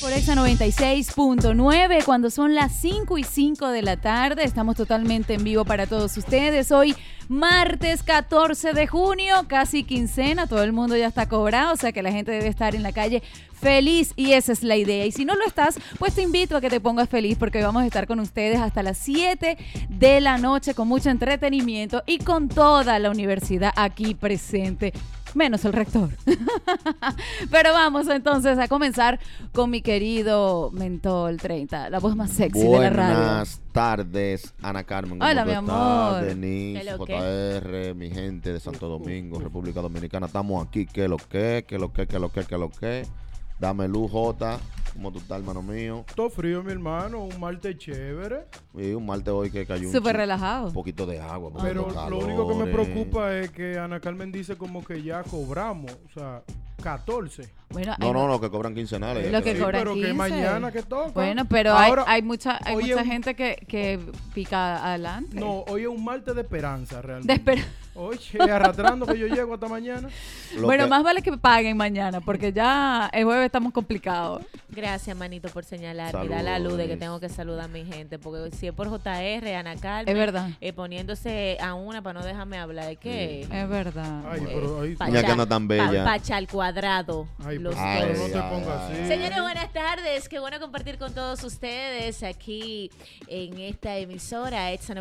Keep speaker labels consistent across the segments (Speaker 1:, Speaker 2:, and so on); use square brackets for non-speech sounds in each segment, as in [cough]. Speaker 1: Por Exa 96.9, cuando son las 5 y 5 de la tarde, estamos totalmente en vivo para todos ustedes. Hoy, martes 14 de junio, casi quincena, todo el mundo ya está cobrado, o sea que la gente debe estar en la calle feliz y esa es la idea. Y si no lo estás, pues te invito a que te pongas feliz porque hoy vamos a estar con ustedes hasta las 7 de la noche con mucho entretenimiento y con toda la universidad aquí presente, menos el rector. Pero vamos entonces a comenzar con mi querido Mentol 30, la voz más sexy de la radio.
Speaker 2: Buenas tardes, Ana Carmen. ¿Cómo
Speaker 1: Hola,
Speaker 2: tú
Speaker 1: mi
Speaker 2: estás?
Speaker 1: amor.
Speaker 2: Denise,
Speaker 1: ¿Qué lo
Speaker 2: JR, mi gente de Santo Domingo, República Dominicana. Estamos aquí. ¿Qué lo que? ¿Qué lo que? ¿Qué lo que? ¿Qué lo que? Dame luz, J. ¿Cómo tú estás, hermano mío?
Speaker 3: Todo frío, mi hermano, un martes chévere.
Speaker 2: Y un martes hoy que cayó un,
Speaker 1: Súper
Speaker 2: chi-
Speaker 1: relajado.
Speaker 2: un poquito de agua. porque
Speaker 3: Pero
Speaker 2: los
Speaker 3: lo único que me
Speaker 2: calores.
Speaker 3: preocupa es que Ana Carmen dice como que ya cobramos, o sea, 14.
Speaker 1: Bueno, hay-
Speaker 2: No, no, los que cobran quincenales.
Speaker 1: Lo que
Speaker 3: Sí,
Speaker 1: cobran
Speaker 3: pero que
Speaker 1: 15.
Speaker 3: mañana que toca.
Speaker 1: Bueno, pero hay-
Speaker 3: Ahora,
Speaker 1: hay, mucha, hay
Speaker 3: hoy
Speaker 1: mucha
Speaker 3: es-
Speaker 1: gente que, que pica adelante.
Speaker 3: No, hoy es un martes de esperanza
Speaker 1: De
Speaker 3: realmente.
Speaker 1: espera-
Speaker 3: Oye, arrastrando que yo llego hasta mañana.
Speaker 2: Lo
Speaker 1: Bueno,
Speaker 2: que-
Speaker 1: más vale que paguen mañana, porque ya el jueves estamos complicados.
Speaker 4: Gracias, manito, por señalarme y
Speaker 2: Saludos,
Speaker 4: dar la luz de que
Speaker 2: Denise.
Speaker 4: tengo que saludar a mi gente. Porque si es por JR, Ana Carmen.
Speaker 1: Es verdad,
Speaker 4: eh, poniéndose a una para no dejarme hablar. ¿De qué?
Speaker 1: es verdad.
Speaker 3: Ay,
Speaker 1: Pues,
Speaker 4: Eh,
Speaker 3: pero ahí
Speaker 4: pa'
Speaker 2: Doña
Speaker 4: cha-
Speaker 2: que anda tan bella.
Speaker 4: pa- pacha al cuadrado.
Speaker 3: Ay,
Speaker 4: Los
Speaker 3: pero
Speaker 4: dos.
Speaker 3: no
Speaker 2: Ay,
Speaker 3: te
Speaker 2: ay,
Speaker 3: pongas
Speaker 2: ay.
Speaker 3: así.
Speaker 4: Señores, buenas tardes. Qué bueno compartir con todos ustedes aquí en esta emisora, EXA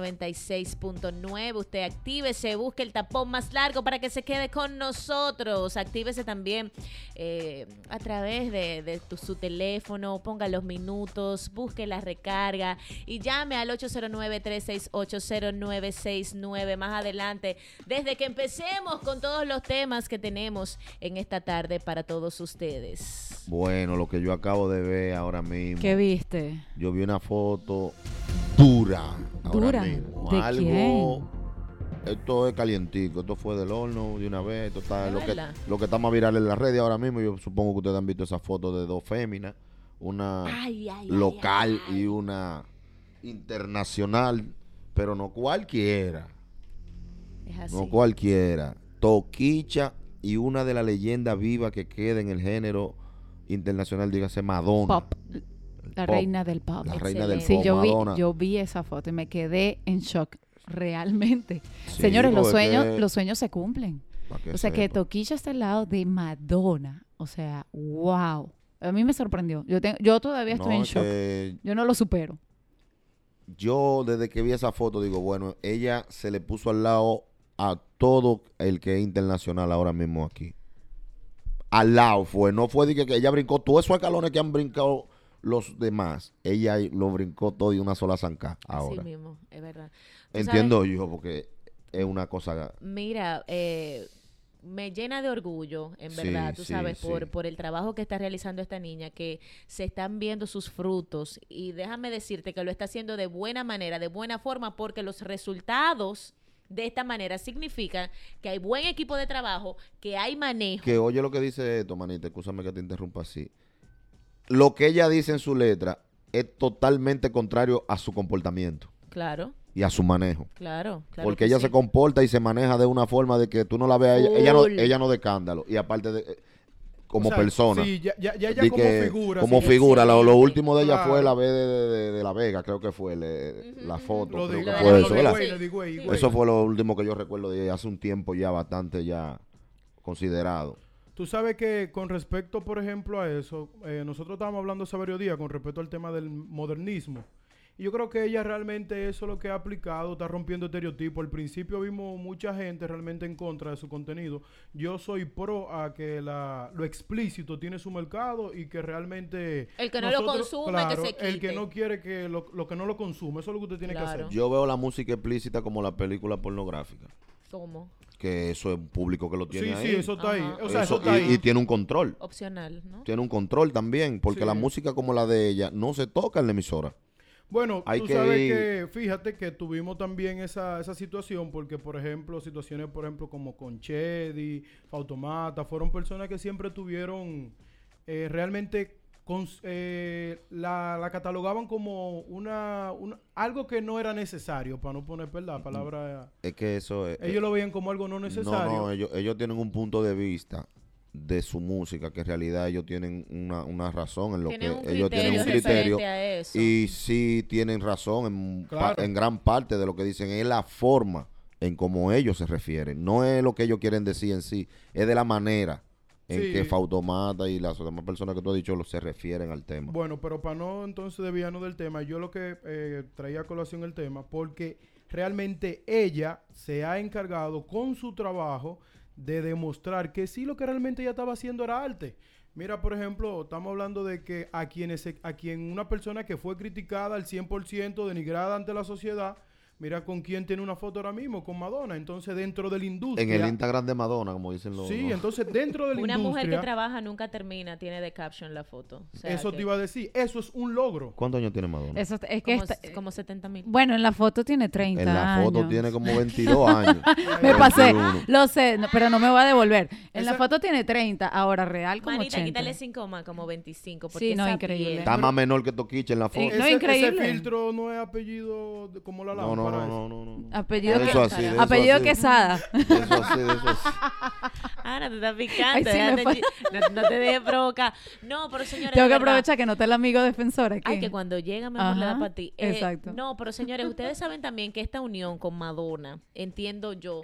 Speaker 4: 96.9. Usted actívese, busque el tapón más largo para que se quede con nosotros. Actívese también eh, a través de, de tu- su teléfono, ponga los minutos, busque la recarga y llame al 809-368-0969 más adelante. Desde que empecemos con todos los temas que tenemos en esta tarde para todos ustedes.
Speaker 2: Bueno, lo que yo acabo de ver ahora mismo.
Speaker 1: ¿Qué viste?
Speaker 2: Yo vi una foto dura. ahora
Speaker 1: ¿Dura?
Speaker 2: mismo.
Speaker 1: ¿De
Speaker 2: Algo. Esto es calientico, esto fue del horno de una vez, esto está
Speaker 4: ¿De
Speaker 2: lo que,
Speaker 4: verdad?
Speaker 2: lo que está más viral en las redes ahora mismo, yo supongo que ustedes han visto esa foto de dos féminas, una
Speaker 4: Ay, ay, ay,
Speaker 2: local
Speaker 4: ay, ay.
Speaker 2: y una internacional, pero no cualquiera,
Speaker 4: Es así.
Speaker 2: no cualquiera, Toquicha y una de las leyendas vivas que queda en el género internacional, dígase Madonna,
Speaker 1: Pop. La
Speaker 2: Pop.
Speaker 1: reina del pop.
Speaker 2: la reina del
Speaker 1: Sí,
Speaker 2: pop,
Speaker 1: yo vi,
Speaker 2: Madonna.
Speaker 1: yo vi esa foto y me quedé en shock, realmente.
Speaker 2: Sí,
Speaker 1: Señores, los
Speaker 2: porque-
Speaker 1: sueños, los sueños se cumplen.
Speaker 2: Pa'
Speaker 1: O sea, que
Speaker 2: sepa.
Speaker 1: Toquilla está al lado de Madonna. O sea, wow. A mí me sorprendió. Yo, tengo, yo todavía estoy
Speaker 2: No,
Speaker 1: en
Speaker 2: es
Speaker 1: shock.
Speaker 2: que
Speaker 1: Yo no lo supero.
Speaker 2: yo desde que vi esa foto digo, bueno, ella se le puso al lado a todo el que es internacional ahora mismo aquí. Al lado fue, no fue de que, que ella brincó todos esos escalones que han brincado los demás. Ella lo brincó todo de una sola zanca
Speaker 4: Así
Speaker 2: ahora.
Speaker 4: mismo, es verdad. Tú
Speaker 2: Entiendo yo, porque es una cosa
Speaker 4: sabes, mira, eh, me llena de orgullo, en
Speaker 2: Sí,
Speaker 4: verdad, tú
Speaker 2: sí,
Speaker 4: sabes,
Speaker 2: sí.
Speaker 4: por, por el trabajo que está realizando esta niña, que se están viendo sus frutos. Y déjame decirte que lo está haciendo de buena manera, de buena forma, porque los resultados de esta manera significan que hay buen equipo de trabajo, que hay manejo.
Speaker 2: Que oye lo que dice esto, manita, escúchame que te interrumpa así. Lo que ella dice en su letra es totalmente contrario a su comportamiento
Speaker 4: Claro,
Speaker 2: y a su manejo.
Speaker 4: claro, claro.
Speaker 2: Porque
Speaker 4: que
Speaker 2: ella
Speaker 4: sí.
Speaker 2: se comporta y se maneja de una forma de que tú no la veas. a Ella, ella no,
Speaker 4: Full.
Speaker 2: ella no de escándalo. Y aparte, de, eh, como
Speaker 3: O sea,
Speaker 2: persona.
Speaker 3: Sí, ya, ya, ya, ya
Speaker 2: de
Speaker 3: como
Speaker 2: que-
Speaker 3: figura.
Speaker 2: como
Speaker 3: sí.
Speaker 4: fi-
Speaker 2: figura. Lo, lo último de ella
Speaker 3: Claro.
Speaker 2: fue la vez de, de- de- de La Vega, creo que fue. le- la foto.
Speaker 3: Lo
Speaker 2: creo
Speaker 3: digo,
Speaker 2: que
Speaker 4: la
Speaker 2: fue
Speaker 4: de
Speaker 2: eso,
Speaker 4: Golden
Speaker 2: ¿verdad?
Speaker 4: State.
Speaker 2: Eso fue lo último que yo recuerdo de ella. Hace un tiempo ya bastante ya considerado.
Speaker 3: Tú sabes que con respecto, por ejemplo, a eso, eh, nosotros estábamos hablando hace varios días con respecto al tema del modernismo. Y yo creo que ella realmente eso es lo que ha aplicado, está rompiendo estereotipos. Al principio vimos mucha gente realmente en contra de su contenido. Yo soy pro a que la- lo explícito tiene su mercado y que realmente...
Speaker 4: El que no lo consume, que
Speaker 3: claro,
Speaker 4: se
Speaker 3: El que
Speaker 4: quite.
Speaker 3: no quiere que lo, lo que no lo consume, eso es lo que usted tiene que
Speaker 4: Claro.
Speaker 3: hacer.
Speaker 2: Yo veo la música explícita como la película pornográfica.
Speaker 4: ¿Cómo?
Speaker 2: Que eso es un público que lo tiene
Speaker 3: Sí,
Speaker 2: ahí.
Speaker 3: sí, eso está ahí.
Speaker 4: Ajá.
Speaker 3: O sea, eso,
Speaker 2: Eso-
Speaker 3: está ahí.
Speaker 2: y- y tiene un control.
Speaker 4: Opcional, ¿no?
Speaker 2: Tiene un control también. Porque
Speaker 3: Sí.
Speaker 2: la música como la de ella no se toca en la emisora.
Speaker 3: Bueno,
Speaker 2: Hay
Speaker 3: tú
Speaker 2: que
Speaker 3: sabes
Speaker 2: ir-
Speaker 3: que, fíjate que tuvimos también esa, esa situación, porque, por ejemplo, situaciones, por ejemplo, como con Chedi, Fautomata, fueron personas que siempre tuvieron eh, realmente cons- eh, la, la catalogaban como una, una- algo que no era necesario, para no poner ¿verdad? palabra.
Speaker 2: Es que eso es. eh,
Speaker 3: Ellos lo veían como algo no necesario.
Speaker 2: No, no, ellos, ellos tienen un punto de vista de su música que en realidad ellos tienen una, una razón en lo
Speaker 4: Tienen
Speaker 2: que
Speaker 4: un
Speaker 2: ellos tienen
Speaker 4: criterio
Speaker 2: un criterio
Speaker 4: referente a eso.
Speaker 2: y sí tienen razón en, pa-
Speaker 3: Claro.
Speaker 2: en gran parte de lo que dicen es la forma en cómo ellos se refieren no es lo que ellos quieren decir en sí es de la manera en
Speaker 3: Sí.
Speaker 2: que Fautomata y las demás personas que tú has dicho lo- se refieren al tema
Speaker 3: Bueno, pero para no entonces desviarnos del tema, yo lo que eh, traía a colación el tema, porque realmente ella se ha encargado con su trabajo de demostrar que sí lo que realmente ella estaba haciendo era arte. Mira, por ejemplo, estamos hablando de que a quienes se- a quien una persona que fue criticada al 100%, denigrada ante la sociedad, mira con quién tiene una foto ahora mismo, con Madonna. Entonces, dentro de la
Speaker 2: en
Speaker 3: industria...
Speaker 2: el Instagram de Madonna como dicen los
Speaker 3: Sí,
Speaker 2: los-
Speaker 3: entonces dentro de la
Speaker 4: Una
Speaker 3: industria...
Speaker 4: mujer que trabaja nunca termina, tiene de caption la foto. O sea,
Speaker 3: Eso
Speaker 4: que
Speaker 3: te iba a decir, eso es un logro.
Speaker 2: ¿cuántos años tiene Madonna?
Speaker 1: Eso es que
Speaker 4: como,
Speaker 1: está-
Speaker 4: como 70 mil.
Speaker 1: bueno, en la foto tiene 30
Speaker 2: en la foto
Speaker 1: años.
Speaker 2: tiene como 22 años
Speaker 1: [laughs] Me pasé,
Speaker 2: 21.
Speaker 1: lo sé, no, pero no me voy a devolver. En
Speaker 3: Esa-
Speaker 1: la foto tiene 30, ahora real como
Speaker 4: Marita,
Speaker 1: 80.
Speaker 4: quítale 5 más, como 25. Porque
Speaker 1: Sí, no,
Speaker 4: esa
Speaker 1: increíble.
Speaker 2: [laughs]
Speaker 4: piel-
Speaker 2: Está más menor que Toquiche en la foto.
Speaker 1: No,
Speaker 3: ese,
Speaker 1: increíble.
Speaker 3: ese filtro no es apellido de- como la
Speaker 2: No,
Speaker 3: lámpara.
Speaker 2: no,
Speaker 3: esa.
Speaker 2: no, no, no, no.
Speaker 1: Apellido,
Speaker 2: De
Speaker 1: que-
Speaker 2: eso así, de eso
Speaker 1: apellido
Speaker 2: así.
Speaker 1: Quesada.
Speaker 2: De eso así, de eso así.
Speaker 4: Ana, Ah, te estás picando.
Speaker 1: Ay, sí, me
Speaker 4: déjate
Speaker 1: fue-
Speaker 4: chi- no, no te dejes provocar. No, pero señores.
Speaker 1: Tengo
Speaker 4: de
Speaker 1: que
Speaker 4: verdad.
Speaker 1: aprovechar que no está el amigo defensor aquí.
Speaker 4: Ay, que cuando llega me la da
Speaker 1: Ajá,
Speaker 4: para ti. Eh,
Speaker 1: exacto.
Speaker 4: No, pero señores, ustedes saben también que esta unión con Madonna, entiendo yo,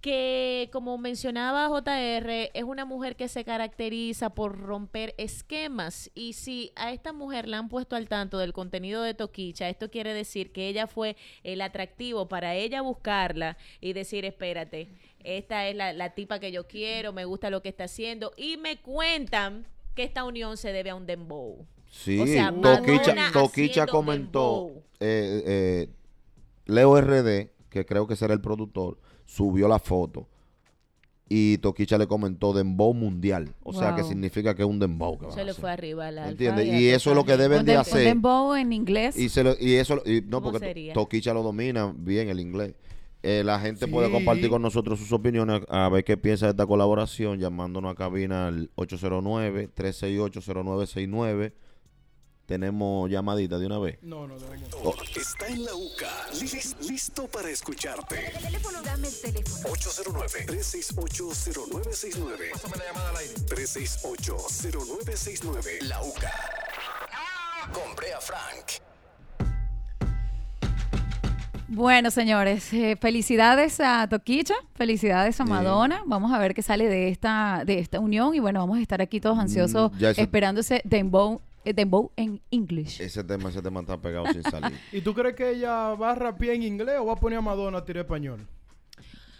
Speaker 4: que como mencionaba JR, es una mujer que se caracteriza por romper esquemas. Y si a esta mujer la han puesto al tanto del contenido de Toquicha, esto quiere decir que ella fue el atractivo para ella buscarla y decir, espérate, esta es la, la tipa que yo quiero, me gusta lo que está haciendo. Y me cuentan que esta unión se debe a un dembow.
Speaker 2: Sí,
Speaker 4: O sea, Madonna
Speaker 2: Toquicha, Toquicha
Speaker 4: haciendo
Speaker 2: comentó,
Speaker 4: dembow.
Speaker 2: eh, eh, Leo RD, que creo que será el productor, subió la foto y Toquicha le comentó Dembow Mundial. O sea, que
Speaker 1: Wow.
Speaker 2: significa que es un Dembow. que van
Speaker 4: Se
Speaker 2: a
Speaker 4: le
Speaker 2: hacer.
Speaker 4: fue arriba la
Speaker 2: ¿Entiendes? Y eso es lo que deben
Speaker 1: Un
Speaker 2: de
Speaker 1: dem- un
Speaker 2: hacer.
Speaker 1: dembow en inglés.
Speaker 2: Y, se lo- y eso, y no,
Speaker 4: ¿Cómo
Speaker 2: porque To-
Speaker 4: sería?
Speaker 2: Toquicha lo domina bien el inglés. Eh, la gente
Speaker 3: Sí.
Speaker 2: puede compartir con nosotros sus opiniones a a ver qué piensa de esta colaboración llamándonos a cabina al 809-368-0969. Tenemos llamadita de una vez.
Speaker 3: [laughs] No, no, no, no.
Speaker 5: Está en la UCA. Lis- listo para escucharte.
Speaker 6: El teléfono, dame el teléfono.
Speaker 5: 809-368-0969. Pásame la llamada al aire. 368-0969. La UCA. Compré a Frank.
Speaker 1: Bueno, señores, eh, felicidades a Toquicha, felicidades a Madonna. Vamos a ver qué sale de esta, de esta unión y bueno, vamos a estar aquí todos ansiosos
Speaker 2: Mm, ya eso-
Speaker 1: esperando ese dembow, eh, dembow en English.
Speaker 2: Ese tema, ese tema está pegado
Speaker 4: [laughs]
Speaker 2: sin salir.
Speaker 3: ¿Y tú crees que ella va a rapear en inglés o va a poner a Madonna a tirar español?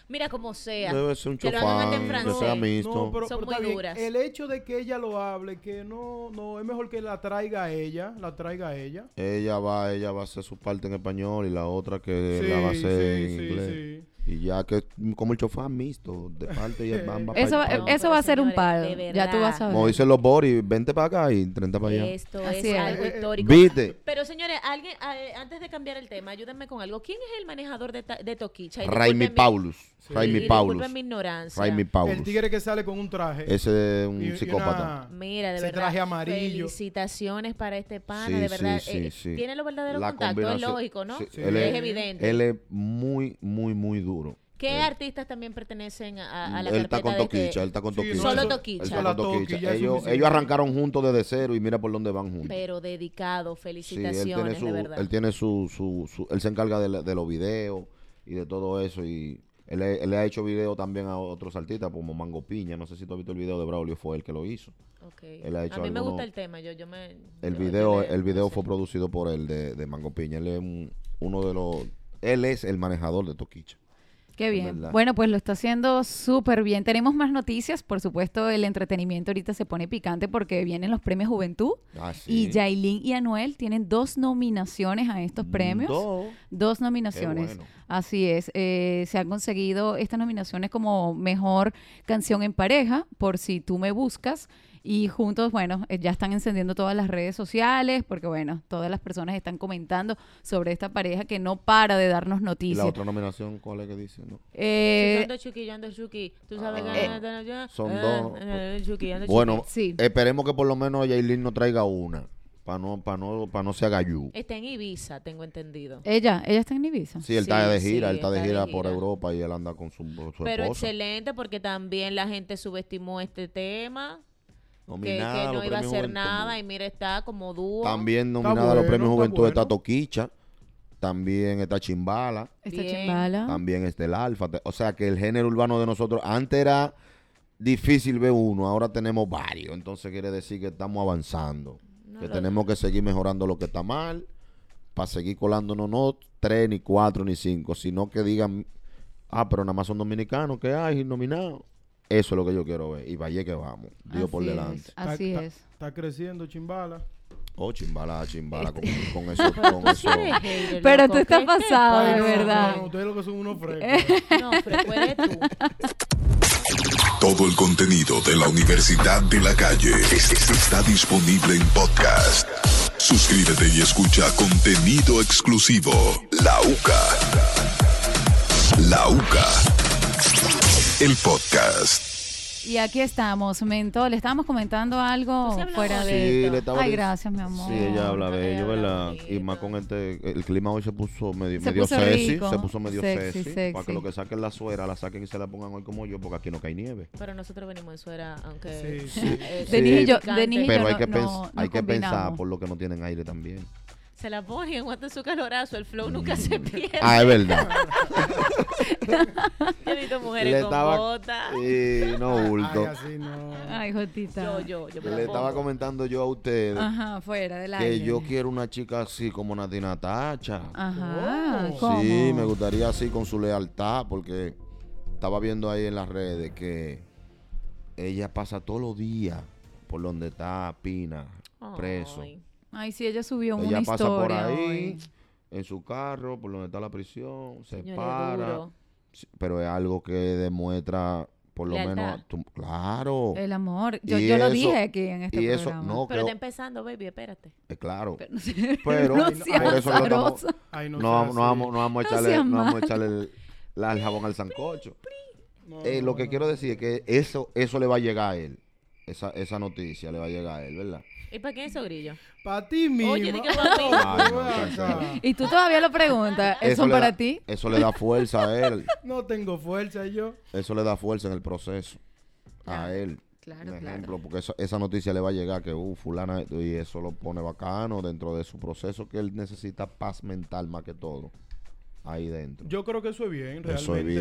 Speaker 4: Mira como sea.
Speaker 2: Debe ser un
Speaker 4: que lo hagan en
Speaker 2: chofán, que
Speaker 4: francés.
Speaker 2: sea mixto.
Speaker 4: Son muy
Speaker 3: está bien.
Speaker 4: duras.
Speaker 3: El hecho de que ella lo hable, que no, no, es mejor que la traiga a ella, la traiga a ella.
Speaker 2: Ella va, ella va a hacer su parte en español y la otra que
Speaker 3: Sí,
Speaker 2: la va a hacer
Speaker 3: sí,
Speaker 2: en
Speaker 3: sí,
Speaker 2: inglés. Y ya que como el chofán mixto, de
Speaker 4: [laughs]
Speaker 2: parte y el bamba. pa'
Speaker 1: Eso,
Speaker 2: allá,
Speaker 1: eh,
Speaker 2: pa'
Speaker 1: eso va a ser un
Speaker 4: Señores,
Speaker 1: paro.
Speaker 4: de
Speaker 1: Ya tú vas a
Speaker 4: verdad.
Speaker 2: Como
Speaker 1: ver.
Speaker 2: dicen los Boris, vente para acá y 30 para allá.
Speaker 4: eh. Esto
Speaker 1: Así
Speaker 4: es,
Speaker 1: es.
Speaker 4: algo
Speaker 3: Eh, eh,
Speaker 4: histórico.
Speaker 2: ¿Viste?
Speaker 4: Pero señores, alguien a- eh, antes de cambiar el tema, ayúdenme con algo. ¿Quién es el manejador de, ta- de Toquicha? Y
Speaker 2: Raimi
Speaker 4: disculpen mi-
Speaker 2: Paulus.
Speaker 3: Sí.
Speaker 4: y
Speaker 2: Raimi
Speaker 4: disculpen
Speaker 2: Paulus.
Speaker 4: mi ignorancia.
Speaker 2: Raimi Paulus.
Speaker 3: El tigre que sale con un traje.
Speaker 2: Ese es
Speaker 3: y-
Speaker 2: un
Speaker 3: y una-
Speaker 2: psicópata.
Speaker 4: Mira, de
Speaker 3: Ese
Speaker 4: verdad.
Speaker 3: traje amarillo.
Speaker 4: Felicitaciones para este pana,
Speaker 2: Sí,
Speaker 4: de
Speaker 2: sí,
Speaker 4: verdad.
Speaker 2: sí,
Speaker 4: eh,
Speaker 2: sí.
Speaker 4: Tiene los verdaderos
Speaker 2: La
Speaker 4: contactos, es
Speaker 2: combinación-
Speaker 4: lógico, ¿no?
Speaker 2: sí,
Speaker 4: es,
Speaker 2: él es-
Speaker 4: evidente.
Speaker 2: Él es muy, muy, muy duro.
Speaker 4: ¿Qué
Speaker 2: él-
Speaker 4: artistas también pertenecen a, a la
Speaker 2: él
Speaker 4: carpeta
Speaker 2: está con
Speaker 4: de este-
Speaker 2: Toquicha, él está con
Speaker 3: Sí,
Speaker 2: Toquicha.
Speaker 4: Solo
Speaker 2: Él
Speaker 4: Toquicha.
Speaker 2: está
Speaker 3: Solo
Speaker 2: con Toquicha.
Speaker 3: Toquicha, es
Speaker 2: Ellos,
Speaker 3: suficiente.
Speaker 2: ellos arrancaron juntos desde cero y mira por dónde van juntos.
Speaker 4: Pero dedicado,
Speaker 2: Sí, él
Speaker 4: felicitaciones,
Speaker 2: tiene
Speaker 4: de
Speaker 2: su,
Speaker 4: verdad.
Speaker 2: él tiene su, su, su- él se encarga de, la- de los videos y de todo eso y él, le- él le ha hecho videos también a otros artistas como Mango Piña, no sé si tú has visto el video de Braulio, fue él que lo hizo.
Speaker 4: Ok.
Speaker 2: él ha hecho
Speaker 4: a mí me
Speaker 2: algunos-
Speaker 4: gusta el tema, yo, yo me...
Speaker 2: El
Speaker 4: yo- yo
Speaker 2: video,
Speaker 4: le-
Speaker 2: el video
Speaker 4: no sé.
Speaker 2: fue producido por él de, de Mango Piña. Él es un- uno de los. Él es el manejador de Toquicha.
Speaker 1: Qué bien.
Speaker 2: verdad.
Speaker 1: Bueno, pues lo está haciendo súper bien. Tenemos más noticias. Por supuesto, el entretenimiento ahorita se pone picante porque vienen los premios Juventud.
Speaker 2: Ah,
Speaker 1: Y Yailin y Anuel tienen dos nominaciones a estos premios.
Speaker 2: Mm, Dos.
Speaker 1: Dos nominaciones.
Speaker 2: Qué bueno.
Speaker 1: Así es. Eh, se han conseguido estas nominaciones como mejor canción en pareja, por si tú me buscas, Y juntos, bueno, eh, ya están encendiendo todas las redes sociales porque, bueno, todas las personas están comentando sobre esta pareja que no para de darnos
Speaker 2: ¿Y la
Speaker 1: noticias.
Speaker 2: otra nominación cuál es que dice? No.
Speaker 4: Yo
Speaker 1: Eh,
Speaker 4: ando chuki, yo ando chuki. Tú sabes
Speaker 2: Ah,
Speaker 4: que ando yo.
Speaker 2: son
Speaker 4: Ah,
Speaker 2: dos.
Speaker 4: ando chuki, ando
Speaker 2: Bueno, eh,
Speaker 4: chuki.
Speaker 1: Sí.
Speaker 2: esperemos que por lo menos Yailin no traiga una. Para no, para no, para no sea gallú.
Speaker 4: Está en Ibiza, tengo entendido.
Speaker 1: ella, ella está en Ibiza.
Speaker 2: Sí, él está
Speaker 4: sí,
Speaker 2: de gira,
Speaker 4: sí,
Speaker 2: él está de gira por
Speaker 4: gira.
Speaker 2: Europa y él anda con su, su
Speaker 4: Pero
Speaker 2: esposa.
Speaker 4: excelente porque también la gente subestimó este tema. Que, que
Speaker 2: Nominada a los
Speaker 4: no iba a
Speaker 2: premios
Speaker 4: hacer
Speaker 2: Juventud.
Speaker 4: nada y mira está como dúo.
Speaker 2: También
Speaker 3: Está
Speaker 2: nominada a los
Speaker 3: bueno,
Speaker 2: premios
Speaker 3: está
Speaker 2: Juventud está
Speaker 3: bueno.
Speaker 2: Toquicha. También está Chimbala.
Speaker 1: Está
Speaker 4: Bien.
Speaker 1: chimbala.
Speaker 2: También está el Alfa. Te- O sea que el género urbano de nosotros, antes era difícil ver uno, ahora tenemos varios. Entonces quiere decir que estamos avanzando. que tenemos que seguir mejorando lo que está mal. Para seguir colándonos no tres, ni cuatro, ni cinco. Sino que digan, ah, pero nada más son dominicanos que hay nominados. Eso es lo que yo quiero ver. Y vaya que vamos. Digo por
Speaker 1: Así
Speaker 2: delante.
Speaker 1: es, así
Speaker 3: está,
Speaker 1: es.
Speaker 3: Está creciendo Chimbala.
Speaker 2: Oh, chimbala, chimbala. Con,
Speaker 1: Este
Speaker 3: Este
Speaker 2: con eso.
Speaker 3: [laughs]
Speaker 1: [laughs]
Speaker 2: Con eso.
Speaker 1: Pero tú estás pasado,
Speaker 3: Ay, no,
Speaker 1: de
Speaker 3: no,
Speaker 1: verdad. Eh.
Speaker 3: no, ustedes lo que son unos frescos.
Speaker 4: Eh, No, pero puedes
Speaker 2: [laughs]
Speaker 4: tú.
Speaker 7: Todo el contenido de la Universidad de la Calle es- es- está disponible en podcast. Suscríbete y escucha contenido exclusivo. La UCA. La UCA. El podcast.
Speaker 1: Y aquí estamos, Mentol. Estábamos comentando
Speaker 4: Tú
Speaker 1: algo
Speaker 4: sí hablas
Speaker 1: fuera
Speaker 4: bonito.
Speaker 1: de.
Speaker 2: Sí,
Speaker 4: Perfecto.
Speaker 2: le estaba
Speaker 1: Ay,
Speaker 2: dic-
Speaker 1: gracias, mi amor.
Speaker 2: Sí, ella habla
Speaker 4: Ay,
Speaker 2: bello,
Speaker 4: habla
Speaker 2: ¿verdad? Y
Speaker 4: bonito.
Speaker 2: más con este. El clima hoy se puso medio,
Speaker 1: Se
Speaker 2: medio
Speaker 1: puso
Speaker 2: sexy.
Speaker 1: rico.
Speaker 2: Se puso medio
Speaker 1: Sexy,
Speaker 2: sexy. Para
Speaker 1: sexy.
Speaker 2: que lo que saquen la suera, la saquen y se la pongan hoy como yo, porque aquí no cae nieve.
Speaker 4: Pero nosotros venimos en suera, aunque.
Speaker 3: Sí, sí.
Speaker 4: eh,
Speaker 1: Denis y yo-
Speaker 4: picante.
Speaker 1: Denis y yo-
Speaker 2: Pero hay
Speaker 1: no-
Speaker 2: que,
Speaker 1: no-
Speaker 2: pens-
Speaker 1: no
Speaker 2: hay que pensar
Speaker 1: combinamos.
Speaker 2: por lo que no tienen aire también.
Speaker 4: Se la ponen, aguanten su calorazo, el flow nunca se pierde.
Speaker 2: [laughs] Ah, es verdad.
Speaker 4: Yo he visto mujeres con botas.
Speaker 2: Sí, no
Speaker 3: Ay,
Speaker 2: bulto.
Speaker 3: así no.
Speaker 1: Ay, Jotita.
Speaker 4: Yo, yo, yo me la
Speaker 2: Le estaba
Speaker 4: pongo.
Speaker 2: comentando yo a ustedes
Speaker 1: Ajá, fuera del aire.
Speaker 2: que yo quiero una chica así como Natina Tacha.
Speaker 1: Ajá,
Speaker 3: Oh.
Speaker 1: ¿cómo?
Speaker 2: Sí, me gustaría así con su lealtad, porque estaba viendo ahí en las redes que ella pasa todos los días por donde está Pina, preso.
Speaker 4: Ay.
Speaker 1: Ay, sí, ella subió
Speaker 2: Ella
Speaker 1: una
Speaker 2: pasa
Speaker 1: historia.
Speaker 2: por ahí,
Speaker 1: hoy.
Speaker 2: en su carro, por donde está la prisión, se
Speaker 4: Señores,
Speaker 2: para.
Speaker 4: duro.
Speaker 2: Sí, Pero es algo que demuestra, por lo
Speaker 4: Lealtad.
Speaker 2: menos, tu- claro.
Speaker 1: El amor. Yo,
Speaker 2: Y
Speaker 1: yo lo
Speaker 2: eso-
Speaker 1: dije aquí en este
Speaker 2: y eso,
Speaker 1: programa.
Speaker 2: no,
Speaker 4: Pero
Speaker 2: creo,
Speaker 4: está empezando, baby, espérate.
Speaker 2: eh, claro.
Speaker 1: No sé, [laughs]
Speaker 2: Pero,
Speaker 1: no seas
Speaker 2: por eso que lo estamos-
Speaker 1: azarosa.
Speaker 3: Ay, no
Speaker 2: no,
Speaker 3: sea
Speaker 2: vamos- no
Speaker 3: así.
Speaker 2: vamos, no vamos a
Speaker 1: No
Speaker 2: echarle,
Speaker 1: seas
Speaker 2: no vamos a
Speaker 1: mal.
Speaker 2: echarle el, la- el jabón al sancocho.
Speaker 3: No,
Speaker 2: Eh,
Speaker 3: no,
Speaker 2: lo que
Speaker 3: no.
Speaker 2: quiero decir es que eso, eso le va a llegar a él. Esa, esa noticia le va a llegar a él, ¿verdad?
Speaker 4: ¿Y para qué eso grillo?
Speaker 3: Pa' ti mismo.
Speaker 4: Oye, di que pa' mí.
Speaker 2: Ay, no,
Speaker 3: Ah.
Speaker 1: Y tú todavía lo preguntas. ¿Eso
Speaker 2: le
Speaker 1: para
Speaker 2: da-
Speaker 1: ti?
Speaker 2: Eso le da fuerza a
Speaker 1: [laughs]
Speaker 2: él.
Speaker 3: No tengo fuerza yo.
Speaker 2: Eso le da fuerza en el proceso.
Speaker 1: Claro,
Speaker 2: a él.
Speaker 1: claro,
Speaker 2: Un
Speaker 1: claro.
Speaker 2: ejemplo, porque esa, esa noticia le va a llegar que, uh, fulana, y eso lo pone bacano dentro de su proceso que él necesita paz mental más que todo. Ahí dentro.
Speaker 3: Yo creo que eso es bien, realmente.
Speaker 2: Eso
Speaker 3: Eso
Speaker 2: es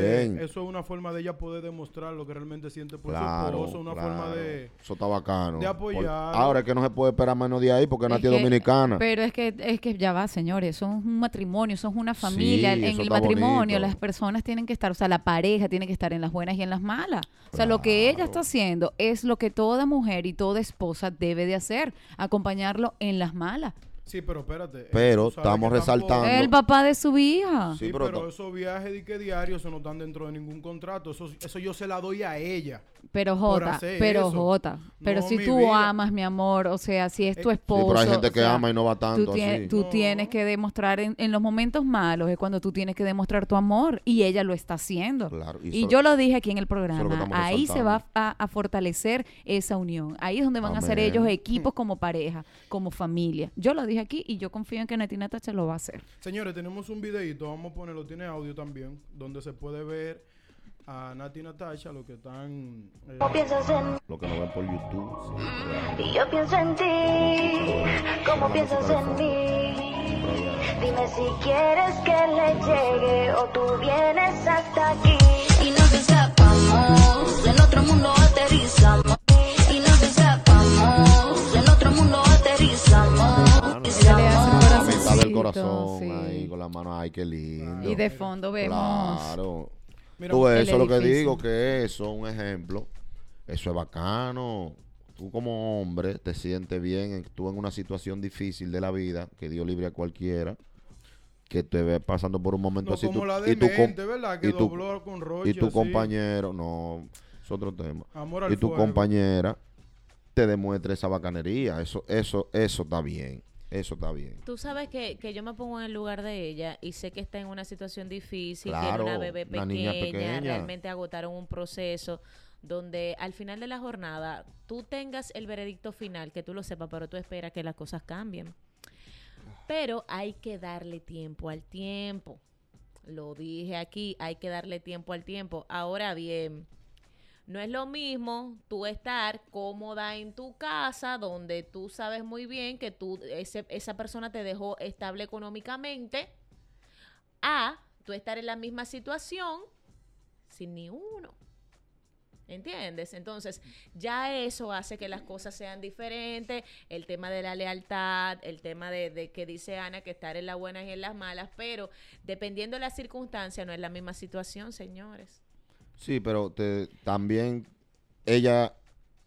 Speaker 3: es
Speaker 2: bien.
Speaker 3: una forma de ella poder demostrar lo que realmente siente por su
Speaker 2: claro,
Speaker 3: esposo, una
Speaker 2: claro.
Speaker 3: forma de...
Speaker 2: Eso está bacano.
Speaker 3: de
Speaker 2: Por-
Speaker 3: apoyar.
Speaker 2: Ahora es que no se puede esperar menos de ahí porque
Speaker 1: Es
Speaker 2: Nati es
Speaker 1: que-
Speaker 2: dominicana.
Speaker 1: Pero es que, es que ya va, señores, son un matrimonio, son una familia.
Speaker 2: Sí,
Speaker 1: en
Speaker 2: eso
Speaker 1: el
Speaker 2: está
Speaker 1: matrimonio
Speaker 2: bonito.
Speaker 1: las personas tienen que estar, o sea, la pareja tiene que estar en las buenas y en las malas. O sea, lo que ella está haciendo es lo que toda mujer y toda esposa debe de hacer, acompañarlo en las malas.
Speaker 3: Sí, pero espérate. eh,
Speaker 2: Pero
Speaker 3: tú sabes
Speaker 2: estamos
Speaker 3: que tampoco-
Speaker 2: resaltando- Cuando-
Speaker 1: El papá de su hija.
Speaker 2: Sí,
Speaker 3: Sí,
Speaker 2: pero
Speaker 3: pero,
Speaker 2: to-
Speaker 3: esos viajes di que diarios eso no están dentro de ningún contrato. Eso, eso yo se la doy a ella.
Speaker 1: Pero
Speaker 3: por
Speaker 1: Jota,
Speaker 3: hacer
Speaker 1: pero
Speaker 3: eso.
Speaker 1: Jota, pero
Speaker 3: No,
Speaker 1: si
Speaker 3: mi
Speaker 1: tú
Speaker 3: vida.
Speaker 1: amas, mi amor, o sea, si es tu
Speaker 3: Eh, sí,
Speaker 1: esposo.
Speaker 2: pero hay gente
Speaker 1: o
Speaker 2: que
Speaker 1: sea,
Speaker 2: ama y no va tanto
Speaker 1: Tú, tienes-
Speaker 2: así.
Speaker 1: tú
Speaker 3: No.
Speaker 1: tienes que demostrar en, en los momentos malos, es cuando tú tienes que demostrar tu amor y ella lo está haciendo.
Speaker 2: Claro, y
Speaker 1: y
Speaker 2: eso-
Speaker 1: yo lo dije aquí en el
Speaker 2: eso es lo que
Speaker 1: programa,
Speaker 2: estamos
Speaker 1: ahí se va
Speaker 2: resaltando.
Speaker 1: a, a fortalecer esa unión, ahí es donde van a ser
Speaker 2: Amén.
Speaker 1: ellos equipos como pareja, como familia. Yo lo dije aquí y yo confío en que Netina Tacha lo va a hacer.
Speaker 3: Señores, tenemos un videito, vamos a ponerlo, tiene audio también, donde se puede ver a Nati y Natasha, lo que están... eh,
Speaker 6: Como piensas en
Speaker 2: Lo que no ven por YouTube. sí, lo vean.
Speaker 6: mí, yo pienso en ti. Como piensas en mí. Dime si quieres que le llegue o tú vienes hasta aquí.
Speaker 8: y nos escapamos, en otro mundo aterrizamos. Y nos escapamos, en otro mundo aterrizamos. Y
Speaker 1: Ya le hace un
Speaker 2: La mitad del
Speaker 1: corazoncito,
Speaker 2: corazón
Speaker 1: sí.
Speaker 2: ahí con la mano. Ay, qué lindo.
Speaker 1: Y de fondo vemos.
Speaker 2: Claro.
Speaker 3: Mira,
Speaker 2: Tú ves,
Speaker 1: el
Speaker 2: eso es lo que
Speaker 1: edificio.
Speaker 2: digo, que eso, un ejemplo. Eso es bacano. Tú como hombre te sientes bien, en- tú en una situación difícil de la vida, que Dios libre a cualquiera, que te ve pasando por un momento
Speaker 3: No
Speaker 2: así.
Speaker 3: como
Speaker 2: tú-
Speaker 3: la de
Speaker 2: y tu com-
Speaker 3: Mente, ¿verdad? Que
Speaker 2: y tu-
Speaker 3: dobló con
Speaker 2: y
Speaker 3: Roche,
Speaker 2: tu
Speaker 3: así.
Speaker 2: compañero, no, es otro tema.
Speaker 3: Amor al
Speaker 2: y tu
Speaker 3: fuego.
Speaker 2: compañera te demuestre esa bacanería. Eso, eso, eso está bien. Eso está bien.
Speaker 4: Tú sabes que, que yo me pongo en el lugar de ella y sé que está en una situación difícil, tiene una
Speaker 2: Claro,
Speaker 4: bebé pequeña,
Speaker 2: una niña pequeña.
Speaker 4: realmente agotaron un proceso donde al final de la jornada tú tengas el veredicto final, que tú lo sepas, pero tú esperas que las cosas cambien. Pero hay que darle tiempo al tiempo. Lo dije aquí, hay que darle tiempo al tiempo. Ahora bien, no es lo mismo tú estar cómoda en tu casa, donde tú sabes muy bien que tú, ese- esa persona te dejó estable económicamente, a tú estar en la misma situación sin ni uno. ¿Entiendes? Entonces, ya eso hace que las cosas sean diferentes. El tema de la lealtad, el tema de, de que dice Ana que estar en las buenas y en las malas, pero dependiendo de las circunstancias, no es la misma situación, señores.
Speaker 2: Sí, pero te, también ella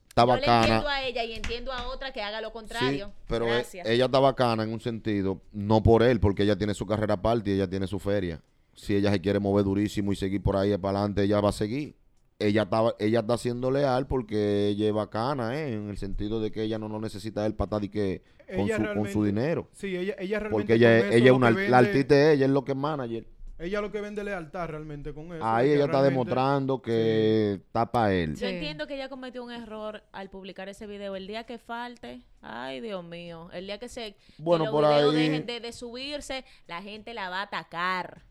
Speaker 2: está
Speaker 4: Yo le
Speaker 2: bacana.
Speaker 4: entiendo a ella y entiendo a otra que haga lo contrario.
Speaker 2: Sí, pero e-
Speaker 4: Gracias.
Speaker 2: ella está bacana en un sentido, no por él, porque ella tiene su carrera aparte y ella tiene su feria. Si ella se quiere mover durísimo y seguir por ahí para adelante, ella va a seguir. Ella está, ella está siendo leal porque ella es bacana, ¿eh? en el sentido de que ella no, no necesita el patad y que con
Speaker 3: Ella
Speaker 2: su, con su
Speaker 3: realmente-
Speaker 2: dinero.
Speaker 3: Sí, ella, ella realmente.
Speaker 2: Porque ella,
Speaker 3: con
Speaker 2: es-
Speaker 3: eso
Speaker 2: ella es
Speaker 3: lo
Speaker 2: una,
Speaker 3: que
Speaker 2: la
Speaker 3: vende-
Speaker 2: artista es ella, es lo que es manager.
Speaker 3: Ella lo que vende lealtad realmente con eso.
Speaker 2: Ahí
Speaker 3: porque
Speaker 2: ella está
Speaker 3: realmente-
Speaker 2: demostrando que está para él.
Speaker 4: Yo
Speaker 1: Sí.
Speaker 4: entiendo que ella cometió un error al publicar ese video. El día que falte, ay Dios mío, el día que se que
Speaker 2: Bueno,
Speaker 4: los
Speaker 2: por
Speaker 4: videos
Speaker 2: ahí-
Speaker 4: dejen de, de subirse, la gente la va a atacar,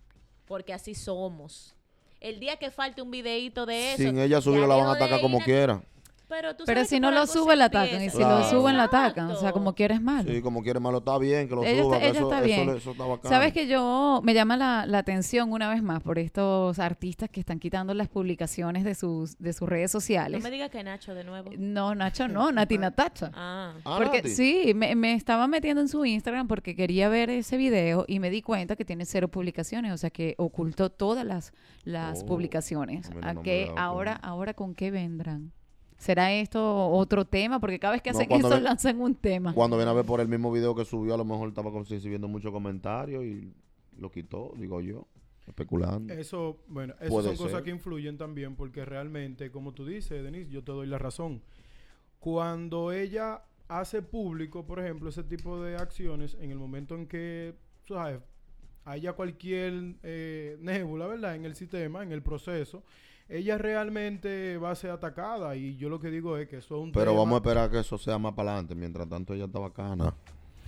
Speaker 4: porque así somos. El día que falte un videito de eso,
Speaker 2: Sin ella subirlo
Speaker 4: ya
Speaker 2: la van a
Speaker 4: dejo de
Speaker 2: atacar como
Speaker 4: ir a-
Speaker 2: quiera.
Speaker 4: Pero, tú
Speaker 1: Pero
Speaker 4: sabes
Speaker 1: si
Speaker 4: que
Speaker 1: no
Speaker 4: por
Speaker 1: lo
Speaker 4: algo se
Speaker 1: suben, la atacan. Y
Speaker 4: empieza.
Speaker 1: si lo
Speaker 2: Claro.
Speaker 1: suben, la atacan. O sea,
Speaker 4: Exacto.
Speaker 1: como quieres malo.
Speaker 2: Sí, como quiere malo, está bien que lo
Speaker 1: Ella
Speaker 2: suba,
Speaker 1: está,
Speaker 2: que
Speaker 1: ella
Speaker 2: eso,
Speaker 1: está
Speaker 2: eso
Speaker 1: bien.
Speaker 2: le- eso está bacano.
Speaker 1: Sabes que yo me llama la, la atención una vez más por estos artistas que están quitando las publicaciones de sus, de sus redes
Speaker 4: No
Speaker 1: sociales.
Speaker 4: me digas que Nacho de nuevo.
Speaker 1: No, Nacho,
Speaker 4: [laughs]
Speaker 1: no, Natina Tacha.
Speaker 4: Ah,
Speaker 2: Ah,
Speaker 1: porque
Speaker 2: Nati.
Speaker 1: sí, me, me estaba metiendo en su Instagram porque quería ver ese video y me di cuenta que tiene cero publicaciones, o sea que ocultó todas las, las
Speaker 2: Oh,
Speaker 1: publicaciones.
Speaker 2: no me lo
Speaker 1: ¿A
Speaker 2: nombraba,
Speaker 1: qué
Speaker 2: ¿cómo?
Speaker 1: ahora, ahora con qué vendrán? ¿Será esto otro tema? Porque cada vez que
Speaker 2: No,
Speaker 1: hacen
Speaker 2: cuando
Speaker 1: eso
Speaker 2: ve-
Speaker 1: lanzan un tema.
Speaker 2: Cuando viene a ver por el mismo video que subió, a lo mejor estaba con- recibiendo muchos comentarios y lo quitó, digo yo, especulando.
Speaker 3: Eso, bueno, esas
Speaker 2: Mm. Puede
Speaker 3: son cosas
Speaker 2: ser.
Speaker 3: que influyen también porque realmente, como tú dices, Denise, yo te doy la razón. Cuando ella hace público, por ejemplo, ese tipo de acciones, en el momento en que, tú sabes, haya cualquier eh, nébula, ¿verdad? En el sistema, en el proceso, ella realmente va a ser atacada y yo lo que digo es que eso es un
Speaker 2: Pero
Speaker 3: tema-
Speaker 2: vamos a esperar que eso sea más para adelante. Mientras tanto, ella está bacana.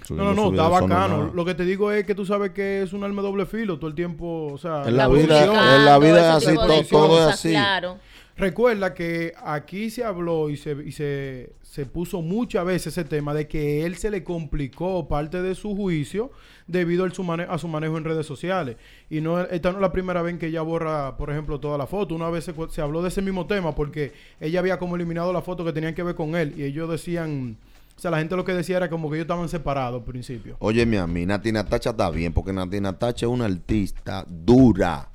Speaker 3: No, no, no, está bacano. Lo que te digo es que tú sabes que es un alma de doble filo todo el tiempo, o sea...
Speaker 2: En la
Speaker 3: posición-
Speaker 2: vida- en la vida es
Speaker 4: ese tipo
Speaker 3: así,
Speaker 4: de
Speaker 3: to- todo
Speaker 2: es
Speaker 4: cosas,
Speaker 2: así.
Speaker 4: Claro.
Speaker 3: Recuerda que aquí se habló y, se, y se, se puso muchas veces ese tema de que él se le complicó parte de su juicio debido al su mane- a su manejo en redes sociales. Y no esta no es la primera vez que ella borra, por ejemplo, toda la foto. Una vez se, cu- se habló de ese mismo tema porque ella había como eliminado la foto que tenían que ver con él y ellos decían, o sea, la gente lo que decía era como que ellos estaban separados al principio.
Speaker 2: Óyeme a mí, Natina Tacha está bien, porque Natina Tacha es una artista dura.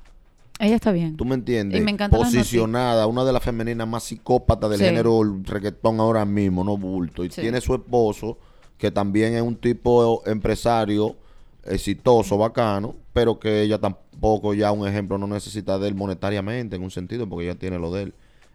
Speaker 1: Ella está bien.
Speaker 2: ¿Tú me entiendes?
Speaker 1: Y me encantan las
Speaker 2: Posicionada, una de las femeninas más psicópatas del
Speaker 1: Sí.
Speaker 2: género reggaetón ahora mismo, no bulto. Y
Speaker 1: Sí.
Speaker 2: tiene su esposo, que también es un tipo empresario exitoso, bacano, pero que ella tampoco, ya un ejemplo, no necesita de él monetariamente, en un sentido, porque ella tiene lo de él.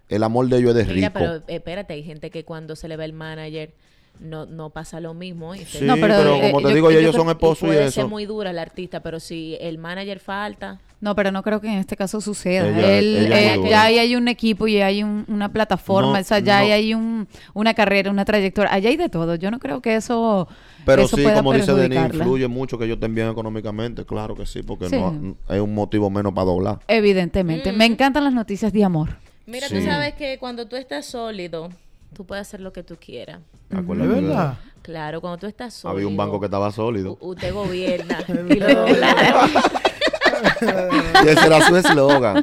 Speaker 2: El amor de ellos es de
Speaker 4: Mira,
Speaker 2: rico.
Speaker 4: pero eh, espérate, hay gente que cuando se le va el manager no, no pasa lo mismo. ¿oíste?
Speaker 2: Sí,
Speaker 1: No, pero,
Speaker 2: pero,
Speaker 1: eh,
Speaker 2: como te
Speaker 1: yo-
Speaker 2: digo,
Speaker 1: yo
Speaker 2: ellos
Speaker 1: creo-
Speaker 2: son esposos y,
Speaker 4: puede ser
Speaker 2: eso.
Speaker 4: muy dura la artista, pero si el manager falta,
Speaker 1: No, pero no creo que en este caso suceda.
Speaker 2: Ella-
Speaker 1: Él-
Speaker 2: ella
Speaker 1: eh,
Speaker 2: es
Speaker 1: ya
Speaker 2: muy buena.
Speaker 1: ahí hay un equipo y hay un- una plataforma,
Speaker 2: No,
Speaker 1: o sea, ya
Speaker 2: no.
Speaker 1: ahí hay un, una carrera, una trayectoria, allá hay de todo. Yo no creo que eso,
Speaker 2: Pero
Speaker 1: eso
Speaker 2: sí,
Speaker 1: pueda
Speaker 2: como dice Denis,
Speaker 1: perjudicarla.
Speaker 2: influye mucho que ellos estén bien económicamente, claro que sí, porque
Speaker 1: Sí.
Speaker 2: no es un motivo menos para doblar.
Speaker 1: Evidentemente.
Speaker 4: Mm.
Speaker 1: Me encantan las noticias de amor.
Speaker 4: mira, tú
Speaker 2: Sí.
Speaker 4: sabes que cuando tú estás sólido, tú puedes hacer lo que tú quieras.
Speaker 3: ¿De
Speaker 2: Acuérdate de-
Speaker 3: verdad?
Speaker 4: Claro, cuando tú estás sólido.
Speaker 2: Había un banco que estaba sólido.
Speaker 4: u- Usted gobierna. y los dólares.
Speaker 2: [laughs] Y ese era su eslogan.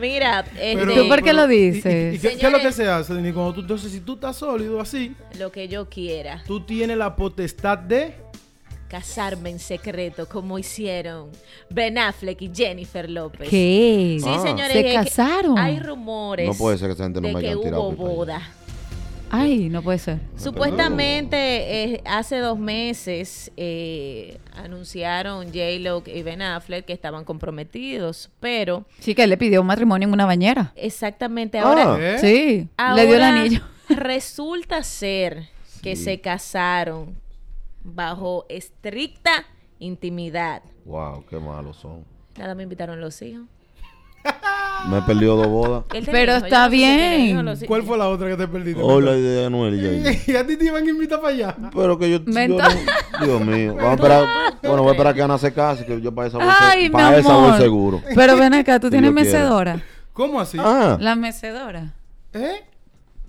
Speaker 4: Mira, este,
Speaker 3: Pero-
Speaker 1: ¿Tú por qué lo
Speaker 3: pero- y- y-
Speaker 1: dices?
Speaker 3: y qué, qué es lo que
Speaker 4: Señores.
Speaker 3: se hace, Denis? Cuando tú, entonces, si tú estás sólido así,
Speaker 4: lo que yo quiera.
Speaker 3: tú tienes la potestad de...
Speaker 4: Casarme en secreto, como hicieron Ben Affleck y Jennifer López.
Speaker 1: ¿Qué?
Speaker 4: Sí,
Speaker 2: Ah.
Speaker 4: señores.
Speaker 1: Se
Speaker 4: es que
Speaker 1: casaron.
Speaker 4: Hay rumores.
Speaker 2: No puede ser que esa gente no
Speaker 4: de
Speaker 2: me
Speaker 4: que
Speaker 2: hayan tirado
Speaker 4: hubo
Speaker 2: pipa ahí.
Speaker 4: boda.
Speaker 1: Ay, no puede ser.
Speaker 4: Supuestamente eh, hace dos meses eh, anunciaron J-Lo y Ben Affleck que estaban comprometidos, pero
Speaker 1: Sí, que él le pidió un matrimonio en una bañera.
Speaker 4: exactamente
Speaker 2: Ah.
Speaker 4: ahora...
Speaker 3: ¿Eh?
Speaker 1: Sí,
Speaker 4: ahora-
Speaker 1: le dio el anillo. [laughs]
Speaker 4: Resulta ser que
Speaker 2: Sí.
Speaker 4: se casaron bajo estricta intimidad.
Speaker 2: Wow, qué malos son.
Speaker 4: Nada, me invitaron los
Speaker 1: [laughs]
Speaker 4: hijos.
Speaker 2: Me he perdido dos bodas.
Speaker 4: Él tenía
Speaker 1: Pero
Speaker 4: hijos, yo
Speaker 1: está
Speaker 4: no sé si él tenía
Speaker 1: bien.
Speaker 4: hijos, los hi-
Speaker 3: ¿Cuál fue la otra que te perdiste?
Speaker 2: Hola, de Anuel y
Speaker 1: [laughs]
Speaker 2: Yailin.
Speaker 3: [laughs] Y a ti te iban a invitar para allá.
Speaker 2: Pero que yo, yo
Speaker 1: Mentó.
Speaker 2: no- Dios mío. Vamos a esperar. Bueno, voy a esperar que Ana se case, que yo para esa voy, se-
Speaker 1: Ay, mi
Speaker 2: para esa voy
Speaker 3: [laughs]
Speaker 1: amor.
Speaker 2: seguro.
Speaker 1: Pero ven acá, tú
Speaker 2: Si
Speaker 1: tienes
Speaker 2: Dios quiere.
Speaker 1: mecedora.
Speaker 3: ¿Cómo así?
Speaker 2: Ah,
Speaker 1: La mecedora.
Speaker 3: ¿Eh?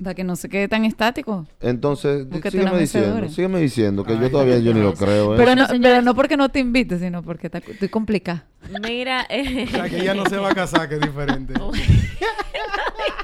Speaker 1: Para que no se quede tan estático.
Speaker 2: entonces di-
Speaker 1: Búscate
Speaker 2: sígueme
Speaker 1: una
Speaker 2: diciendo,
Speaker 1: mecedora.
Speaker 2: sígueme diciendo que yo todavía yo ni lo creo. ¿eh?
Speaker 1: Pero no, pero no porque no te invite, sino porque está- estoy complicada.
Speaker 4: Mira, eh,
Speaker 3: O sea, que
Speaker 4: [laughs]
Speaker 3: ella no se va a casar, que es diferente.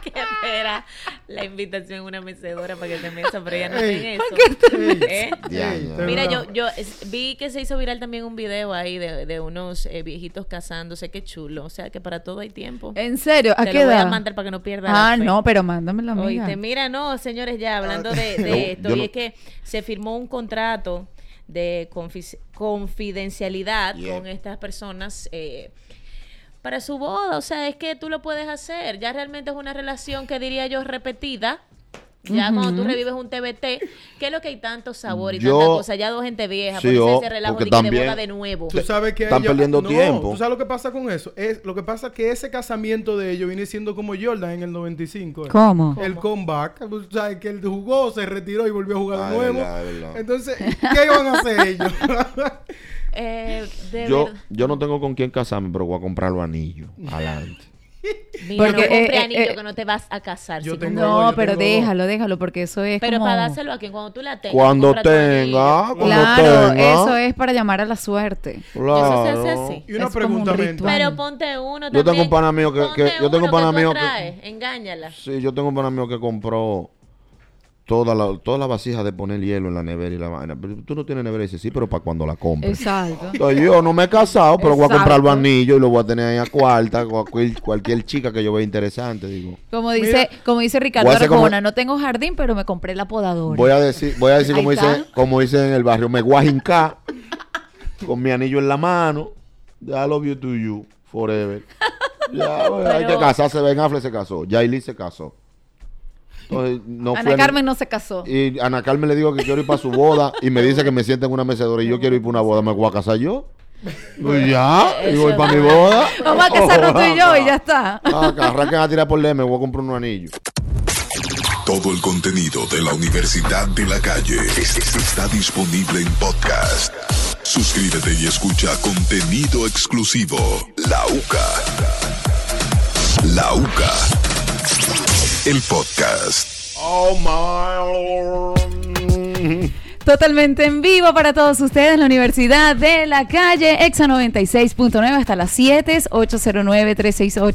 Speaker 4: que espera la invitación a una mecedora para que te mesa, pero ya no
Speaker 3: Ey.
Speaker 4: tienen eso. ¿Eh?
Speaker 2: Ya,
Speaker 3: Ey,
Speaker 2: ya.
Speaker 3: te
Speaker 4: Mira,
Speaker 3: veo.
Speaker 4: yo, yo es- vi que se hizo viral también un video ahí de, de unos eh, viejitos casándose, qué chulo. O sea que para todo hay tiempo.
Speaker 1: ¿En serio? ¿A
Speaker 4: Te
Speaker 1: qué
Speaker 4: lo voy
Speaker 1: edad?
Speaker 4: a mandar para que no pierdas.
Speaker 1: Ah, no, pero mándamela, amiga.
Speaker 4: Oíste, mira, no, señores, ya hablando de,
Speaker 2: Ah, [laughs] Yo-
Speaker 4: de esto,
Speaker 2: yo
Speaker 4: y
Speaker 2: no-
Speaker 4: es que se firmó un contrato de confis- confidencialidad
Speaker 2: Yeah.
Speaker 4: con estas personas eh, para su boda. O sea, es que tú lo puedes hacer. Ya realmente es una relación que diría yo repetida. Ya cuando tú revives un TBT, ¿qué es lo que hay tanto sabor y
Speaker 2: Yo-
Speaker 4: tanta cosa? Ya dos gente vieja,
Speaker 2: Sí,
Speaker 4: por eso
Speaker 2: oh,
Speaker 4: ese relajo
Speaker 2: porque
Speaker 4: de que de
Speaker 2: también-
Speaker 4: boda de nuevo.
Speaker 3: Tú sabes que
Speaker 2: Están
Speaker 3: ella-
Speaker 2: perdiendo tiempo.
Speaker 3: ¿Tú sabes lo que pasa con eso? Es, lo que pasa es que ese casamiento de ellos viene siendo como Jordan en el 95. ¿eh?
Speaker 1: ¿Cómo?
Speaker 3: El comeback. Tú sabes que él jugó, se retiró y volvió a jugar
Speaker 2: Ah,
Speaker 3: de nuevo.
Speaker 2: verdad, verdad.
Speaker 3: Entonces, ¿qué iban a hacer ellos?
Speaker 4: [laughs] Eh, de
Speaker 2: Yo,
Speaker 4: verdad.
Speaker 2: yo no tengo con quién casarme, pero voy a comprar
Speaker 1: [laughs]
Speaker 2: los anillos. Adelante.
Speaker 4: Mira,
Speaker 1: Porque,
Speaker 4: no compre
Speaker 1: eh, eh,
Speaker 4: anillo
Speaker 1: eh,
Speaker 4: que no te vas a casar.
Speaker 3: Yo
Speaker 4: si
Speaker 3: tengo
Speaker 1: No,
Speaker 3: dos, yo
Speaker 1: pero
Speaker 3: tengo dos.
Speaker 1: déjalo, déjalo, porque eso es
Speaker 4: Pero
Speaker 1: como...
Speaker 4: para dárselo a quien cuando tú la tengas.
Speaker 2: Cuando
Speaker 4: compra tu
Speaker 2: tenga, ah,
Speaker 4: anillo.
Speaker 2: cuando
Speaker 1: Claro,
Speaker 2: tenga.
Speaker 1: eso es para llamar a la suerte.
Speaker 4: Eso se hace
Speaker 2: Claro.
Speaker 4: así.
Speaker 3: Y una
Speaker 1: Es como un
Speaker 3: pregunta,
Speaker 1: ritual.
Speaker 3: Menta.
Speaker 4: Pero ponte uno
Speaker 2: Yo
Speaker 4: también.
Speaker 2: tengo un pana mío que-
Speaker 4: Ponte
Speaker 2: que- yo tengo un
Speaker 4: uno
Speaker 2: pana mío que-
Speaker 4: contrae, Engáñala.
Speaker 2: Sí, yo tengo un amigo que compró toda la, toda la vasija de poner hielo en la nevera y la vaina. Pero tú no tienes nevera y dices, sí, pero para cuando la compres.
Speaker 1: Exacto.
Speaker 2: Entonces, yo no me he casado, pero voy a comprar los
Speaker 1: Exacto.
Speaker 2: anillos y los voy a tener ahí a cuarta, cualquier, cualquier chica que yo vea interesante, digo.
Speaker 1: Como dice, como dice Ricardo
Speaker 2: voy a hacer como-
Speaker 1: Arjona, no tengo jardín, pero me compré la podadora.
Speaker 2: Voy a decir, voy a decir como
Speaker 1: Ahí
Speaker 2: dicen,
Speaker 1: está.
Speaker 2: como dicen en el barrio, me voy a jincar con mi anillo en la mano. I love you to you forever.
Speaker 1: [laughs]
Speaker 2: Ya, bueno, hay que
Speaker 4: Pero-
Speaker 2: casarse, Ben Affleck se casó, Yailin se casó. Entonces, no fue
Speaker 1: Ana
Speaker 2: a ni-
Speaker 1: Carmen no se casó.
Speaker 2: Y Ana Carmen le digo que quiero ir para su boda y me dice que me sienta en una mecedora y yo quiero ir para una boda, me voy a casar yo. Pues ya, y voy para mi boda.
Speaker 1: Vamos a casarnos tú y yo
Speaker 2: [laughs]
Speaker 1: y ya está.
Speaker 2: Ah, que arranquen a tirar por ley, me voy a comprar un anillo.
Speaker 7: Todo el contenido de la Universidad de la Calle es- es- está disponible en podcast. Suscríbete y escucha contenido exclusivo. La UCA. La UCA. El podcast.
Speaker 2: Oh my.
Speaker 1: Totalmente en vivo para todos ustedes, la Universidad de la Calle, EXA 96.9 hasta las 7,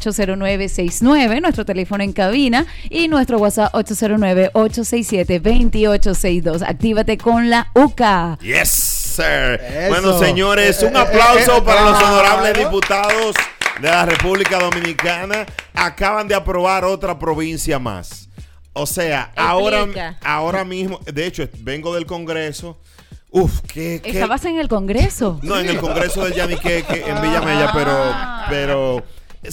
Speaker 1: 809-368-0969, nuestro teléfono en cabina y nuestro WhatsApp 809-867-2862. Actívate con la UCA.
Speaker 9: [laughs] Yes, sir.
Speaker 3: Eso. Eh,
Speaker 9: Bueno, señores, un aplauso para los honorables diputados de la República Dominicana. Acaban de aprobar otra provincia más. O sea, ahora,
Speaker 4: Explica.
Speaker 9: ahora mismo, de hecho, vengo del Congreso. Uf, qué... qué-
Speaker 1: Estabas en el Congreso.
Speaker 9: no, en el Congreso de Yaniqueque en Villamella,
Speaker 4: Ah.
Speaker 9: pero, pero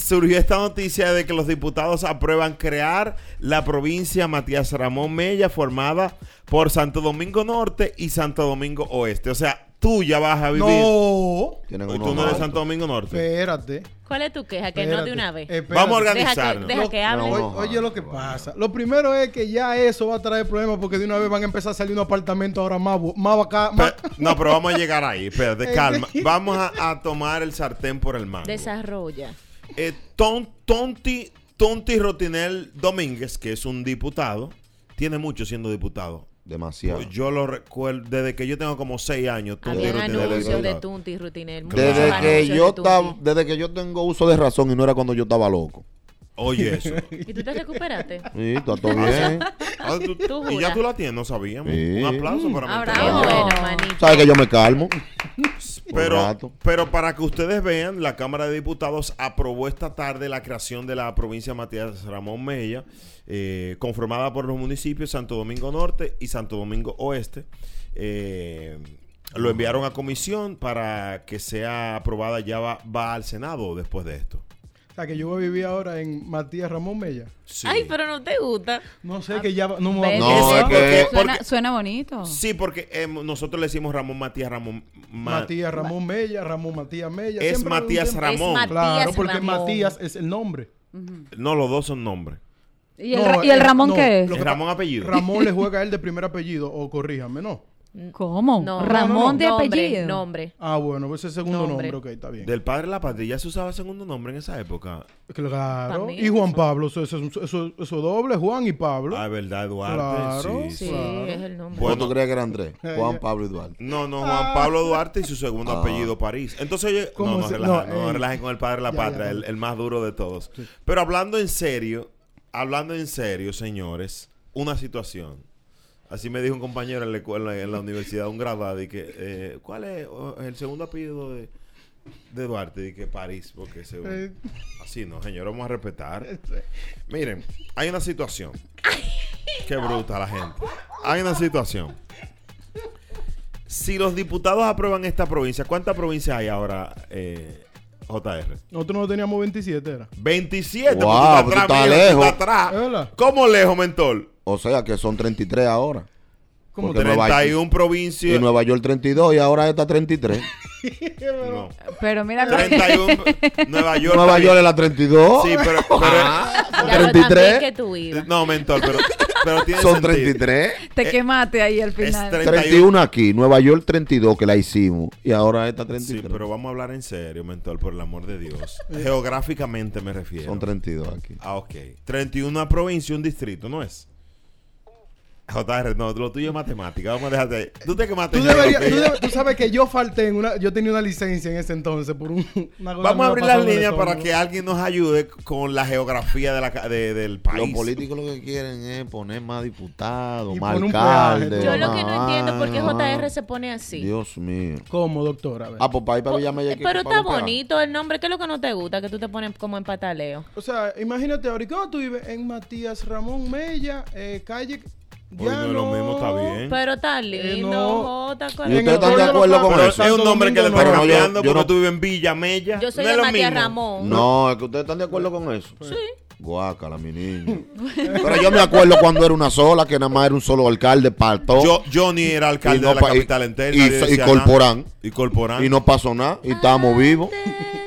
Speaker 9: surgió esta noticia de que los diputados aprueban crear la provincia Matías Ramón Mella formada por Santo Domingo Norte y Santo Domingo Oeste. O sea, tú ya vas a vivir.
Speaker 3: No.
Speaker 2: Tienen
Speaker 9: Y tú
Speaker 2: unos
Speaker 9: no eres
Speaker 2: autos.
Speaker 9: Santo Domingo Norte.
Speaker 3: Espérate.
Speaker 4: ¿Cuál es tu queja? Que no de
Speaker 3: espérate,
Speaker 4: una vez.
Speaker 3: espérate.
Speaker 9: Vamos a
Speaker 4: Deja que,
Speaker 9: organizarnos.
Speaker 4: deja que hable.
Speaker 2: No,
Speaker 3: Oye,
Speaker 2: no.
Speaker 3: oye lo que pasa. Lo primero es que ya eso va a traer problemas porque de una vez van a empezar a salir un apartamento ahora más, bu- más [laughs] acá.
Speaker 9: Pe- no, pero vamos a llegar
Speaker 3: [laughs]
Speaker 9: ahí. Espérate, calma. Vamos a, a tomar el sartén por el mango.
Speaker 4: Desarrolla.
Speaker 9: Eh, Ton- Tonti, Tonti Rotinel Domínguez, que es un diputado, tiene mucho siendo diputado.
Speaker 2: Demasiado.
Speaker 9: Pues yo lo recuerdo desde que yo tengo como seis años. Tunti
Speaker 4: Habían
Speaker 9: Rutinel
Speaker 2: Rutinelli,
Speaker 4: anuncios
Speaker 9: era
Speaker 4: de
Speaker 9: diputado.
Speaker 4: Tunti y Rutinel. muchos
Speaker 2: Desde
Speaker 4: anuncios
Speaker 2: que,
Speaker 4: de
Speaker 2: yo estaba,
Speaker 4: Tunti.
Speaker 2: desde que yo tengo uso de razón y no era cuando yo estaba loco.
Speaker 9: Oye, eso.
Speaker 4: [laughs] ¿Y tú te recuperaste?
Speaker 2: [laughs] Sí,
Speaker 4: [laughs]
Speaker 2: está todo bien.
Speaker 9: Ah, tú-
Speaker 4: Tú
Speaker 9: y
Speaker 4: juras.
Speaker 9: ya tú la tienes, no sabíamos.
Speaker 2: Sí.
Speaker 9: Un aplauso para
Speaker 1: Ah,
Speaker 9: mi
Speaker 4: Qué
Speaker 1: bravo.
Speaker 9: entrenador.
Speaker 4: bueno,
Speaker 1: No.
Speaker 4: manito.
Speaker 2: Sabes que yo me calmo. Un
Speaker 9: [laughs] Pero,
Speaker 2: rato.
Speaker 9: pero para que ustedes vean, la Cámara de Diputados aprobó esta tarde la creación de la provincia Matías Ramón Mella, eh, conformada por los municipios Santo Domingo Norte y Santo Domingo Oeste. Eh, lo enviaron a comisión para que sea aprobada, ya va, va al Senado después de esto.
Speaker 3: O sea, que yo voy a vivir ahora en Matías Ramón Mella.
Speaker 9: Sí.
Speaker 4: Ay, pero no te gusta.
Speaker 3: No sé, que ya va- no me va a
Speaker 1: ¿Ves?
Speaker 9: No,
Speaker 1: Suena-
Speaker 9: es que-
Speaker 1: suena,
Speaker 9: porque-
Speaker 1: suena bonito.
Speaker 9: Sí, porque eh, nosotros le decimos Ramón Matías Ramón. Ma-
Speaker 3: Matías Ramón Mella, Ramón Matías Mella.
Speaker 9: Es
Speaker 3: siempre lo
Speaker 9: Matías
Speaker 3: entiendo.
Speaker 9: Ramón.
Speaker 4: Es Mat-
Speaker 3: Claro,
Speaker 4: Matías
Speaker 3: porque
Speaker 4: Ramón.
Speaker 3: Matías es el nombre.
Speaker 9: No, los dos son nombres.
Speaker 1: ¿Y el,
Speaker 3: No,
Speaker 1: Ra- y el
Speaker 3: eh,
Speaker 1: Ramón
Speaker 3: no,
Speaker 1: qué
Speaker 3: lo
Speaker 9: Es
Speaker 3: que
Speaker 9: Ramón
Speaker 3: pa-
Speaker 9: apellido.
Speaker 3: Ramón
Speaker 9: [laughs]
Speaker 3: le juega a él de primer apellido, o corríjame, ¿no?
Speaker 1: es? ¿Cómo?
Speaker 4: No,
Speaker 1: Ramón
Speaker 4: no, no,
Speaker 1: de
Speaker 4: nombre,
Speaker 1: apellido.
Speaker 4: Nombre.
Speaker 3: Ah, bueno, ese es el segundo
Speaker 4: Nombre.
Speaker 3: nombre. ok, está bien.
Speaker 9: Del padre de la patria ya se usaba segundo nombre en esa época.
Speaker 3: Claro.
Speaker 4: También,
Speaker 3: Y Juan
Speaker 4: eso.
Speaker 3: Pablo, eso, eso, eso- eso doble, Juan y Pablo.
Speaker 9: Ah, verdad, Duarte.
Speaker 3: Claro.
Speaker 9: Sí,
Speaker 4: Sí,
Speaker 9: sí.
Speaker 3: Claro.
Speaker 4: es el nombre.
Speaker 9: Bueno.
Speaker 2: ¿Cuánto crees que eran
Speaker 3: [laughs]
Speaker 2: tres? Juan Pablo y Duarte. Ah.
Speaker 9: No, no, Juan Pablo Duarte y su segundo apellido París. Entonces, oye, no,
Speaker 3: ¿Cómo
Speaker 9: no,
Speaker 3: se-
Speaker 9: relaja,
Speaker 3: no,
Speaker 9: no,
Speaker 3: ey.
Speaker 9: relajen con el padre de la
Speaker 3: Ya,
Speaker 9: patria,
Speaker 3: ya, ya.
Speaker 9: El, el más duro de todos. Pero hablando en serio, hablando en serio, señores, una situación. Así me dijo un compañero en la, escuela- en la universidad, un graduado, y que, eh, ¿cuál es oh, el segundo apellido de, de Duarte? Y que París, porque
Speaker 3: Eh.
Speaker 9: según... Así no, señor, vamos a respetar. Miren, hay una situación. Qué bruta la gente. Hay una situación. Si los diputados aprueban esta provincia, ¿cuántas provincias hay ahora, eh, JR?
Speaker 3: Nosotros no teníamos 27, era.
Speaker 9: 27. porque
Speaker 2: Guau,
Speaker 9: tú estás
Speaker 2: tú estás
Speaker 9: mira,
Speaker 2: lejos.
Speaker 9: tú estás atrás.
Speaker 3: Es verdad.
Speaker 9: ¿Cómo lejos, mentor?
Speaker 2: O sea que son 33 ahora.
Speaker 3: ¿Cómo
Speaker 2: Porque Nueva-
Speaker 9: 31 provincias.
Speaker 2: Y Nueva York 32 y ahora está
Speaker 9: [laughs]
Speaker 2: 33.
Speaker 9: No.
Speaker 1: Pero mira, lo que-
Speaker 9: 31.
Speaker 1: [laughs]
Speaker 9: Nueva York.
Speaker 2: Nueva York
Speaker 9: está
Speaker 2: es
Speaker 9: bien.
Speaker 2: la 32.
Speaker 9: Sí,
Speaker 2: [laughs]
Speaker 9: pero.
Speaker 2: Ah,
Speaker 9: [laughs] pero-
Speaker 4: Ya, pero también
Speaker 2: 33.
Speaker 4: que tú ibas.
Speaker 9: no, mentor, pero, pero tiene
Speaker 2: Son
Speaker 9: sentido.
Speaker 2: 33.
Speaker 1: te quemaste ahí al
Speaker 9: Es
Speaker 1: final.
Speaker 9: 31.
Speaker 2: 31 aquí, Nueva York 32 que la hicimos y ahora está 33.
Speaker 9: Sí, pero vamos a hablar en serio, mentor, por el amor
Speaker 3: [laughs]
Speaker 9: de Dios. Geográficamente me refiero.
Speaker 2: Son 32 aquí.
Speaker 9: Ah, ok. 31 provincia, un distrito, ¿no es? JR, no, lo tuyo es matemática. Vamos a dejarte. Tú te quemaste.
Speaker 3: Tú,
Speaker 9: en
Speaker 3: deberías, tú,
Speaker 9: geografía.
Speaker 3: debes- tú sabes que yo falté en una. Yo tenía una licencia en ese entonces por un, una cosa que
Speaker 9: Vamos
Speaker 3: me
Speaker 9: a abrir
Speaker 3: pasó
Speaker 9: las
Speaker 3: en el
Speaker 9: líneas para
Speaker 3: estómago.
Speaker 9: que alguien nos ayude con la geografía de la ca- de- del país.
Speaker 2: Los políticos lo que quieren es poner más diputados,
Speaker 3: Y
Speaker 2: más
Speaker 3: poner un peaje,
Speaker 2: alcaldes.
Speaker 3: todo.
Speaker 4: Yo lo
Speaker 2: más
Speaker 4: que no entiendo es por qué
Speaker 2: vaina,
Speaker 4: JR
Speaker 2: más-
Speaker 4: se pone así.
Speaker 2: Dios mío.
Speaker 3: ¿Cómo, doctora? A ver.
Speaker 2: Ah, pues para ir para Villamella hay que
Speaker 4: Pero
Speaker 2: pagar
Speaker 4: está
Speaker 2: un peaje.
Speaker 4: bonito el nombre. ¿Qué es lo que no te gusta? Que tú te pones como en pataleo.
Speaker 3: O sea, imagínate ahora, ¿cómo tú vives? En Matías Ramón Mella, eh, calle.
Speaker 9: Hoy no es lo mismo, está bien.
Speaker 4: Pero está lindo,
Speaker 3: no.
Speaker 4: Jota.
Speaker 2: ¿Y
Speaker 4: corazón.
Speaker 2: ustedes están de acuerdo con
Speaker 9: Pero
Speaker 2: eso?
Speaker 9: es un nombre que le
Speaker 2: Pero no,
Speaker 9: está
Speaker 2: yo-
Speaker 9: cambiando
Speaker 2: yo
Speaker 9: porque
Speaker 2: no-
Speaker 9: tú vives en Villa Mella.
Speaker 4: Yo soy
Speaker 9: No es
Speaker 4: de
Speaker 9: lo
Speaker 4: Matías
Speaker 9: mismo.
Speaker 4: Ramón.
Speaker 2: No, es que ustedes están de acuerdo con eso. Sí. Guácala, mi niño. Pero yo me acuerdo cuando era una sola, que nada más era un solo alcalde, partó.
Speaker 9: Yo, Johnny era alcalde
Speaker 2: Y no
Speaker 9: de la
Speaker 2: pa- y-
Speaker 9: capital entera. nadie
Speaker 2: y so- y
Speaker 9: decía
Speaker 2: Corporán.
Speaker 9: nada. Y Corporán.
Speaker 2: y no pasó nada, y
Speaker 4: Ah,
Speaker 2: estábamos vivos.
Speaker 4: Antes.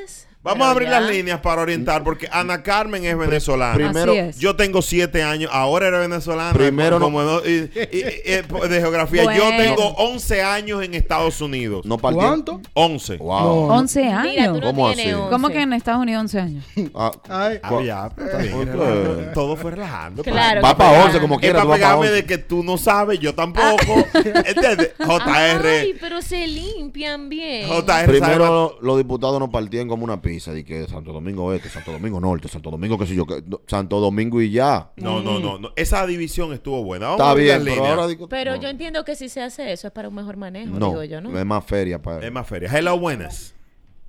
Speaker 9: Vamos a abrir
Speaker 4: Pero ya.
Speaker 9: las líneas para orientar porque Ana Carmen es venezolana.
Speaker 2: Primero,
Speaker 1: Así es.
Speaker 9: Yo tengo siete años, ahora era venezolana.
Speaker 2: Primero
Speaker 9: como no- y- y- y- y- de geografía. Yo
Speaker 1: Bueno.
Speaker 9: tengo 11 años en Estados Unidos.
Speaker 2: no partió.
Speaker 3: ¿Cuánto?
Speaker 9: 11.
Speaker 2: Wow.
Speaker 3: No.
Speaker 1: 11
Speaker 4: Mira, tú
Speaker 1: años.
Speaker 4: no
Speaker 2: ¿Cómo
Speaker 4: tienes
Speaker 2: así?
Speaker 4: once.
Speaker 1: ¿Cómo que en Estados Unidos 11 años?
Speaker 2: Ah,
Speaker 3: Ay,
Speaker 9: Ah, ya, pero está bien.
Speaker 2: Ok.
Speaker 9: Todo fue relajando.
Speaker 4: Claro.
Speaker 2: Eh, va
Speaker 4: que
Speaker 2: para
Speaker 4: sí.
Speaker 2: 11 como
Speaker 9: Es
Speaker 2: quiera.
Speaker 9: para
Speaker 2: tú vas pa'
Speaker 9: pegarme
Speaker 2: 11.
Speaker 9: de que tú no sabes, yo tampoco.
Speaker 4: Ah.
Speaker 9: [laughs] ¿Entiendes?
Speaker 4: Ay,
Speaker 9: JR.
Speaker 4: pero se limpian bien.
Speaker 9: JR. sabe-
Speaker 2: Primero los diputados nos partían como una pizza, de que Santo Domingo Este, Santo Domingo Norte, Santo Domingo qué sé yo, que- no, Santo Domingo y ya.
Speaker 9: No,
Speaker 4: Mm.
Speaker 9: no, no, no. Esa división estuvo buena. Vamos a
Speaker 2: Está
Speaker 9: abrir
Speaker 2: bien,
Speaker 9: las
Speaker 2: pero
Speaker 9: líneas.
Speaker 2: ahora digo,
Speaker 4: Pero
Speaker 2: no.
Speaker 4: yo entiendo que si se hace eso es para un mejor manejo,
Speaker 2: no,
Speaker 4: digo yo, ¿no?
Speaker 2: es más feria para
Speaker 9: Es más feria. Hello, buenas.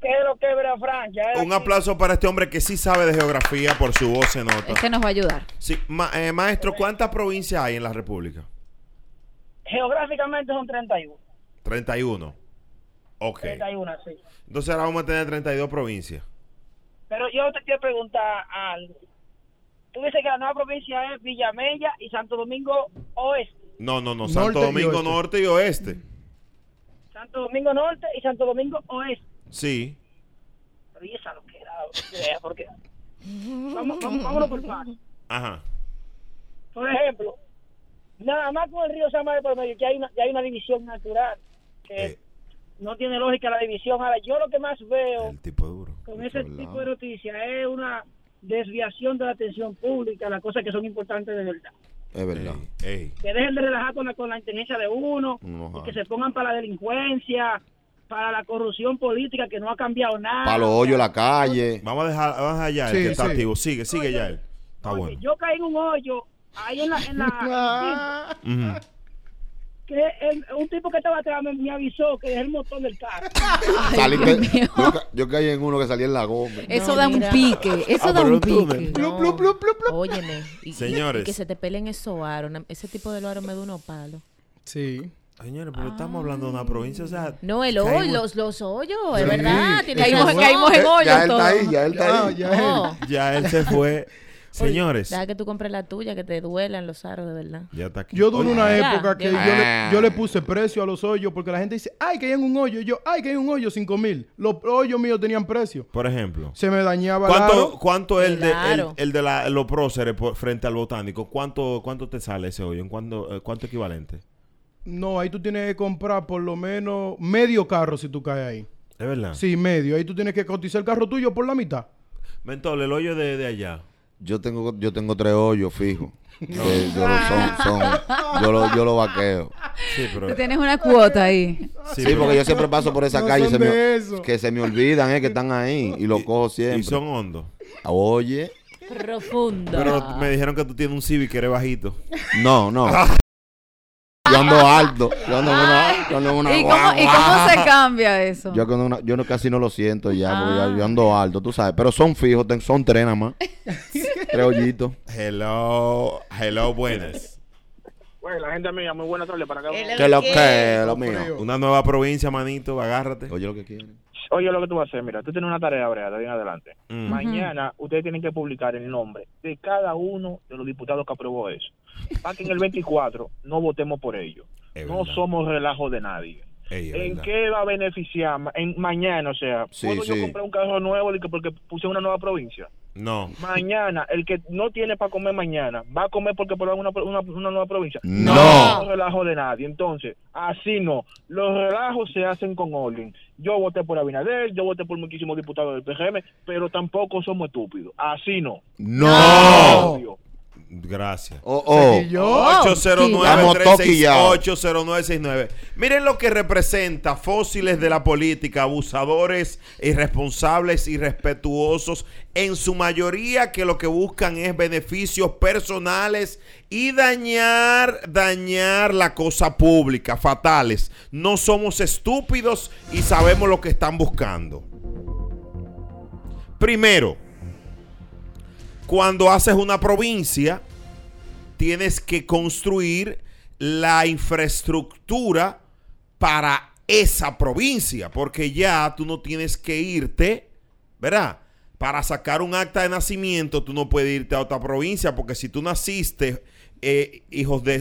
Speaker 10: ¿Qué es lo que verá Francia?
Speaker 9: Un aplauso para este hombre que sí sabe de geografía por su voz se nota.
Speaker 1: Este nos va a ayudar.
Speaker 9: Sí, ma- eh, maestro, ¿cuántas provincias hay en la República?
Speaker 10: Geográficamente son 31.
Speaker 9: 31. Ok.
Speaker 10: 31, sí.
Speaker 9: Entonces ahora vamos a tener 32 provincias.
Speaker 10: Pero yo te quiero preguntar algo. Tú dices que la nueva provincia es Villamella y Santo Domingo Oeste.
Speaker 9: No, no, no.
Speaker 3: Norte
Speaker 9: Santo
Speaker 3: y
Speaker 9: Domingo
Speaker 3: oeste.
Speaker 9: Norte y Oeste.
Speaker 10: Santo Domingo Norte y Santo Domingo Oeste.
Speaker 9: Sí.
Speaker 10: Pero ¿y esa lo que era? Eh, Porque... Vamos, vamos, vámonos por partes.
Speaker 9: Ajá.
Speaker 10: Por ejemplo, nada más con el río Samael por medio, que hay una, ya hay una división natural. Que
Speaker 9: Eh,
Speaker 10: no tiene lógica la división. Ahora, yo lo que más veo...
Speaker 9: el tipo duro.
Speaker 10: con ese tipo de noticias es una desviación de la atención pública, las cosas que son importantes de verdad.
Speaker 2: Es verdad.
Speaker 9: Ey, ey.
Speaker 10: Que dejen de relajar con la, con la inteligencia de uno,
Speaker 2: No,
Speaker 10: y
Speaker 2: ojalá.
Speaker 9: ah.
Speaker 10: que se pongan para la delincuencia, para la corrupción política que no ha cambiado nada.
Speaker 2: Para los hoyos en la calle.
Speaker 9: Vamos a dejar, vamos a dejar ya el
Speaker 3: Sí,
Speaker 9: que está
Speaker 3: sí.
Speaker 9: activo. Sigue, sigue ya él. Está
Speaker 10: Oye,
Speaker 9: bueno.
Speaker 10: Yo caí en un hoyo ahí en la... En
Speaker 9: [laughs]
Speaker 10: la
Speaker 3: Ah.
Speaker 9: Ujú.
Speaker 10: que el- un tipo que estaba atrás me, me avisó que es el motor del carro.
Speaker 2: Saliste-
Speaker 1: Dios mío.
Speaker 2: yo, ca- yo caí en uno que salía en la goma.
Speaker 1: Eso
Speaker 4: No,
Speaker 1: da un
Speaker 4: mira.
Speaker 1: pique. Eso
Speaker 9: Ah,
Speaker 1: da
Speaker 9: pero
Speaker 1: un
Speaker 9: un túnel.
Speaker 1: pique.
Speaker 4: No.
Speaker 3: Plup, plup, plup, plup.
Speaker 4: Óyeme, y,
Speaker 9: Señores.
Speaker 4: y que se te peleen esos aros. na- Ese tipo de aro me da unos palos.
Speaker 3: Sí.
Speaker 9: Señores, pero estamos hablando de una provincia, o sea...
Speaker 4: No, el
Speaker 9: caímos-
Speaker 4: hoy, los, los hoyos, es
Speaker 9: Sí,
Speaker 4: verdad.
Speaker 9: sí,
Speaker 4: tiene
Speaker 9: caímos-
Speaker 4: razón.
Speaker 1: caímos en hoyos
Speaker 2: Ya él
Speaker 1: todos.
Speaker 2: está ahí, ya él está ahí.
Speaker 3: Ya,
Speaker 4: No.
Speaker 9: Ya él se fue. Señores,
Speaker 4: Oh. Deja que tú compres la tuya, que te duelan los aros, de verdad.
Speaker 9: ya está aquí.
Speaker 3: Yo tuve
Speaker 9: Oye, Ah.
Speaker 3: una
Speaker 4: Ya,
Speaker 3: época que yo
Speaker 4: ya.
Speaker 3: le, yo le puse precio a los hoyos porque la gente dice, ay, que hay en un hoyo. Y yo, ay, que hay un hoyo, cinco mil. Los hoyos míos tenían precio.
Speaker 9: Por ejemplo,
Speaker 3: Se me dañaba el
Speaker 9: ¿cuánto,
Speaker 3: aro.
Speaker 9: cuánto es el de, el,
Speaker 4: Claro.
Speaker 9: el de la- los próceres por- frente al botánico? ¿Cuánto, ¿Cuánto te sale ese hoyo? ¿En cuánto, eh, cuánto equivalente?
Speaker 3: No, ahí tú tienes que comprar por lo menos medio carro si tú caes ahí.
Speaker 9: ¿Es verdad?
Speaker 3: Sí, medio. Ahí tú tienes que cotizar el carro tuyo por la mitad.
Speaker 9: Mentol, el hoyo de, de allá.
Speaker 2: Yo tengo, yo tengo tres hoyos fijos. Que yo, lo, son, son- yo, lo, yo lo vaqueo.
Speaker 9: Sí, pero...
Speaker 1: Tú tienes una cuota ahí.
Speaker 2: Sí,
Speaker 9: sí, pero-
Speaker 2: porque yo siempre paso por esa
Speaker 3: no
Speaker 2: calle y
Speaker 3: son
Speaker 2: se me-
Speaker 3: de eso.
Speaker 2: que se me olvidan, eh, que están ahí y lo cojo siempre. Ah,
Speaker 9: Y son hondos.
Speaker 2: Oye,
Speaker 4: Profundo.
Speaker 9: Pero me dijeron que tú tienes un Civic que eres bajito.
Speaker 2: no, no. Yo ando alto. Yo ando en una, yo ando en
Speaker 1: [laughs]
Speaker 2: una
Speaker 1: ¿Y cómo, y cómo se cambia eso?
Speaker 2: Yo, con una- yo no, casi no lo siento ya, porque ya- yo ando alto, tú sabes. Pero son fijos, ten- son tres nada más. tres hoyitos.
Speaker 9: Hello, hello,
Speaker 4: [laughs]
Speaker 9: buenas.
Speaker 10: Bueno, Pues, la gente mía, muy buena tarde para acá.
Speaker 4: Él es
Speaker 2: Que lo
Speaker 4: que-
Speaker 2: que, lo mío.
Speaker 9: Una nueva provincia, manito, agárrate.
Speaker 2: Oye, lo que quieren.
Speaker 10: Oye, lo que tú vas a hacer, mira, tú tienes una tarea, Brea, de ahí en adelante.
Speaker 9: Mm.
Speaker 10: Mañana ustedes tienen que publicar el nombre de cada uno de los diputados que aprobó eso. Para que en el 24 no votemos por ellos.
Speaker 9: Es
Speaker 10: No
Speaker 9: verdad.
Speaker 10: somos relajo de nadie.
Speaker 9: Ey, es
Speaker 10: ¿En
Speaker 9: verdad.
Speaker 10: qué va a beneficiar ma- en mañana? O sea,
Speaker 2: Sí,
Speaker 10: ¿puedo
Speaker 2: sí.
Speaker 10: yo comprar un carro nuevo de que- porque puse una nueva provincia?
Speaker 9: No.
Speaker 10: Mañana, el que no tiene para comer mañana, va a comer porque por una, una, una nueva provincia.
Speaker 2: No.
Speaker 10: No relajo de nadie. Entonces, así no. Los relajos se hacen con orden. Yo voté por Abinader, yo voté por muchísimos diputados del PGM, pero tampoco somos estúpidos. Así no.
Speaker 2: ¡No!
Speaker 10: Obvio.
Speaker 9: Gracias.
Speaker 2: Oh, oh.
Speaker 3: Y yo,
Speaker 9: 809-368-0969. Miren lo que representa fósiles de la política, abusadores, irresponsables, irrespetuosos, en su mayoría que lo que buscan es beneficios personales y dañar, dañar la cosa pública, fatales. No somos estúpidos y sabemos lo que están buscando. Primero, cuando haces una provincia, tienes que construir la infraestructura para esa provincia, porque ya tú no tienes que irte, ¿verdad? Para sacar un acta de nacimiento, tú no puedes irte a otra provincia, porque si tú naciste, eh, hijos de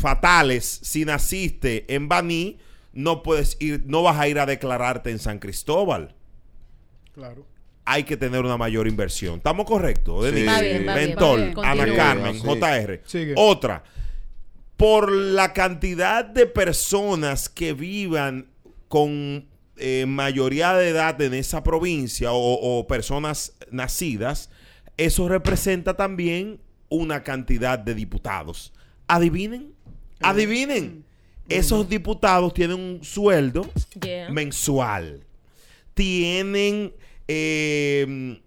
Speaker 9: fatales, si naciste en Baní, no puedes ir, no vas a ir a declararte en San Cristóbal
Speaker 3: claro.
Speaker 9: hay que tener una mayor inversión. ¿Estamos correctos?
Speaker 2: Sí.
Speaker 9: Denise?
Speaker 4: Va bien, va bien,
Speaker 9: Mentol,
Speaker 4: va bien.
Speaker 9: Ana
Speaker 4: Continúa.
Speaker 9: Carmen,
Speaker 2: Sí.
Speaker 9: JR.
Speaker 3: Sigue.
Speaker 9: Otra. Por la cantidad de personas que vivan con eh, mayoría de edad en esa provincia o, o personas nacidas, eso representa también una cantidad de diputados. Adivinen,
Speaker 4: Mm.
Speaker 9: adivinen. Esos diputados tienen un sueldo
Speaker 4: Yeah.
Speaker 9: mensual. Tienen eh,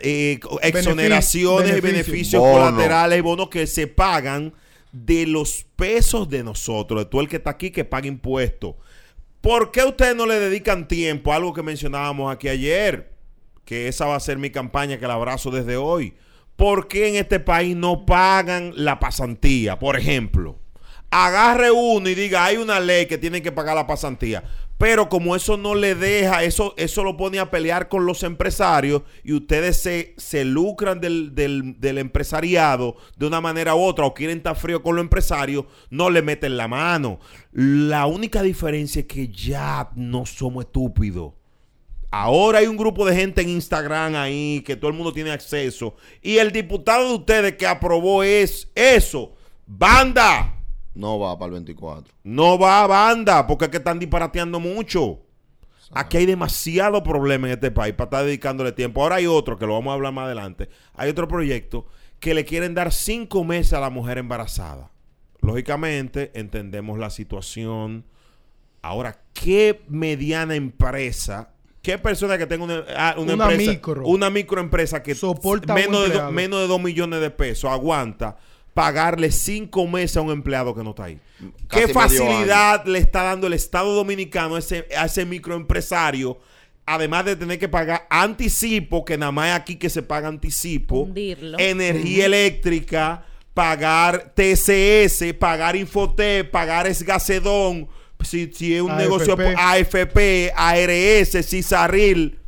Speaker 9: eh, co- exoneraciones y
Speaker 3: beneficios.
Speaker 9: beneficios
Speaker 2: Bono.
Speaker 9: colaterales y bonos que se pagan de los pesos de nosotros, de todo el que está aquí que paga impuestos. ¿Por qué ustedes no le dedican tiempo? Algo que mencionábamos aquí ayer, que esa va a ser mi campaña, que la abrazo desde hoy. ¿Por qué en este país no pagan la pasantía, por ejemplo? Agarre uno y diga, hay una ley que tienen que pagar la pasantía. Pero como eso no le deja, eso, eso lo pone a pelear con los empresarios y ustedes se, se lucran del, del- del empresariado de una manera u otra o quieren estar frío con los empresarios, no le meten la mano. La única diferencia es que ya no somos estúpidos. Ahora hay un grupo de gente en Instagram ahí que todo el mundo tiene acceso. Y el diputado de ustedes que aprobó es eso. ¡Banda!
Speaker 2: No va para el 24.
Speaker 9: No va a banda, porque es que están disparateando mucho. Aquí hay demasiado problema en este país para estar dedicándole tiempo. Ahora hay otro, que lo vamos a hablar más adelante. Hay otro proyecto que le quieren dar cinco meses a la mujer embarazada. Lógicamente, entendemos la situación. Ahora, ¿qué mediana empresa, qué persona que tenga una, ah,
Speaker 3: Una
Speaker 9: empresa,
Speaker 3: micro.
Speaker 9: una microempresa que
Speaker 3: Soporta a un
Speaker 9: menos, de do-
Speaker 3: empleado.
Speaker 9: menos de dos millones de pesos aguanta pagarle cinco meses a un empleado que no está ahí?
Speaker 2: Casi
Speaker 9: ¿Qué
Speaker 2: medio
Speaker 9: facilidad le está dando el Estado Dominicano a ese, a ese microempresario? Además de tener que pagar anticipo, que nada más es aquí que se paga anticipo,
Speaker 4: Fundirlo.
Speaker 9: energía eléctrica, pagar TCS, pagar Infotep, pagar Esgacedón, si, si es un
Speaker 3: AFP.
Speaker 9: negocio pues, po- AFP, ARS, Cisarril.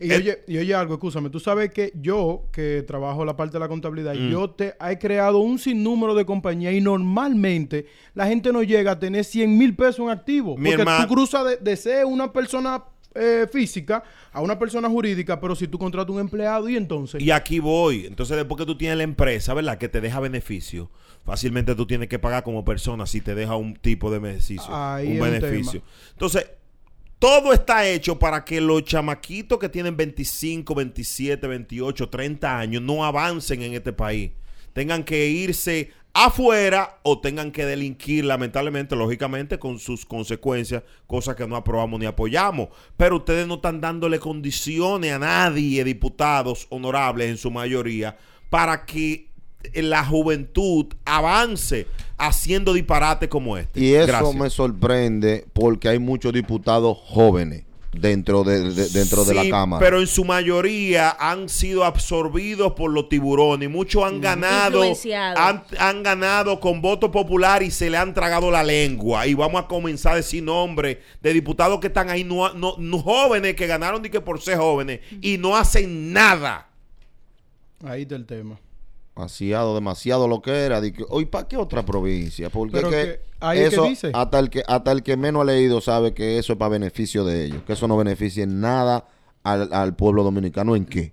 Speaker 3: Y,
Speaker 9: Eh,
Speaker 3: oye, y oye algo, escúchame, tú sabes que yo, que trabajo la parte de la contabilidad,
Speaker 9: Mm.
Speaker 3: yo te he creado un sinnúmero de compañías y normalmente la gente no llega a tener 100 mil pesos en activo.
Speaker 9: Mi
Speaker 3: porque
Speaker 9: hermano-
Speaker 3: tú cruzas de, de ser una persona eh, física a una persona jurídica, pero si tú contratas un empleado y entonces...
Speaker 9: Y aquí voy. Entonces, después que tú tienes la empresa, ¿verdad? Que te deja beneficio. Fácilmente tú tienes que pagar como persona si te deja un tipo de beneficio.
Speaker 3: Ahí
Speaker 9: un
Speaker 3: es un
Speaker 9: beneficio.
Speaker 3: tema.
Speaker 9: Entonces, todo está hecho para que los chamaquitos que tienen 25, 27, 28, 30 años no avancen en este país. Tengan que irse afuera o tengan que delinquir, lamentablemente, lógicamente, con sus consecuencias, cosas que no aprobamos ni apoyamos. Pero ustedes no están dándole condiciones a nadie, diputados honorables en su mayoría, para que eh, la juventud avance haciendo disparates como este.
Speaker 2: Y eso
Speaker 9: Gracias.
Speaker 2: me sorprende porque hay muchos diputados jóvenes dentro de, de- dentro de la
Speaker 9: Sí,
Speaker 2: Cámara.
Speaker 9: Pero en su mayoría han sido absorbidos por los tiburones. Muchos han ganado.
Speaker 4: Mm. Influenciados.
Speaker 9: Han, han ganado con voto popular y se le han tragado la lengua. Y vamos a comenzar a decir nombres de diputados que están ahí, no, no- no- jóvenes que ganaron ni que por ser jóvenes y no hacen nada.
Speaker 3: Ahí está el tema.
Speaker 2: Demasiado, demasiado lo que era. di que, Oye, ¿para qué otra provincia? Porque
Speaker 3: Pero
Speaker 2: es que
Speaker 3: que- ahí es que
Speaker 2: eso,
Speaker 3: dice.
Speaker 2: Hasta, el que, hasta el que menos ha leído sabe que eso es para beneficio de ellos, que eso no beneficie en nada al, al pueblo dominicano. ¿En qué?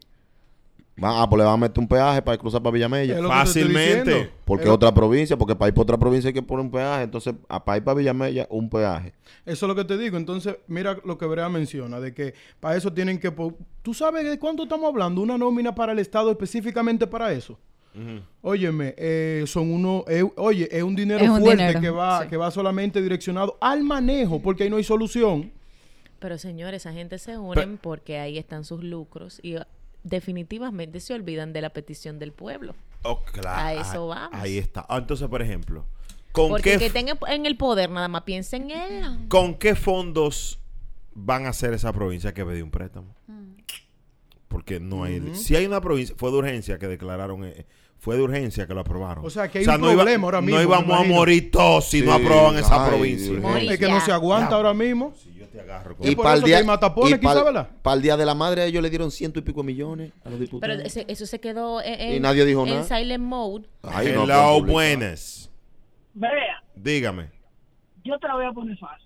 Speaker 2: Va, ah, pues le van a meter un peaje para cruzar para
Speaker 3: Es
Speaker 2: Villamella.
Speaker 3: lo que te estoy
Speaker 9: Fácilmente.
Speaker 3: diciendo.
Speaker 2: Porque
Speaker 3: Es lo-
Speaker 2: otra provincia, porque para ir para otra provincia hay que poner un peaje. Entonces, a- para ir para Villamella, un peaje.
Speaker 3: Eso es lo que te digo. Entonces, mira lo que Brea menciona, de que para eso tienen que... po- ¿Tú sabes de cuánto estamos hablando? Una nómina para el Estado específicamente para eso. Óyeme, eh, son uno... eh, oye, es un dinero
Speaker 1: Es un
Speaker 3: fuerte
Speaker 1: dinero,
Speaker 3: que, va,
Speaker 1: sí.
Speaker 3: que va solamente direccionado al manejo, porque ahí no hay solución.
Speaker 4: Pero señores, esa gente se unen porque ahí están sus lucros y ah, definitivamente se olvidan de la petición del pueblo.
Speaker 9: Oh, claro.
Speaker 4: A eso vamos.
Speaker 9: Ahí está. Ah, entonces, por ejemplo, ¿con
Speaker 4: Porque
Speaker 9: qué
Speaker 4: el que
Speaker 9: f-
Speaker 4: tenga en el poder nada más piensa en él.
Speaker 9: ¿Con qué fondos van a hacer esa provincia que pedí un préstamo? Porque no hay. Si hay una provincia, fue de urgencia que declararon. eh, fue de urgencia que lo aprobaron.
Speaker 3: O sea, que hay un problema ahora mismo,
Speaker 9: No
Speaker 3: me
Speaker 9: íbamos a
Speaker 3: imagino.
Speaker 9: morir todos si no
Speaker 2: Sí,
Speaker 9: aprueban esa
Speaker 2: ay,
Speaker 9: provincia.
Speaker 2: Dios.
Speaker 4: Morir.
Speaker 3: Es que no se aguanta
Speaker 9: Ya.
Speaker 3: ahora mismo.
Speaker 9: Si yo te agarro con-
Speaker 3: Y por
Speaker 2: pa'l
Speaker 3: eso que hay matapones,
Speaker 2: y
Speaker 3: quizá,
Speaker 2: pa'l-
Speaker 3: ¿verdad?
Speaker 2: pa'l día de la madre, ellos le dieron ciento y pico millones a
Speaker 4: Pero
Speaker 2: los diputados.
Speaker 4: ese- eso se quedó en, en-
Speaker 2: Y nadie dijo
Speaker 4: en
Speaker 2: nada.
Speaker 4: silent mode.
Speaker 2: Ay, no,
Speaker 9: Hello,
Speaker 2: pues,
Speaker 9: buenas.
Speaker 11: Vea,
Speaker 9: Dígame.
Speaker 11: yo te la voy a poner fácil.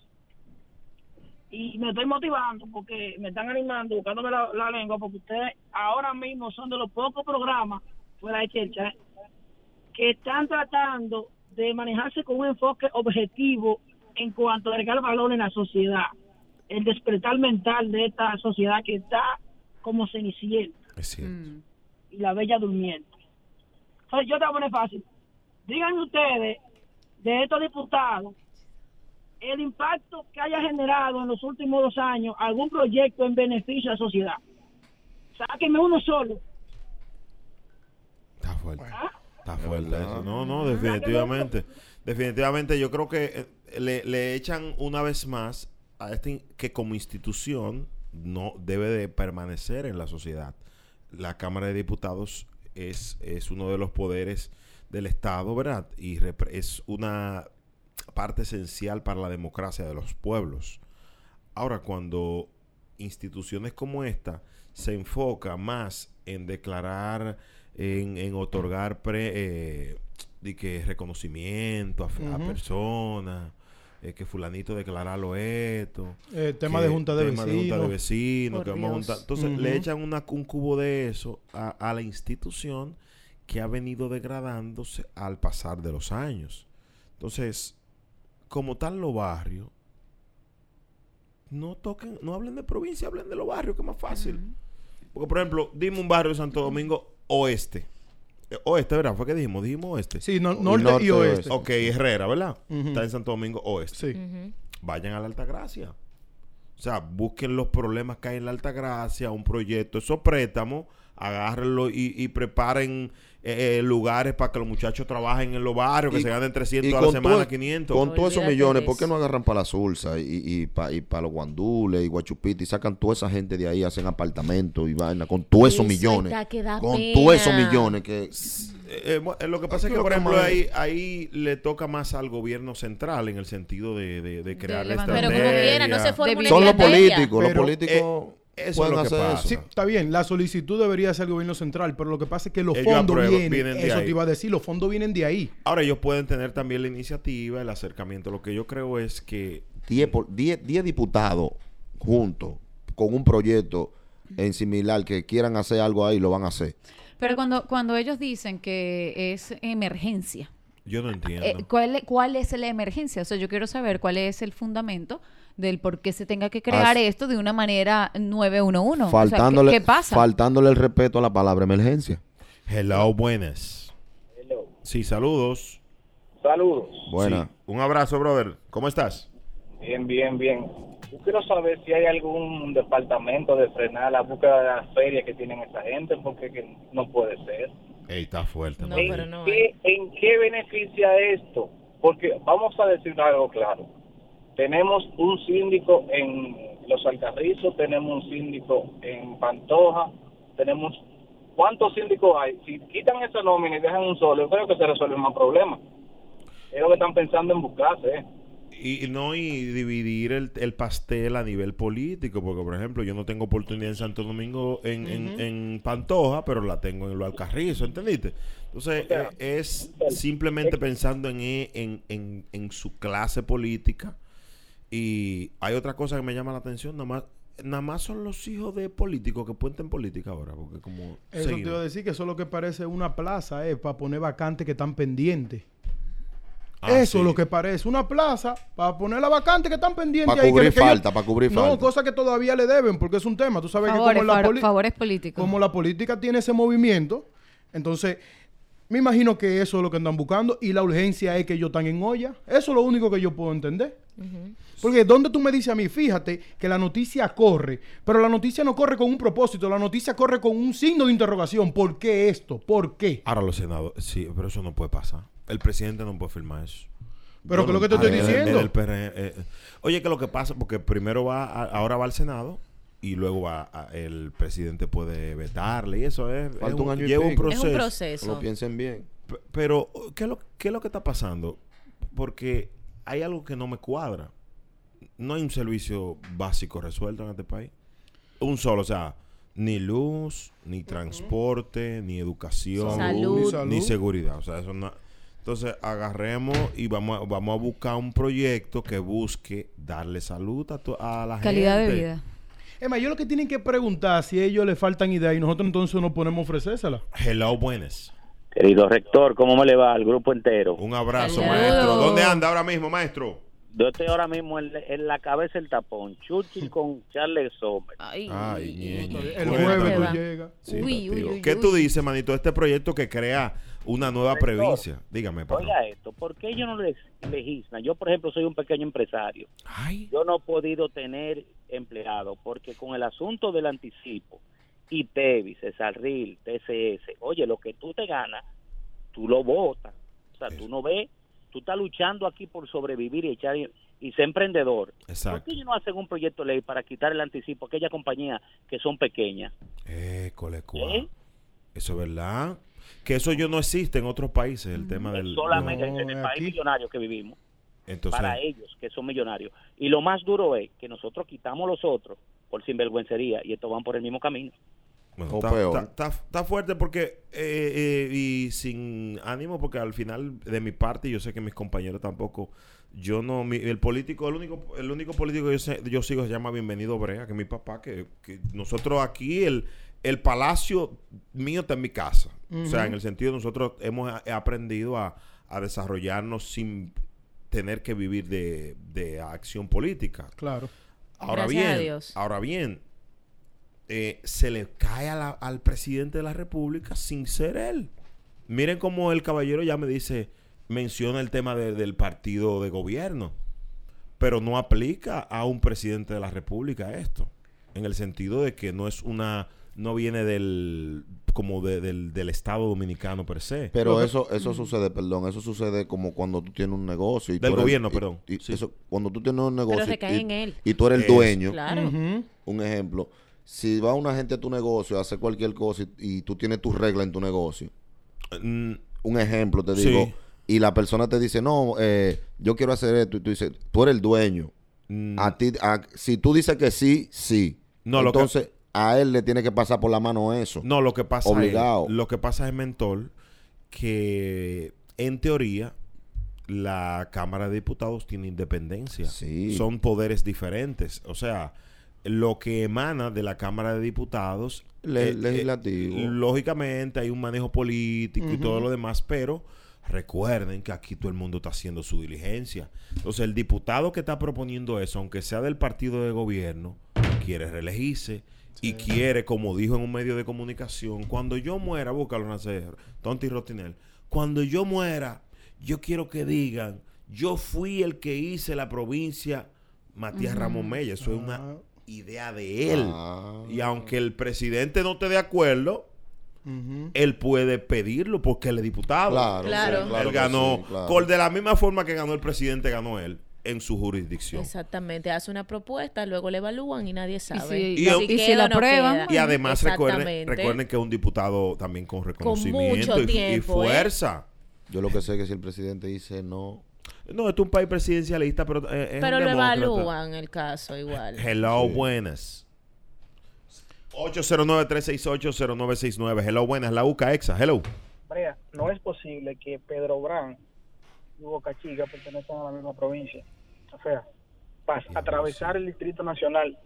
Speaker 11: Y me estoy motivando porque me están animando, buscándome la, la lengua, porque ustedes ahora mismo son de los pocos programas fuera de Chercha que están tratando de manejarse con un enfoque objetivo en cuanto a agregar valor en la sociedad. El despertar mental de esta sociedad que está como cenicienta.
Speaker 9: Es cierto.
Speaker 11: y la bella durmiente. Entonces yo te voy a poner fácil. Díganme ustedes de estos diputados el impacto que haya generado en los últimos dos años algún proyecto en beneficio a la sociedad. Sáquenme uno solo.
Speaker 9: Está fuerte. Está fuerte eso. No, no, definitivamente. Definitivamente yo creo que eh, le, le echan una vez más a este in- que como institución no debe de permanecer en la sociedad. La Cámara de Diputados es, es uno de los poderes del Estado, ¿verdad? Y repre- es una parte esencial para la democracia de los pueblos. Ahora, cuando instituciones como esta se enfoca más en declarar, en, en otorgar pre- eh, de que reconocimiento a, fe- a personas, eh, que fulanito declararlo esto.
Speaker 3: Eh, tema
Speaker 9: que
Speaker 3: de junta de
Speaker 9: tema junta de
Speaker 3: vecinos.
Speaker 9: vecinos,
Speaker 4: Por
Speaker 9: que vamos a
Speaker 4: Dios.
Speaker 9: juntar. Entonces le
Speaker 3: Ujú.
Speaker 9: echan una- un cubo de eso a, a la institución que ha venido degradándose al pasar de los años. Entonces, como están los barrios, no toquen, no hablen de provincia, hablen de los barrios, que es más fácil. Porque, por ejemplo, dime un barrio de Santo Domingo Oeste. Eh, Oeste, ¿verdad? Fue que dijimos, dijimos Oeste.
Speaker 3: Sí, no-
Speaker 2: Y
Speaker 3: norte,
Speaker 2: norte y
Speaker 3: y oeste.
Speaker 2: oeste.
Speaker 9: Ok, Herrera, ¿verdad?
Speaker 3: Ujú.
Speaker 9: Está en Santo Domingo Oeste
Speaker 3: Sí.
Speaker 4: Ujú.
Speaker 9: vayan a la Altagracia. O sea, busquen los problemas que hay en la Altagracia, un proyecto, esos préstamos, agárrenlo y, y preparen eh, eh, lugares para que los muchachos trabajen en los barrios, que
Speaker 2: Y-
Speaker 9: se ganen
Speaker 2: y
Speaker 9: 300 a la semana,
Speaker 2: todo-
Speaker 9: 500.
Speaker 2: Con todos esos
Speaker 4: Olvídate
Speaker 2: millones,
Speaker 4: de
Speaker 2: ¿por qué
Speaker 4: eso.
Speaker 2: no agarran para la Sursa y, y, para los guandules y guachupita y sacan toda esa gente de ahí, hacen apartamentos y vaina con todos
Speaker 4: Eso
Speaker 2: esos millones?
Speaker 4: está que da
Speaker 2: Con
Speaker 4: pena.
Speaker 2: todos esos millones que
Speaker 9: Eh, eh, bueno, eh, lo que pasa
Speaker 12: Aquí
Speaker 9: es que,
Speaker 12: lo
Speaker 9: por
Speaker 12: que
Speaker 9: ejemplo,
Speaker 12: más-
Speaker 9: ahí, ahí le toca más al gobierno central en el sentido de, de- de crear la
Speaker 4: levantar. Pero como quiera, no se forma una
Speaker 2: Son los
Speaker 4: estrategia.
Speaker 2: políticos, los
Speaker 3: Pero,
Speaker 2: políticos
Speaker 9: eh, eso
Speaker 2: pueden
Speaker 9: es lo que
Speaker 2: hacer
Speaker 9: pasa.
Speaker 2: eso.
Speaker 3: Sí, está bien, la solicitud debería ser el gobierno central, pero lo que pasa es que los
Speaker 9: Ellos
Speaker 3: fondos
Speaker 9: aprueban,
Speaker 3: vienen,
Speaker 9: vienen de
Speaker 3: eso
Speaker 9: ahí.
Speaker 3: te iba a decir, los fondos vienen de ahí.
Speaker 9: Ahora ellos pueden tener también la iniciativa, el acercamiento. Lo que yo creo es que
Speaker 2: 10 por- 10 10 diputados juntos con un proyecto en similar que quieran hacer algo ahí, lo van a hacer.
Speaker 1: Pero cuando, cuando ellos dicen que es emergencia,
Speaker 9: yo no entiendo.
Speaker 1: eh, ¿cuál, ¿cuál es la emergencia? O sea, yo quiero saber cuál es el fundamento del por qué se tenga que crear
Speaker 2: As-
Speaker 1: esto de una manera 911. O sea, ¿qué-
Speaker 2: faltándole,
Speaker 1: ¿qué, pasa?
Speaker 2: faltándole el respeto a la palabra emergencia.
Speaker 9: Hello, buenas. Sí, saludos.
Speaker 13: Saludos.
Speaker 2: Buena.
Speaker 9: Sí, Un abrazo, brother. ¿Cómo estás?
Speaker 13: Bien, bien, bien. Yo quiero saber si hay algún departamento de frenar la búsqueda de las ferias que tienen esta gente, porque que no puede ser.
Speaker 9: Ey, está fuerte.
Speaker 13: ¿En, qué, en qué beneficia esto? Porque vamos a decir algo claro. Tenemos un síndico en Los Alcarrizos, tenemos un síndico en Pantoja, tenemos... ¿Cuántos síndicos hay? Si quitan esa nómina y dejan un solo, yo creo que se resuelven más problemas. Es lo que están pensando en buscarse, ¿eh?
Speaker 9: Y, y no, y dividir el, el pastel a nivel político, porque por ejemplo yo no tengo oportunidad en Santo Domingo en, en- en Pantoja, pero la tengo en lo Alcarrizo, ¿entendiste? Entonces eh, es simplemente pensando en, e- en, en- en su clase política. Y hay otra cosa que me llama la atención, nada más, nada más son los hijos de políticos que puenten política ahora, porque como...
Speaker 3: Eso te
Speaker 9: seguimos.
Speaker 3: iba a decir que eso es lo que parece una plaza, eh, para poner vacantes que están pendientes.
Speaker 9: Ah,
Speaker 3: eso
Speaker 9: sí.
Speaker 3: es lo que parece, una plaza para poner las vacantes que están pendientes.
Speaker 2: Pa'
Speaker 3: ahí, que-
Speaker 2: cubrir
Speaker 3: que ellos-
Speaker 2: falta, pa' cubrir
Speaker 3: No,
Speaker 2: falta.
Speaker 3: cosas que todavía le deben, porque es un tema. Tú sabes
Speaker 1: Favores,
Speaker 3: que como la,
Speaker 1: favor-
Speaker 3: poli-
Speaker 1: favores políticos.
Speaker 3: como la política tiene ese movimiento, entonces me imagino que eso es lo que andan buscando y la urgencia es que ellos están en olla. Eso es lo único que yo puedo entender.
Speaker 1: Pues.
Speaker 3: Porque donde tú me dices a mí, fíjate que la noticia corre, pero la noticia no corre con un propósito, la noticia corre con un signo de interrogación. ¿Por qué esto? ¿Por qué?
Speaker 9: Ahora los senadores, sí, pero eso no puede pasar. El presidente no puede firmar eso.
Speaker 3: Pero
Speaker 9: Yo
Speaker 3: que lo que te estoy
Speaker 9: entiendo.
Speaker 3: diciendo.
Speaker 9: El PRM, eh, eh. oye, que lo que pasa, porque primero va, a- ahora va al Senado y luego va a- el presidente puede vetarle y eso es, es
Speaker 2: Falta un año y
Speaker 9: lleva un
Speaker 2: pico.
Speaker 9: proceso.
Speaker 4: Es un proceso.
Speaker 2: Lo piensen bien.
Speaker 9: P- Pero, ¿qué es, lo, ¿qué es lo que está pasando? Porque hay algo que no me cuadra. No hay un servicio básico resuelto en este país. Un solo, o sea, ni luz, ni transporte, ni educación,
Speaker 4: Salud.
Speaker 9: ni-
Speaker 4: Salud.
Speaker 9: ni seguridad. O sea, eso no- Entonces, agarremos y vamos a, vamos a buscar un proyecto que busque darle salud a, to- a la
Speaker 1: Calidad de
Speaker 9: gente.
Speaker 1: vida.
Speaker 3: Emma, yo lo que tienen que preguntar si a ellos les faltan ideas y nosotros entonces nos ponemos a ofrecérsela.
Speaker 9: Hello, buenas.
Speaker 14: Querido rector, ¿cómo me le va al grupo entero?
Speaker 9: Un abrazo, maestro. ¿Dónde anda ahora mismo, maestro?
Speaker 14: Yo estoy ahora mismo en, en la cabeza el tapón. Churchill con Charles Sommer.
Speaker 9: Ay, ñeñe.
Speaker 14: El
Speaker 9: Cuéntame.
Speaker 14: jueves tú llegas.
Speaker 9: Sí,
Speaker 14: Uy,
Speaker 9: testigo.
Speaker 14: uy, uy,
Speaker 9: ¿Qué
Speaker 14: uy.
Speaker 9: tú dices, manito? Este proyecto que crea una nueva
Speaker 14: Rector,
Speaker 9: provincia. Dígame, patrón.
Speaker 14: Oiga esto, ¿por qué yo no les legislan? Yo, por ejemplo, soy un pequeño empresario. Yo no he podido tener empleado porque con el asunto del anticipo, ITEVIS, Cesarril, TCS, oye, lo que tú te ganas, tú lo votas. O sea, tú no ves, tú estás luchando aquí por sobrevivir y echar y ser emprendedor. ¿Por
Speaker 9: Exacto.
Speaker 14: qué ellos no hacen un proyecto de ley para quitar el anticipo a aquellas compañías que son pequeñas?
Speaker 9: École, cua.
Speaker 14: ¿Eh?
Speaker 9: Eso es verdad. Que eso yo no existe en otros países, el tema del...
Speaker 14: Solamente
Speaker 9: No.
Speaker 14: en el país millonario que vivimos.
Speaker 9: Entonces,
Speaker 14: para ellos que son millonarios. Y lo más duro es que nosotros quitamos los otros por sinvergüencería y estos van por el mismo camino.
Speaker 9: bueno,
Speaker 14: O
Speaker 9: está,
Speaker 14: peor.
Speaker 9: está- está- está fuerte porque... eh, eh, y sin ánimo porque al final de mi parte, yo sé que mis compañeros tampoco... Yo no... mi- el político, el único el único político que yo, sé- yo sigo se llama Bienvenido Brea, que es mi papá, que, que nosotros aquí, el, el palacio mío está en mi casa. O sea,
Speaker 12: Ujú.
Speaker 9: en el sentido de nosotros hemos a- aprendido a, a desarrollarnos sin tener que vivir de, de acción política.
Speaker 3: Claro.
Speaker 9: Ahora
Speaker 4: Gracias a
Speaker 9: bien,
Speaker 4: Dios.
Speaker 9: ahora bien, eh, se le cae a la- al presidente de la República sin ser él. Miren cómo el caballero ya me dice, menciona el tema de- del partido de gobierno, pero no aplica a un presidente de la República esto, en el sentido de que no es una, no viene del, como de- del, del Estado dominicano per se.
Speaker 2: Pero eso eso
Speaker 4: Mm.
Speaker 2: sucede, perdón, eso sucede como cuando tú tienes un negocio. Y
Speaker 9: Del
Speaker 2: tú eres-
Speaker 9: gobierno,
Speaker 2: y-
Speaker 9: perdón.
Speaker 2: y eso, cuando tú tienes un negocio
Speaker 4: Pero recae
Speaker 2: y,
Speaker 4: en él.
Speaker 2: y tú eres el
Speaker 9: Eso.
Speaker 2: dueño.
Speaker 4: Claro.
Speaker 2: Un ejemplo. Si va una gente a tu negocio a hacer cualquier cosa y, y tú tienes tus reglas en tu negocio, un ejemplo, te
Speaker 9: Mm. Sí.
Speaker 2: digo, y la persona te dice, no, eh, yo quiero hacer esto, y tú dices, tú eres el dueño. A ti, a- si tú dices que sí, sí.
Speaker 9: Mm. No, lo que-
Speaker 2: Entonces, a él le tiene que pasar por la mano eso.
Speaker 9: No, lo que pasa
Speaker 2: Obligado.
Speaker 9: es. Lo que pasa es, mentor, que en teoría la Cámara de Diputados tiene independencia. Son poderes diferentes. O sea, lo que emana de la Cámara de Diputados. eh,
Speaker 2: Le- legislativo.
Speaker 9: lógicamente hay un manejo político y
Speaker 2: Ujú.
Speaker 9: todo lo demás, pero. Recuerden que aquí todo el mundo está haciendo su diligencia. Entonces, el diputado que está proponiendo eso, aunque sea del partido de gobierno, quiere reelegirse y quiere, como dijo en un medio de comunicación, cuando yo muera, búscalo, Nacer, Tonti Rotinel, cuando yo muera, yo quiero que digan, yo fui el que hice la provincia Matías
Speaker 3: Ujú.
Speaker 9: Ramón Mella. Eso es una idea de él. Y aunque el presidente no esté de acuerdo, él puede pedirlo porque él es diputado.
Speaker 2: Claro, Claro. sí, claro
Speaker 9: él
Speaker 2: que
Speaker 9: ganó.
Speaker 2: sí, claro.
Speaker 9: con- de la misma forma que ganó el presidente, ganó él en su jurisdicción.
Speaker 4: Exactamente, hace una propuesta, luego la evalúan y nadie sabe.
Speaker 1: si- Pues, y si
Speaker 4: queda
Speaker 1: la
Speaker 4: o no
Speaker 1: aprueban,
Speaker 4: queda.
Speaker 9: Y además recuerden,
Speaker 4: Exactamente.
Speaker 9: recuerden que es un diputado también con reconocimiento
Speaker 4: mucho
Speaker 9: y- y,
Speaker 4: tiempo, ¿eh?
Speaker 9: fuerza.
Speaker 2: Yo lo que sé es que si el presidente dice no.
Speaker 9: No, esto es un país presidencialista, pero eh, es
Speaker 4: Pero
Speaker 9: un
Speaker 4: lo
Speaker 9: demócrata.
Speaker 4: evalúan el caso igual.
Speaker 9: Hello, buenas. 809-368-0969. Hello, buenas. La UCA EXA. Hello.
Speaker 11: Brea, no es posible que Pedro Brán y Boca Chica pertenezcan a la misma provincia. O sea, pas- atravesar el Distrito Nacional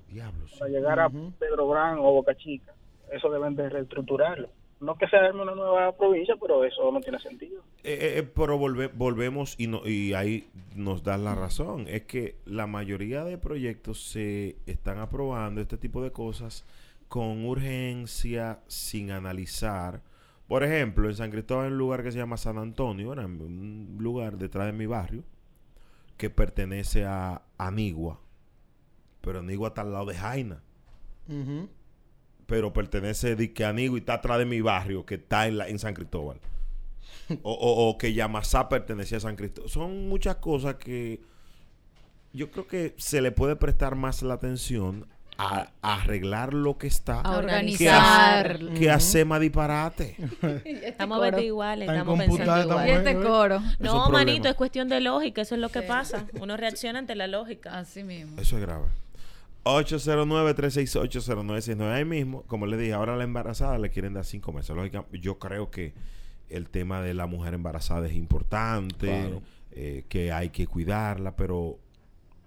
Speaker 11: para llegar a Pedro Brán o Boca Chica, eso deben de reestructurarlo. No que sea una nueva provincia, pero eso no tiene sentido.
Speaker 9: Eh, eh, eh, pero volve- volvemos y, no- y ahí nos das la razón. Es que la mayoría de proyectos se están aprobando este tipo de cosas con urgencia, sin analizar. Por ejemplo, en San Cristóbal hay un lugar que se llama San Antonio, era un lugar detrás de mi barrio, que pertenece a Anigua. Pero Anigua está al lado de Jaina
Speaker 3: Ujú.
Speaker 9: pero pertenece de que a Nigo y está atrás de mi barrio, que está en, la, en San Cristóbal. O, o- o que Yamasá pertenecía a San Cristóbal. Son muchas cosas que yo creo que se le puede prestar más la atención a, a arreglar lo que está.
Speaker 4: A
Speaker 9: Que, a-
Speaker 4: organizar.
Speaker 9: que
Speaker 4: Ujú.
Speaker 9: hacer más disparate.
Speaker 4: Estamos
Speaker 1: coro.
Speaker 4: vestidos iguales,
Speaker 9: Tan
Speaker 4: estamos
Speaker 9: computado,
Speaker 4: pensando
Speaker 9: estamos
Speaker 4: igual.
Speaker 9: Y este en- coro. Es un
Speaker 4: No,
Speaker 9: problema.
Speaker 4: manito, es cuestión de lógica, eso es lo que pasa. Uno reacciona ante la lógica.
Speaker 1: Así mismo.
Speaker 9: Eso es grave. 809-368-0969. Ahí mismo, como les dije, ahora a la embarazada le quieren dar cinco meses. Lógica, yo creo que el tema de la mujer embarazada es importante,
Speaker 2: Claro.
Speaker 9: eh, que hay que cuidarla, pero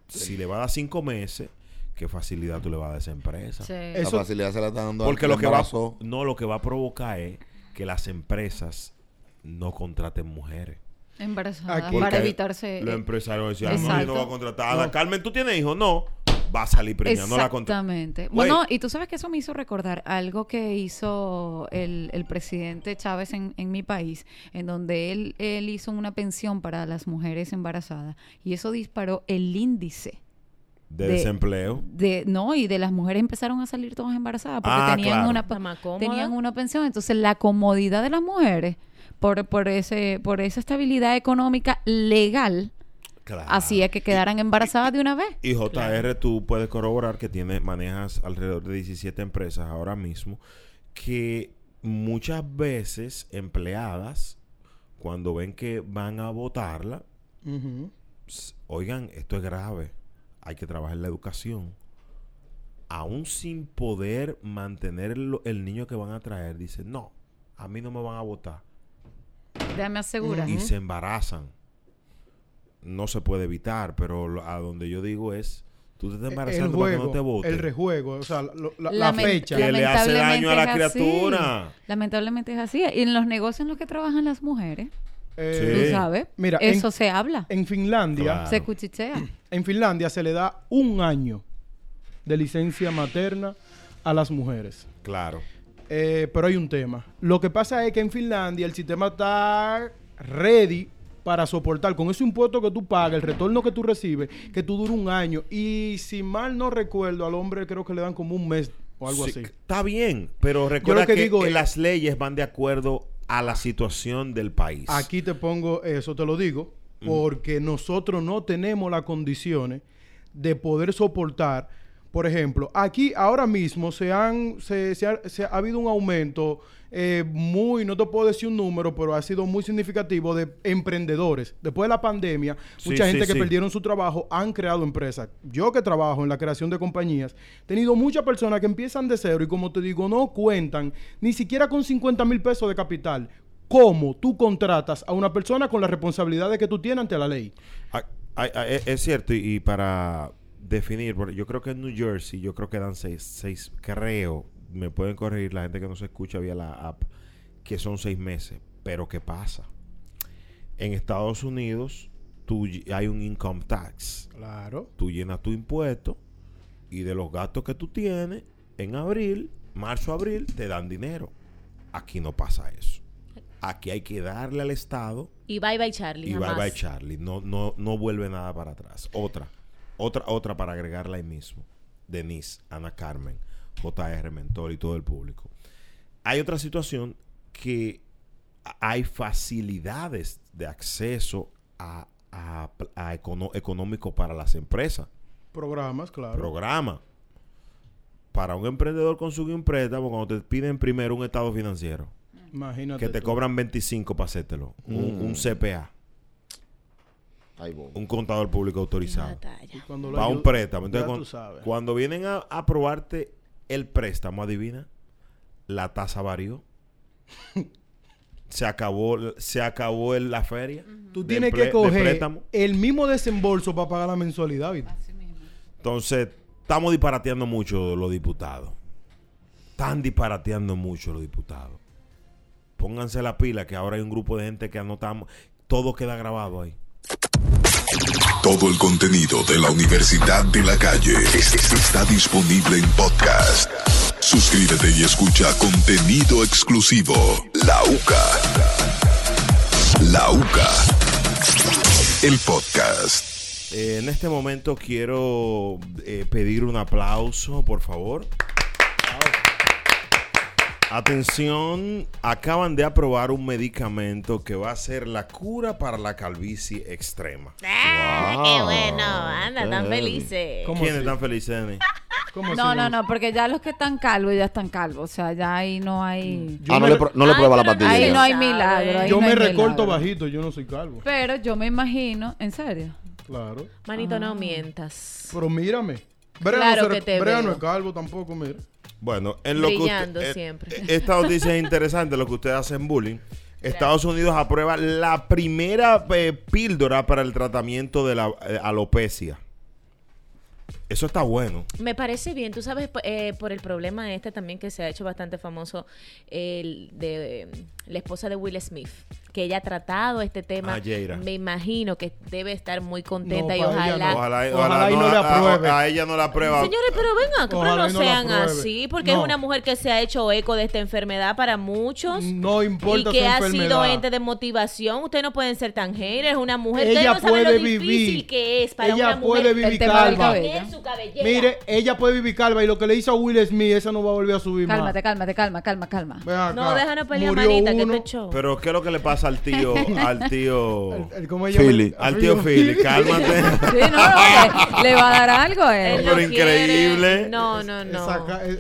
Speaker 9: si le va a dar cinco meses, ¿qué facilidad tú le vas a dar a esa empresa?
Speaker 2: Sí. La facilidad se la está dando al
Speaker 9: Porque
Speaker 2: que
Speaker 9: lo que va,
Speaker 2: embarazó.
Speaker 9: no, lo que va a provocar es que las empresas no contraten mujeres.
Speaker 1: Embarazada.
Speaker 9: Porque
Speaker 1: para evitarse.
Speaker 9: Los
Speaker 1: eh,
Speaker 9: empresarios decían, no, yo
Speaker 1: Exacto.
Speaker 9: no voy a contratar. Ana Carmen, ¿tú tienes hijos? No. Va a salir premiada. No la contrata.
Speaker 1: Exactamente.
Speaker 9: Güey.
Speaker 1: Bueno, y tú sabes que eso me hizo recordar algo que hizo el, el presidente Chávez en, en mi país, en donde él, él hizo una pensión para las mujeres embarazadas y eso disparó el índice.
Speaker 9: De,
Speaker 1: de-
Speaker 9: desempleo.
Speaker 1: De, no, y de las mujeres empezaron a salir todas embarazadas porque
Speaker 9: Ah,
Speaker 1: tenían,
Speaker 9: claro.
Speaker 1: una,
Speaker 4: La más cómoda.
Speaker 1: tenían una pensión. Entonces, la comodidad de las mujeres por, por, ese, por esa estabilidad económica legal
Speaker 9: Claro.
Speaker 1: hacía que quedaran embarazadas de una vez.
Speaker 9: Y JR, tú puedes corroborar que tiene, manejas alrededor de 17 empresas ahora mismo, que muchas veces empleadas, cuando ven que van a votarla,
Speaker 3: Ujú.
Speaker 9: s- oigan, esto es grave, hay que trabajar la educación. Aún sin poder mantener lo- el niño que van a traer, dicen, no, a mí no me van a votar.
Speaker 1: Déjame asegurar.
Speaker 9: y se embarazan. No se puede evitar, pero lo- a donde yo digo es, tú te estás
Speaker 3: E-, El
Speaker 9: embarazando para que
Speaker 3: juego,
Speaker 9: no te voten.
Speaker 3: el rejuego, o sea, lo- la, la
Speaker 1: Lament-
Speaker 3: fecha.
Speaker 9: Que le hace daño a la
Speaker 1: lamentablemente es así.
Speaker 9: criatura.
Speaker 1: Lamentablemente es así. Y en los negocios en los que trabajan las mujeres,
Speaker 3: Eh,
Speaker 1: tú sabes,
Speaker 3: Mira,
Speaker 1: eso
Speaker 3: en-
Speaker 1: se habla,
Speaker 3: En Finlandia,
Speaker 1: se cuchichea.
Speaker 3: en Finlandia se le da un año de licencia materna a las mujeres.
Speaker 9: Claro.
Speaker 3: Eh, pero hay un tema. Lo que pasa es que en Finlandia el sistema está ready para soportar con ese impuesto que tú pagas, el retorno que tú recibes, que tú dura un año. Y si mal no recuerdo, al hombre creo que le dan como un mes o algo
Speaker 9: Sí,
Speaker 3: así.
Speaker 9: Está bien, pero recuerda
Speaker 3: que
Speaker 9: que,
Speaker 3: digo
Speaker 9: que
Speaker 3: es-
Speaker 9: las leyes van de acuerdo a la situación del país.
Speaker 3: Aquí te pongo eso, te lo digo, porque nosotros no tenemos las condiciones de poder soportar Por ejemplo, aquí ahora mismo se han se, se ha, se ha habido un aumento eh, muy, no te puedo decir un número, pero ha sido muy significativo de emprendedores. Después de la pandemia,
Speaker 9: Sí,
Speaker 3: mucha
Speaker 9: sí,
Speaker 3: gente que
Speaker 9: sí.
Speaker 3: perdieron su trabajo han creado empresas. Yo que trabajo en la creación de compañías, he tenido muchas personas que empiezan de cero y como te digo, no cuentan ni siquiera con 50 mil pesos de capital. ¿Cómo tú contratas a una persona con las responsabilidades que tú tienes ante la ley?
Speaker 9: Ah, ah, ah, es, es cierto, y, y para definir, porque yo creo que en New Jersey, yo creo que dan seis, seis, creo, me pueden corregir la gente que no se escucha vía la app, que son seis meses. Pero ¿qué pasa? En Estados Unidos tú, ll- hay un income tax.
Speaker 3: Claro.
Speaker 9: Tú llenas tu impuesto y de los gastos que tú tienes, en abril, marzo, abril, te dan dinero. Aquí no pasa eso. Aquí hay que darle al Estado
Speaker 4: Y bye bye Charlie.
Speaker 9: y bye
Speaker 4: jamás.
Speaker 9: bye Charlie. No, no, no vuelve nada para atrás. Otra, otra, otra para agregarla ahí mismo. Denise, Ana Carmen, JR Mentor y todo el público. Hay otra situación que a- hay facilidades de acceso a, a pl- a econo- económico para las empresas.
Speaker 3: Programas, claro.
Speaker 9: Programa. Para un emprendedor con su préstamo, cuando te piden primero un estado financiero,
Speaker 3: Imagínate.
Speaker 9: que te
Speaker 3: tú.
Speaker 9: cobran 25 para hacértelo, un,
Speaker 3: Mm.
Speaker 9: un CPA. Un contador público autorizado.
Speaker 3: Y cuando lo
Speaker 9: Para
Speaker 3: ayu-
Speaker 9: un
Speaker 3: ya
Speaker 9: préstamo. Entonces,
Speaker 3: tú
Speaker 9: cuando,
Speaker 3: sabes.
Speaker 9: cuando vienen a a aprobarte el préstamo, adivina, la
Speaker 3: [laughs]
Speaker 9: tasa varió. se acabó, se acabó el- la feria.
Speaker 3: Tú
Speaker 9: de
Speaker 3: tienes
Speaker 9: emple-
Speaker 3: que
Speaker 9: de
Speaker 3: coger
Speaker 9: préstamo.
Speaker 3: el mismo desembolso para pagar la mensualidad. ¿viste?
Speaker 1: Ah,
Speaker 9: Entonces, estamos disparateando mucho los diputados. Están disparateando mucho los diputados. Pónganse la pila que ahora hay un grupo de gente que anotamos. Todo queda grabado ahí.
Speaker 7: Todo el contenido de la Universidad de la Calle es- es- está disponible en podcast. Suscríbete y escucha contenido exclusivo. La UCA. La UCA. El podcast.
Speaker 9: Eh, en este momento quiero eh, pedir un aplauso, por favor. Atención, acaban de aprobar un medicamento que va a ser la cura para la calvicie extrema.
Speaker 4: Ah, qué bueno. Anda, tan
Speaker 9: Dani.
Speaker 4: felices.
Speaker 9: ¿Quiénes están felices, Dani?
Speaker 1: No, no, no, porque ya los que están calvos ya están calvos. O sea, ya ahí no hay.
Speaker 2: Ah, no le, pro- no le prueba la pastilla.
Speaker 1: Ahí no hay milagro. ahí
Speaker 3: Yo
Speaker 1: no
Speaker 3: me
Speaker 1: hay
Speaker 3: recorto
Speaker 1: milagro.
Speaker 3: bajito, yo no soy calvo.
Speaker 1: Pero yo me imagino, ¿en serio?
Speaker 3: Claro.
Speaker 4: Manito, no
Speaker 1: Ah.
Speaker 4: mientas.
Speaker 3: Pero mírame. Brea no
Speaker 4: Claro
Speaker 3: se
Speaker 4: que
Speaker 3: re-
Speaker 4: te
Speaker 3: Brea
Speaker 4: veo.
Speaker 3: no es calvo tampoco, mira.
Speaker 9: Bueno, en lo que usted-
Speaker 4: Brillando
Speaker 9: eh,
Speaker 4: siempre.
Speaker 9: eh, esta noticia es interesante, lo que ustedes hacen bullying. Estados Unidos aprueba la primera eh, píldora para el tratamiento de la eh, alopecia. Eso está bueno.
Speaker 4: Me parece bien, tú sabes, po- eh, por el problema este también que se ha hecho bastante famoso, el de eh, la esposa de Will Smith, que ella ha tratado este tema.
Speaker 9: Ah, Jaira.
Speaker 4: Me imagino que debe estar muy contenta
Speaker 9: No,
Speaker 4: y
Speaker 9: pa' ella
Speaker 4: ojalá.
Speaker 9: no. Ojalá,
Speaker 3: Ojalá
Speaker 9: ojalá
Speaker 3: y
Speaker 9: no,
Speaker 3: no le
Speaker 9: a- a-
Speaker 3: apruebe.
Speaker 9: A, ella no la aprueba.
Speaker 4: Señores, pero venga, que
Speaker 3: Ah, Ojalá
Speaker 4: no
Speaker 3: y no la
Speaker 4: sean
Speaker 3: apruebe.
Speaker 4: así, porque
Speaker 3: No.
Speaker 4: es una mujer que se ha hecho eco de esta enfermedad para muchos.
Speaker 3: No importa
Speaker 4: y que
Speaker 3: su
Speaker 4: ha
Speaker 3: enfermedad.
Speaker 4: sido ente de motivación. Ustedes no pueden ser tan haters. Una mujer
Speaker 3: Ella
Speaker 4: Ustedes no saben
Speaker 3: puede
Speaker 4: lo difícil
Speaker 3: vivir.
Speaker 4: que es para una
Speaker 3: Ella
Speaker 4: mujer.
Speaker 3: puede vivir calva. [laughs]
Speaker 4: Tener su cabellera.
Speaker 3: Mire, ella puede vivir calva y lo que le hizo a Will Smith, esa no va a volver a subir más.
Speaker 1: Cálmate, cálmate, calma, calma, calma.
Speaker 3: Ven acá.
Speaker 4: no, déjanos pelear,
Speaker 3: Murió
Speaker 4: manita,
Speaker 3: uno.
Speaker 4: que te show.
Speaker 9: Pero ¿qué es lo que le pasa
Speaker 4: [laughs]
Speaker 9: al tío, al tío?
Speaker 3: El- el- ¿cómo se llama? Philly.
Speaker 9: Al tío Philly,
Speaker 3: [laughs]
Speaker 9: cálmate.
Speaker 1: Sí, no, le, le va a dar algo a él.
Speaker 9: Pero increíble.
Speaker 4: No, no, no.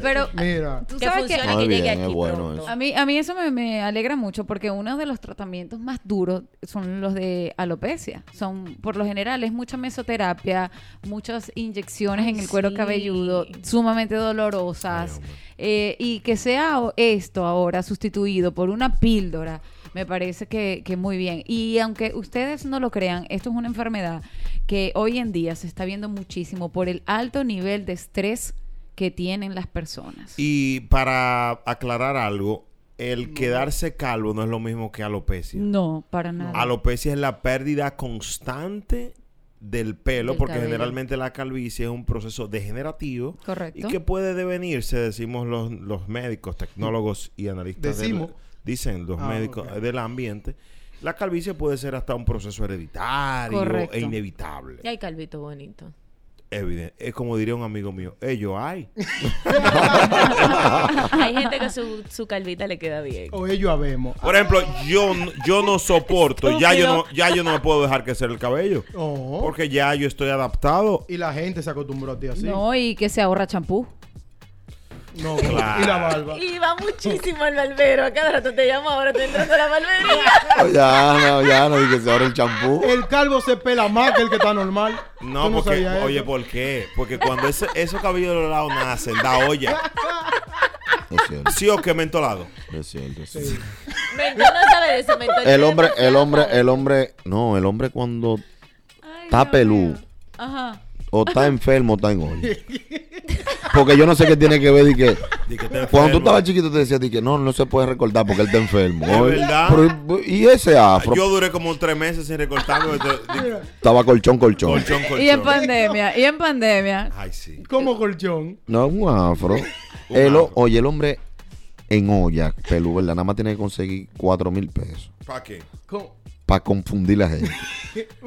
Speaker 1: Pero
Speaker 3: mira,
Speaker 1: tú
Speaker 4: que
Speaker 1: sabes que,
Speaker 4: funcione, que llegue aquí.
Speaker 2: Pues
Speaker 1: A mí, a mí eso me, me alegra mucho porque uno de los tratamientos más duros son los de alopecia. Son, por lo general, es mucha mesoterapia, muchas inyecciones en el cuero cabelludo, sumamente dolorosas. Eh, y que sea o- esto ahora sustituido por una píldora, me parece que, que muy bien. Y aunque ustedes no lo crean, esto es una enfermedad que hoy en día se está viendo muchísimo por el alto nivel de estrés que tienen las personas.
Speaker 9: Y para aclarar algo, el quedarse calvo no es lo mismo que alopecia.
Speaker 1: No, para nada.
Speaker 9: Alopecia es la pérdida constante del pelo,
Speaker 1: Del
Speaker 9: porque
Speaker 1: cabello.
Speaker 9: generalmente la calvicie es un proceso degenerativo
Speaker 1: Correcto.
Speaker 9: y que puede devenirse, decimos los, los médicos, tecnólogos y analistas. del-
Speaker 3: Decimos.
Speaker 9: dicen los
Speaker 3: Ah,
Speaker 9: médicos eh, del ambiente. La calvicie puede ser hasta un proceso hereditario
Speaker 4: Correcto.
Speaker 9: e inevitable.
Speaker 4: Y hay calvito bonito.
Speaker 9: evidente. Es como diría un amigo mío, ellos
Speaker 3: [laughs]
Speaker 9: hay.
Speaker 4: [laughs]
Speaker 9: [laughs]
Speaker 4: Hay gente que su, su calvita le queda bien.
Speaker 3: O ellos habemos.
Speaker 9: Por ejemplo, yo, n- yo no soporto, ya yo no,
Speaker 3: Estúpido.
Speaker 9: ya yo no me puedo dejar crecer
Speaker 3: [laughs]
Speaker 9: el cabello.
Speaker 3: No.
Speaker 9: Porque ya yo estoy adaptado.
Speaker 3: Y la gente se acostumbró a ti así.
Speaker 1: No, y que se ahorra champú.
Speaker 3: No,
Speaker 9: [laughs] Claro.
Speaker 3: Y la barba.
Speaker 4: Y va muchísimo al barbero. A cada rato te llamo, ahora estoy entrando a la barbería.
Speaker 3: [laughs]
Speaker 2: ya, no, ya, no dije ahora el champú.
Speaker 3: El calvo se pela más que el que está normal.
Speaker 9: No,
Speaker 3: Yo
Speaker 9: porque,
Speaker 3: sabía eso.
Speaker 9: oye, ¿por qué? Porque cuando ese, esos cabellos de los lados nacen, da olla. Sí o que mentolado.
Speaker 2: Es cierto,
Speaker 4: Mentol no sabe de eso, mentol.
Speaker 2: El hombre, el hombre, el hombre, no, el hombre cuando está peludo
Speaker 1: Ajá.
Speaker 2: o está enfermo o está en olla. Porque yo no sé qué tiene que ver. di que, cuando tú estabas chiquito te decía di que no, no se puede recortar porque él está enfermo.
Speaker 9: Es
Speaker 2: Oye,
Speaker 9: verdad.
Speaker 2: pero- y ese afro
Speaker 9: Yo duré como tres meses sin
Speaker 3: [laughs]
Speaker 9: recortarme. de-
Speaker 2: estaba colchón, colchón.
Speaker 9: Colchón,
Speaker 1: Y en pandemia, y en pandemia.
Speaker 9: Ay, sí.
Speaker 3: Como colchón.
Speaker 2: No,
Speaker 3: [laughs]
Speaker 2: un afro. El o- oye, el hombre en olla, pelú, ¿verdad? Nada más tiene que conseguir cuatro mil pesos.
Speaker 9: ¿Para qué?
Speaker 2: para confundir la
Speaker 3: [laughs]
Speaker 2: gente.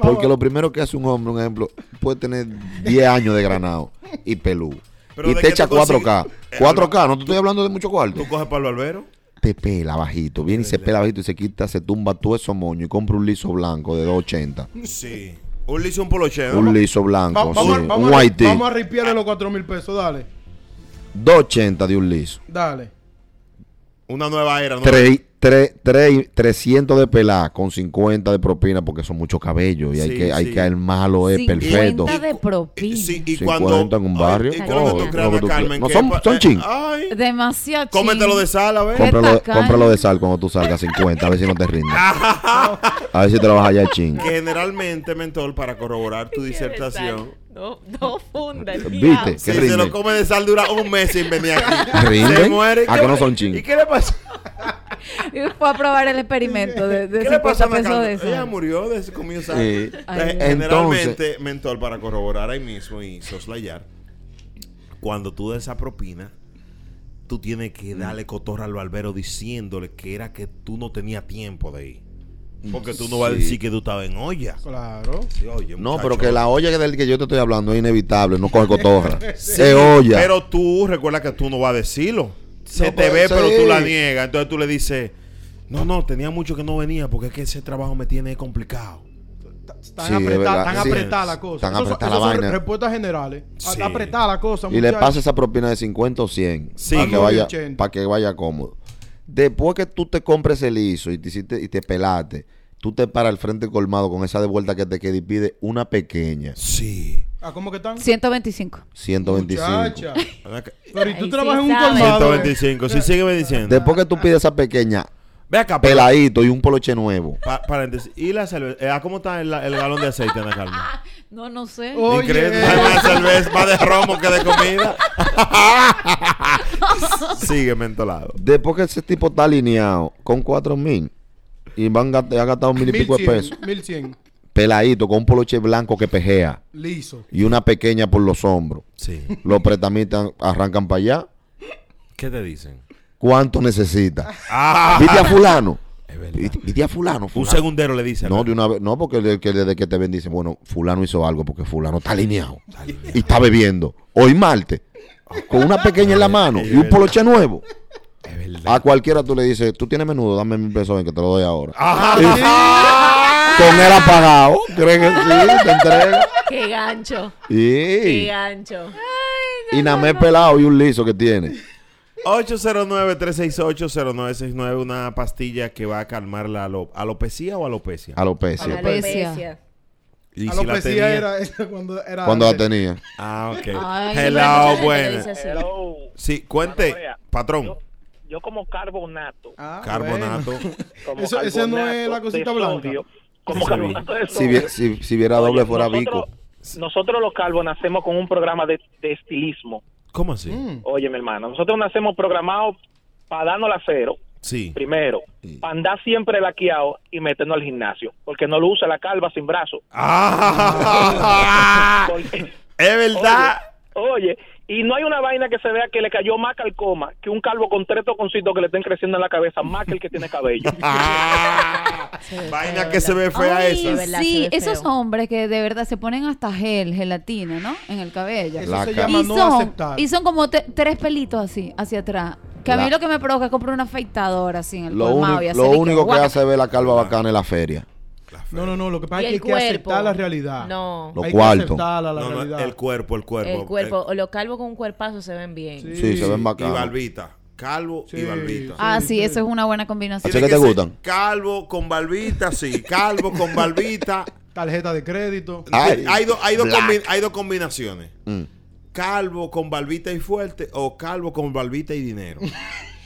Speaker 2: Porque lo primero que hace un hombre, un ejemplo, puede tener 10 años de granado y pelú.
Speaker 9: Pero
Speaker 2: Y
Speaker 9: de
Speaker 2: te
Speaker 9: que
Speaker 2: echa
Speaker 9: tú
Speaker 2: 4K.
Speaker 9: consigues- Eh,
Speaker 2: 4K, no te estoy hablando de mucho cuarto.
Speaker 9: Tú coges para el barbero.
Speaker 2: Te pela bajito, viene y se pela bajito y se quita, se tumba todo eso moño y compra un liso blanco de 280.
Speaker 9: Sí. Un liso, un poloche.
Speaker 2: Un liso
Speaker 3: Va-
Speaker 2: blanco,
Speaker 3: vamos,
Speaker 2: sí,
Speaker 3: a- vamos
Speaker 2: un
Speaker 3: a,
Speaker 2: Haití.
Speaker 3: vamos a ripiarle los cuatro mil pesos. Dale,
Speaker 2: 280 de un liso.
Speaker 3: dale.
Speaker 9: Una nueva era. ¿no?
Speaker 2: Tres- tres- tres- 300 de pelá con 50 de propina porque son muchos cabellos y hay
Speaker 9: Sí,
Speaker 2: que hay
Speaker 9: sí.
Speaker 2: que armarlo es perfecto.
Speaker 1: de propina.
Speaker 9: Sí, y
Speaker 2: 50
Speaker 9: cuando.
Speaker 2: en un barrio.
Speaker 9: ¿y qué es lo que tú
Speaker 2: No,
Speaker 9: creas,
Speaker 2: lo que tú
Speaker 9: Carmen,
Speaker 2: creas. No,
Speaker 9: que
Speaker 2: son,
Speaker 9: pa-
Speaker 2: son
Speaker 9: eh,
Speaker 2: chin.
Speaker 9: Ay.
Speaker 1: Demasiado chin.
Speaker 9: Cómetelo de sal, a ver.
Speaker 2: Cómpralo de,
Speaker 1: tacaño.
Speaker 2: cómpralo de sal cuando tú salgas 50, a ver si no te rindes.
Speaker 9: Ah.
Speaker 2: a ver si te lo vas allá chin.
Speaker 9: Que generalmente, mentol, para corroborar
Speaker 4: [laughs]
Speaker 9: tu disertación.
Speaker 4: No, no funda. el
Speaker 2: ¿Viste?
Speaker 4: diablo.
Speaker 2: Que
Speaker 9: Si
Speaker 2: rinde.
Speaker 9: se lo come de sal, dura un mes sin venir aquí.
Speaker 2: ¿Rinde?
Speaker 9: Se muere.
Speaker 2: [laughs] Ah,
Speaker 9: ¿Qué-
Speaker 2: que no son chin.
Speaker 9: ¿Y qué le pasó?
Speaker 1: Y [laughs] fue a probar el experimento de, de
Speaker 9: ¿Qué le
Speaker 1: 50
Speaker 9: pasó a Ana
Speaker 1: pesos de
Speaker 9: Carmen?
Speaker 1: eso.
Speaker 9: Ella murió de ese comido sal.
Speaker 2: Sí.
Speaker 9: Entonces,
Speaker 2: Ay,
Speaker 9: pues, generalmente, mentol, para corroborar ahí mismo y soslayar, cuando tú das esa propina, tú tienes que
Speaker 2: Mm.
Speaker 9: darle cotorra al barbero diciéndole que era que tú no tenías tiempo de ir. Porque tú no vas a
Speaker 2: Sí.
Speaker 9: decir que tú estabas en olla.
Speaker 3: Claro.
Speaker 9: Sí, oye,
Speaker 2: No,
Speaker 9: muchacho.
Speaker 2: pero que la olla del que yo te estoy hablando es inevitable, no coge cotorra.
Speaker 9: [laughs] Sí,
Speaker 2: Se olla.
Speaker 9: Pero tú recuerda que tú no vas a decirlo. Se
Speaker 2: No,
Speaker 9: te
Speaker 2: pero-
Speaker 9: ve, pero tú la
Speaker 2: sí.
Speaker 9: niegas. Entonces tú le dices, no, no, tenía mucho que no venía porque es que ese trabajo me tiene complicado.
Speaker 3: Están
Speaker 2: Sí, es
Speaker 3: apretadas
Speaker 2: verdad.
Speaker 3: están
Speaker 2: Sí.
Speaker 3: apretadas las cosas.
Speaker 2: Están
Speaker 3: Esas son-
Speaker 2: apretadas
Speaker 3: esas
Speaker 2: la
Speaker 3: son
Speaker 2: vaina.
Speaker 3: Respuestas generales. A-
Speaker 9: Sí.
Speaker 3: Apretada la cosa.
Speaker 2: y le
Speaker 3: muchachos.
Speaker 2: pasa esa propina de 50 o 100
Speaker 9: Sí.
Speaker 2: para que
Speaker 9: Ah,
Speaker 2: vaya
Speaker 3: 80.
Speaker 2: para que vaya cómodo. Después que tú te compres el liso y te hiciste y te pelaste, tú te paras al frente del colmado con esa de vuelta que te queda y pide una pequeña,
Speaker 9: Sí.
Speaker 3: Ah, ¿Cómo que están?
Speaker 1: 125.
Speaker 2: 125.
Speaker 3: Muchacha.
Speaker 9: ¿Verdad que-
Speaker 3: Pero y tú
Speaker 4: Ay,
Speaker 3: trabajas
Speaker 4: sí
Speaker 3: en un
Speaker 4: sabe.
Speaker 3: colmado. eh.
Speaker 9: 125, sí, sígueme diciendo.
Speaker 2: Después que tú pides esa pequeña,
Speaker 9: Ve acá, pero-
Speaker 2: peladito y un poloche nuevo.
Speaker 9: pa- paréntesis. ¿Y la cerveza? Eh, ah, ¿Cómo está el, el galón de aceite, Ana Carmen?
Speaker 1: No, [laughs] no sé.
Speaker 3: Oye,
Speaker 9: Increíble.
Speaker 3: eh,
Speaker 9: Hay más cerveza, más de romo que
Speaker 4: [laughs]
Speaker 9: de comida. Sigue mentolado.
Speaker 2: Después que ese tipo está alineado con 4 mil y van gast- ha gastado mil y pico de
Speaker 3: 1100,
Speaker 2: pesos,
Speaker 3: 1100.
Speaker 2: peladito con un poloche blanco que pejea
Speaker 3: Liso.
Speaker 2: y una pequeña por los hombros.
Speaker 9: Sí.
Speaker 2: Los pretamistas arrancan para allá.
Speaker 9: ¿Qué te dicen?
Speaker 2: ¿Cuánto necesita?
Speaker 9: Ah,
Speaker 2: ¿Viste a fulano?
Speaker 9: [laughs] es verdad.
Speaker 2: ¿Viste viste a fulano?
Speaker 9: Un
Speaker 2: fulano?
Speaker 9: segundero le dice.
Speaker 2: No,
Speaker 9: ¿verdad?
Speaker 2: de una vez, no, porque de- que desde que te bendice, bueno, fulano hizo algo porque fulano está alineado y está bebiendo. Hoy martes, con una pequeña en la mano y un poloche nuevo.
Speaker 9: Es verdad.
Speaker 2: A cualquiera tú le dices, tú tienes menudo, dame mil pesos, ven que te lo doy ahora.
Speaker 9: Ajá.
Speaker 2: [laughs] Con él apagado, creen que
Speaker 9: [laughs]
Speaker 2: sí, te entrega.
Speaker 4: Qué gancho. Qué
Speaker 2: Y,
Speaker 4: gancho.
Speaker 2: y nada más pelado y un liso que tiene.
Speaker 9: 809-368-0969, una pastilla que va a calmar la alo- alopecia o alopecia.
Speaker 2: Alopecia.
Speaker 1: Alopecia.
Speaker 4: Alopecia.
Speaker 9: Y si la
Speaker 3: Alopecia
Speaker 9: tenía-
Speaker 3: era [laughs] esa cuando era.
Speaker 2: Cuando la tenía.
Speaker 9: Ah, ok.
Speaker 1: Ay,
Speaker 9: Hello,
Speaker 4: Bueno,
Speaker 9: buena.
Speaker 4: dice así.
Speaker 11: Hello.
Speaker 9: Sí, cuente,
Speaker 11: Manuela,
Speaker 9: patrón.
Speaker 11: Yo, yo como carbonato.
Speaker 3: Ah,
Speaker 9: Carbonato.
Speaker 11: [laughs] Como
Speaker 3: Eso- esa no es la
Speaker 11: carbonato
Speaker 3: cosita
Speaker 11: de
Speaker 3: blanca.
Speaker 11: sodio, Como
Speaker 9: Esa
Speaker 11: carbonato de
Speaker 2: Si,
Speaker 11: sodio.
Speaker 2: vie- si, si viera doble
Speaker 11: Oye,
Speaker 2: fuera
Speaker 11: nosotros-
Speaker 2: bico.
Speaker 11: Nosotros los calvos nacemos con un programa de, de estilismo.
Speaker 9: ¿Cómo así?
Speaker 3: bueno. Mm.
Speaker 11: Oye, mi hermano, nosotros nacemos programados para darnos la cero,
Speaker 9: Sí.
Speaker 11: primero, para andar siempre laqueado y meternos al gimnasio, porque no lo usa la calva sin brazo.
Speaker 9: [laughs] Ah,
Speaker 11: Porque-
Speaker 9: es verdad.
Speaker 11: Oye,
Speaker 12: Oye, y no hay una vaina que se vea que le cayó más calcoma que un calvo con tres toconcitos que le estén creciendo en la cabeza, más que el que tiene
Speaker 9: [laughs]
Speaker 12: cabello.
Speaker 9: Vaina que se ve fea
Speaker 1: Ay,
Speaker 9: esa.
Speaker 1: Sí, esos hombres que de verdad se ponen hasta gel, gelatina, ¿no? En el cabello.
Speaker 9: Eso La se ca- llama
Speaker 1: y,
Speaker 9: no
Speaker 1: son,
Speaker 9: aceptar.
Speaker 1: y son como te- tres pelitos así, hacia atrás. Que a mí
Speaker 2: La-
Speaker 1: lo que me provoca es comprar una afeitadora así en el
Speaker 2: Lo,
Speaker 1: colmado y
Speaker 2: único-
Speaker 1: hacer
Speaker 2: lo
Speaker 1: y que
Speaker 2: único que
Speaker 1: guaca. Ah.
Speaker 2: hace ver la calva bacana es la feria.
Speaker 3: No, no, no. Lo que
Speaker 4: Y
Speaker 3: pasa es que
Speaker 4: el
Speaker 3: hay que
Speaker 4: cuerpo.
Speaker 3: aceptar la realidad.
Speaker 4: No.
Speaker 2: Lo
Speaker 3: Hay
Speaker 2: cuarto.
Speaker 3: que aceptarla, la
Speaker 9: No, no,
Speaker 3: realidad.
Speaker 9: el cuerpo, el cuerpo.
Speaker 4: El cuerpo, o los calvos con un cuerpazo se ven bien.
Speaker 9: Eh,
Speaker 2: Sí, se ven bacanos.
Speaker 9: Y barbita. Calvo y barbita.
Speaker 1: Ah, sí, eso es una buena combinación.
Speaker 2: Así que te gustan.
Speaker 9: Calvo con barbita, sí. Calvo con barbita.
Speaker 3: Tarjeta de crédito.
Speaker 9: Hay, dos- hay dos
Speaker 3: Black.
Speaker 9: combi- hay dos combinaciones.
Speaker 2: Mm.
Speaker 9: Calvo con barbita y fuerte o calvo con barbita y dinero.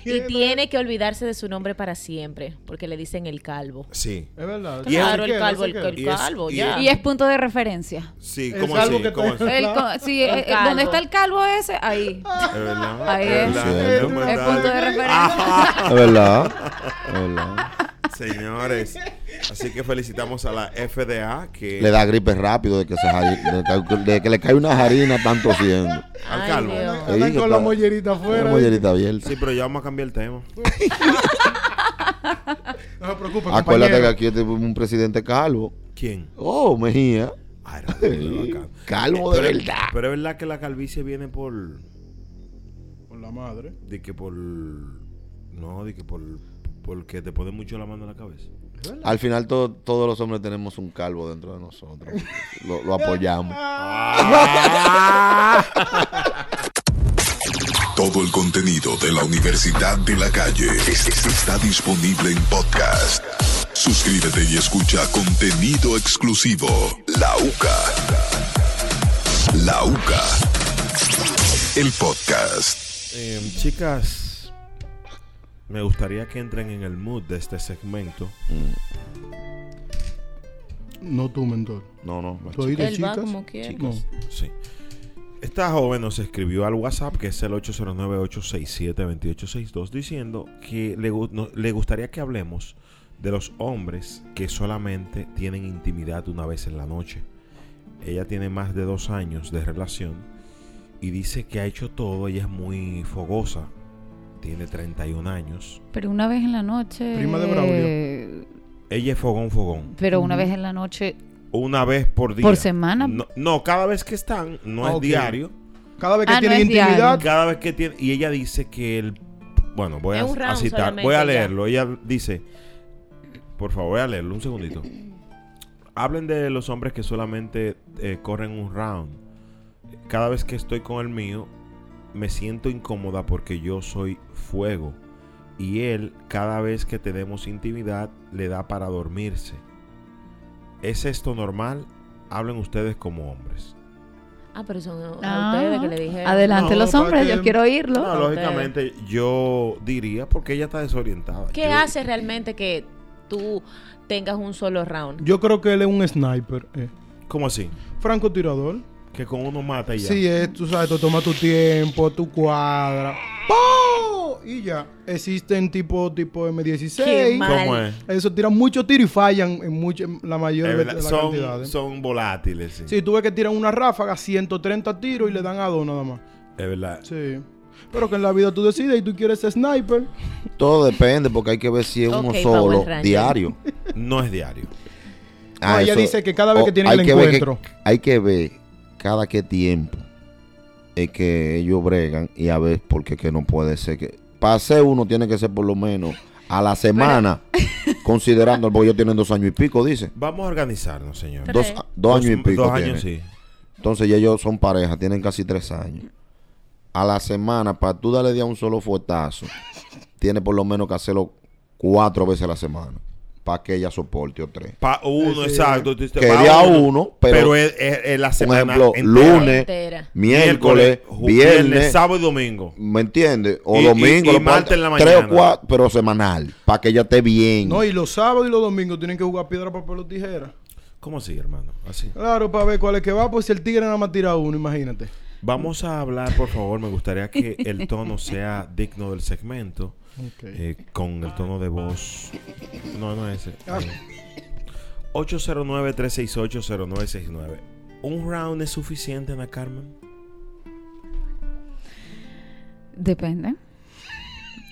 Speaker 4: Y tiene que olvidarse de su nombre para siempre, porque le dicen el calvo.
Speaker 9: Sí.
Speaker 3: Es verdad.
Speaker 9: Y es-
Speaker 4: Claro, el
Speaker 9: ¿qué? No
Speaker 4: calvo,
Speaker 9: sé
Speaker 4: el,
Speaker 9: qué.
Speaker 4: el
Speaker 9: Y es- [laughs]
Speaker 4: calvo,
Speaker 9: y
Speaker 4: ya.
Speaker 9: es-
Speaker 1: Y es punto de referencia.
Speaker 9: Sí,
Speaker 3: Es
Speaker 9: como
Speaker 3: algo
Speaker 9: así,
Speaker 3: que
Speaker 9: como
Speaker 3: te-
Speaker 9: así.
Speaker 1: El co-
Speaker 9: [laughs]
Speaker 1: sí,
Speaker 4: El
Speaker 1: eh,
Speaker 4: calvo.
Speaker 1: donde está el calvo ese, ahí.
Speaker 9: Es verdad,
Speaker 1: Ahí
Speaker 9: es
Speaker 1: es.
Speaker 9: verdad,
Speaker 1: Sí.
Speaker 9: es
Speaker 1: El
Speaker 9: verdad.
Speaker 1: punto de
Speaker 9: Ah.
Speaker 1: referencia.
Speaker 2: [laughs] Es verdad. Es verdad.
Speaker 9: Señores, así que felicitamos a la FDA que
Speaker 2: Le da gripe rápido de que, se jari- de que, de que le cae una jarina tanto siendo.
Speaker 9: al calvo.
Speaker 3: Andan con la mollerita
Speaker 2: La
Speaker 3: afuera.
Speaker 2: mollerita abierta.
Speaker 9: Sí, pero ya vamos a cambiar el tema.
Speaker 3: [laughs] No se preocupe,
Speaker 2: Acuérdate
Speaker 3: compañero.
Speaker 2: que aquí tuvo un presidente calvo.
Speaker 9: ¿Quién? Ah,
Speaker 2: Oh, Mejía.
Speaker 9: Sí,
Speaker 2: calvo de
Speaker 9: Pero-
Speaker 2: verdad.
Speaker 9: Pero es verdad que la calvicie viene por
Speaker 3: Por la madre.
Speaker 9: de que por no, de que por porque te pone mucho la mano en la cabeza.
Speaker 2: Al final to- todos los hombres tenemos un calvo dentro de nosotros. Lo, lo apoyamos.
Speaker 7: Ah. Todo el contenido de la Universidad de la Calle es- es- está disponible en podcast. Suscríbete y escucha contenido exclusivo. La UCA. La UCA. El podcast.
Speaker 9: Eh, chicas, me gustaría que entren en el mood de este segmento.
Speaker 2: Mm.
Speaker 3: No tú, mentor.
Speaker 2: No, no.
Speaker 3: ¿Tú oíste,
Speaker 4: Él va
Speaker 3: chicas?
Speaker 4: como quiera.
Speaker 3: No.
Speaker 9: Sí. Esta joven nos escribió al WhatsApp, que es el 809-867-2862, diciendo que le, gu- no- le gustaría que hablemos de los hombres que solamente tienen intimidad una vez en la noche. Ella tiene más de dos años de relación y dice que ha hecho todo, ella es muy fogosa, tiene 31 años.
Speaker 1: Pero una vez en la noche.
Speaker 9: Prima de Braulio.
Speaker 1: eh,
Speaker 9: Ella es fogón, fogón.
Speaker 1: Pero una vez en la noche.
Speaker 9: Una vez por día.
Speaker 1: ¿Por semana?
Speaker 9: No, no, cada vez que están, no
Speaker 3: Ah,
Speaker 9: es
Speaker 3: ok.
Speaker 9: diario.
Speaker 3: Cada vez que
Speaker 1: Ah, no
Speaker 3: tienen
Speaker 1: es
Speaker 3: intimidad.
Speaker 1: diario.
Speaker 9: Cada vez que tiene. Y ella dice que el. Bueno, voy a,
Speaker 3: Es un
Speaker 9: a
Speaker 3: round
Speaker 9: citar.
Speaker 3: solamente,
Speaker 9: Voy a
Speaker 3: ya.
Speaker 9: leerlo. Ella dice. Por favor, voy a leerlo un segundito. Hablen de los hombres que solamente eh, corren un round. Cada vez que estoy con el mío, me siento incómoda porque yo soy fuego. Y él, cada vez que tenemos intimidad, le da para dormirse. ¿Es esto normal? Hablen ustedes como hombres.
Speaker 4: Ah, pero son a
Speaker 1: Ah,
Speaker 4: ustedes que le dije.
Speaker 1: Adelante los hombres, yo quiero oírlo.
Speaker 9: No, lógicamente yo diría porque ella está desorientada.
Speaker 4: ¿Qué hace realmente que tú tengas un solo round?
Speaker 3: Yo creo que él es un sniper. eh.
Speaker 9: ¿Cómo así?
Speaker 3: Francotirador.
Speaker 9: Que con uno mata y ya.
Speaker 3: Sí, es, tú sabes, tú tomas tu tiempo, tu cuadra. ¡Poo! Y ya. Existen tipo, tipo
Speaker 9: Qué
Speaker 3: M16.
Speaker 9: mal. ¿Cómo es?
Speaker 3: Eso tiran mucho tiro y fallan en, mucho, en la
Speaker 9: Es
Speaker 3: mayoría de,
Speaker 9: verdad,
Speaker 3: de las
Speaker 9: son,
Speaker 3: cantidades.
Speaker 9: son volátiles, sí.
Speaker 3: Sí, tú ves que tiran una ráfaga, 130 tiros y le dan a dos nada más.
Speaker 9: Es verdad.
Speaker 3: Sí. Pero que en la vida tú decides y tú quieres ser sniper.
Speaker 2: Todo depende porque hay que ver si es uno
Speaker 3: Ok,
Speaker 2: solo
Speaker 3: Power Ranger.
Speaker 2: diario.
Speaker 9: No es diario.
Speaker 3: No, ella dice que cada vez que tienen el
Speaker 2: ver que-
Speaker 3: encuentro.
Speaker 2: hay que ver cada qué tiempo es que ellos bregan y a ver por qué que no puede ser que pase uno tiene que ser por lo menos a la semana considerando porque ellos tienen dos años y pico dice
Speaker 9: Vamos a organizarnos, señor.
Speaker 2: dos, dos años y pico
Speaker 9: Dos años,
Speaker 2: tienen.
Speaker 9: sí.
Speaker 2: entonces ya ellos son pareja tienen casi tres años a la semana para tú darle de a un solo fuetazo tiene por lo menos que hacerlo cuatro veces a la semana para que ella soporte o tres
Speaker 9: Pa uno,
Speaker 2: Sí.
Speaker 9: exacto. tú dices,
Speaker 2: Que
Speaker 9: pa
Speaker 2: día uno, pero-
Speaker 9: es, es- es la
Speaker 2: un
Speaker 9: semana.
Speaker 2: ejemplo,
Speaker 9: entera.
Speaker 2: lunes, Entera. miércoles,
Speaker 9: ju-
Speaker 2: viernes,
Speaker 9: sábado y domingo.
Speaker 2: ¿Me entiendes? O
Speaker 9: Y- y-
Speaker 2: domingo,
Speaker 9: y
Speaker 2: lo cual-
Speaker 9: martes en la
Speaker 2: Tres o
Speaker 9: mañana.
Speaker 2: cuatro, pero semanal, para que ella esté bien. [laughs]
Speaker 3: No, y los sábados y los domingos tienen que jugar piedra, papel o tijera.
Speaker 9: ¿Cómo así, hermano? Así.
Speaker 3: Claro, para ver cuál es que va, pues si el tigre nada más tira uno, imagínate.
Speaker 9: Vamos a hablar, por favor, me gustaría que el tono sea digno del segmento.
Speaker 3: Ok.
Speaker 9: eh, con el tono de voz. No, no es ese.
Speaker 3: Ah.
Speaker 9: Eh, 809-368-0969. ¿Un round es suficiente, Ana Carmen?
Speaker 1: Depende.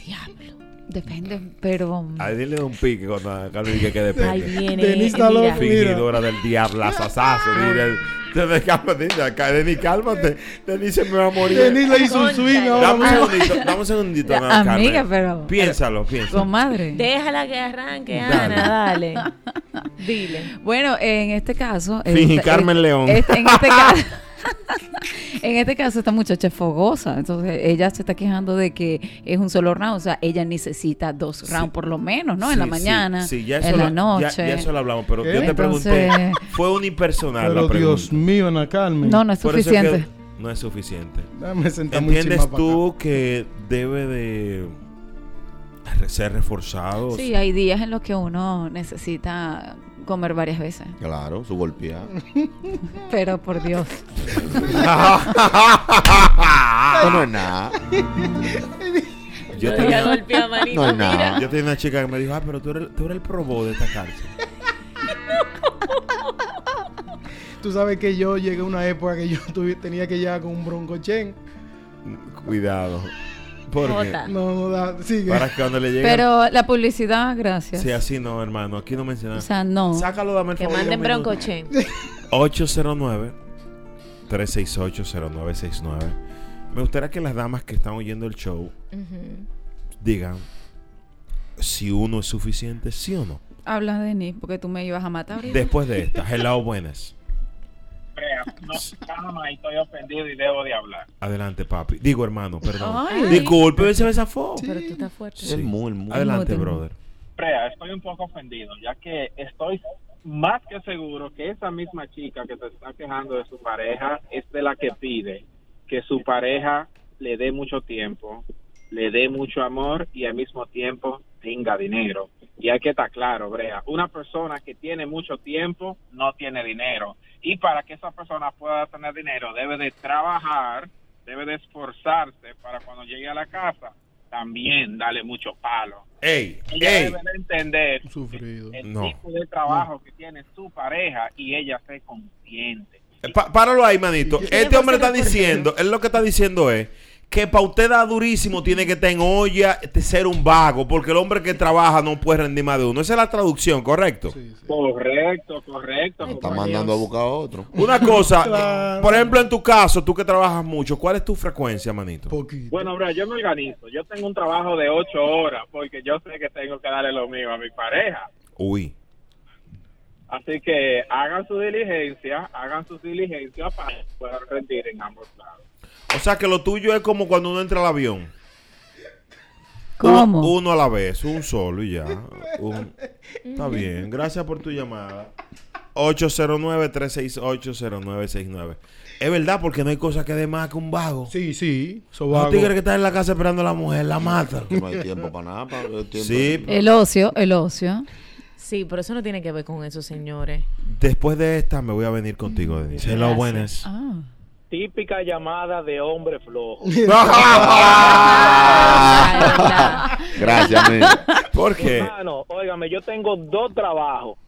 Speaker 1: Diablo. Depende, pero.
Speaker 9: Ahí dile un pique cuando a Carlos diga que depende.
Speaker 1: Ahí viene, Denise Daló, mira.
Speaker 9: Fingidora del diablo, asasazo. Dile, Denise, cálmate, acá, Denise, cálmate. Denise se me va a morir.
Speaker 3: Denise le hizo un swing ahora
Speaker 9: Dame un
Speaker 3: mismo.
Speaker 9: segundito, dame un segundito.
Speaker 1: La
Speaker 9: Ana Carmen.
Speaker 1: amiga, pero-
Speaker 9: Piénsalo, piénsalo.
Speaker 1: Comadre.
Speaker 4: [laughs] Déjala que arranque, Ana, dale.
Speaker 1: [laughs]
Speaker 4: Dile.
Speaker 1: Bueno, en este caso.
Speaker 9: Fingi
Speaker 1: esta-
Speaker 9: Carmen León.
Speaker 1: este- en,
Speaker 9: [laughs]
Speaker 1: este caso, [laughs] en este caso, esta muchacha es fogosa. Entonces, ella se está quejando de que es un solo round. O sea, ella necesita dos rounds por lo menos, ¿no? en la
Speaker 9: Sí, sí,
Speaker 1: mañana,
Speaker 9: sí, ya eso
Speaker 1: en la
Speaker 9: lo- ya-
Speaker 1: noche.
Speaker 9: Ya, eso lo hablamos, pero
Speaker 1: ¿Qué?
Speaker 9: yo te pregunté.
Speaker 1: Entonces-
Speaker 9: Fue unipersonal
Speaker 3: Pero
Speaker 9: Ah, la pregunta.
Speaker 3: Dios mío, Ana Carmen.
Speaker 1: No, no es
Speaker 9: Por eso es
Speaker 1: suficiente.
Speaker 9: que no es suficiente.
Speaker 3: Déjame sentar Ah, muy
Speaker 9: ¿Entiendes
Speaker 3: chimba pa'
Speaker 9: tú que debe de ser reforzado?
Speaker 1: Sí, hay días en los que uno necesita comer varias veces. [laughs]
Speaker 2: Claro, su golpeada.
Speaker 9: Ah.
Speaker 1: Pero por
Speaker 9: [laughs]
Speaker 1: Dios. [laughs]
Speaker 2: Esto no es
Speaker 9: [laughs]
Speaker 2: nada.
Speaker 9: Yo
Speaker 2: Yo
Speaker 9: tenía,
Speaker 2: ya golpeé a Marito, No es nada. mira.
Speaker 9: Yo tenía una chica que me dijo, ah, pero tú eres, tú eres el probó de esta cárcel.
Speaker 3: Tú sabes que yo llegué a una época que yo [laughs] tuve- tenía que llegar con un broncochen.
Speaker 9: Cuidado. Porque
Speaker 3: No, no da, sigue.
Speaker 9: para que cuando le llegue...
Speaker 1: Pero la publicidad, gracias.
Speaker 9: Sí, así no, hermano. Aquí no mencionas.
Speaker 1: O sea, no.
Speaker 9: Sácalo, dame
Speaker 4: Que manden broncochen.
Speaker 9: [laughs] 809-368-0969. Me gustaría que las damas que están oyendo el show digan si uno es suficiente, sí o no.
Speaker 1: Habla de mí, porque tú me ibas a matar. ahorita.
Speaker 9: Después de esta, hello, buenas.
Speaker 15: No, calma, estoy ofendido y debo de hablar.
Speaker 9: Adelante, papi. Digo, hermano, perdón.
Speaker 15: Ay.
Speaker 9: Disculpe, se me zafó.
Speaker 4: Pero tú estás fuerte.
Speaker 9: Sí.
Speaker 2: El mu, el mu.
Speaker 9: Adelante,
Speaker 2: El mu, el mu.
Speaker 9: brother.
Speaker 15: Prea, estoy un poco ofendido, ya que estoy más que seguro que esa misma chica que se está quejando de su pareja es de la que pide que su pareja le dé mucho tiempo, le dé mucho amor y al mismo tiempo tenga dinero. Y hay que estar claro, Brea, una persona que tiene mucho tiempo no tiene dinero. Y para que esa persona pueda tener dinero debe de trabajar, debe de esforzarse para cuando llegue a la casa también darle mucho palo.
Speaker 9: Ey,
Speaker 15: Ella
Speaker 9: ey. Eh,
Speaker 15: debe de entender el
Speaker 9: No.
Speaker 15: tipo de trabajo que tiene su pareja y ella se consciente.
Speaker 9: Pa- páralo ahí, manito. Este hombre está diciendo, él lo que está diciendo es que para usted da durísimo tiene que estar en olla, este, ser un vago, porque el hombre que trabaja no puede rendir más de uno. Esa es la traducción, ¿correcto?
Speaker 15: Correcto, correcto.
Speaker 2: Está mandando a buscar a otro.
Speaker 3: [laughs]
Speaker 9: Una cosa, eh, por ejemplo, en tu caso, tú que trabajas mucho, ¿cuál es tu frecuencia, manito?
Speaker 15: Bueno, bro, yo me organizo. Yo tengo un trabajo de ocho horas porque yo sé que tengo que darle lo mío a mi pareja.
Speaker 9: Uy.
Speaker 15: Así que hagan su diligencia, hagan sus diligencias para que puedan rendir en ambos lados.
Speaker 9: O sea que lo tuyo es como cuando uno entra al avión.
Speaker 1: ¿Cómo?
Speaker 9: Uno, a la vez, un
Speaker 3: [laughs]
Speaker 9: solo y ya. Un- Está bien, gracias por tu llamada. 809-368-0969. Es verdad, porque no hay cosa que dé más que un vago.
Speaker 3: Sí, sí.
Speaker 9: Los tigres que están en la casa esperando a la mujer,
Speaker 2: [laughs]
Speaker 9: la matan.
Speaker 2: No hay tiempo para nada. pa- el tiempo-
Speaker 9: Sí.
Speaker 1: El ocio, el ocio.
Speaker 4: Sí, pero eso no tiene que ver con eso, señores.
Speaker 9: Después de esta me voy a venir contigo, Denise. Hello,
Speaker 4: Gracias.
Speaker 9: buenas.
Speaker 4: Ah.
Speaker 12: Típica llamada de hombre
Speaker 9: [laughs]
Speaker 12: flojo.
Speaker 2: Gracias, men.
Speaker 9: ¿Por qué?
Speaker 12: Hermano, óigame, yo tengo dos trabajos.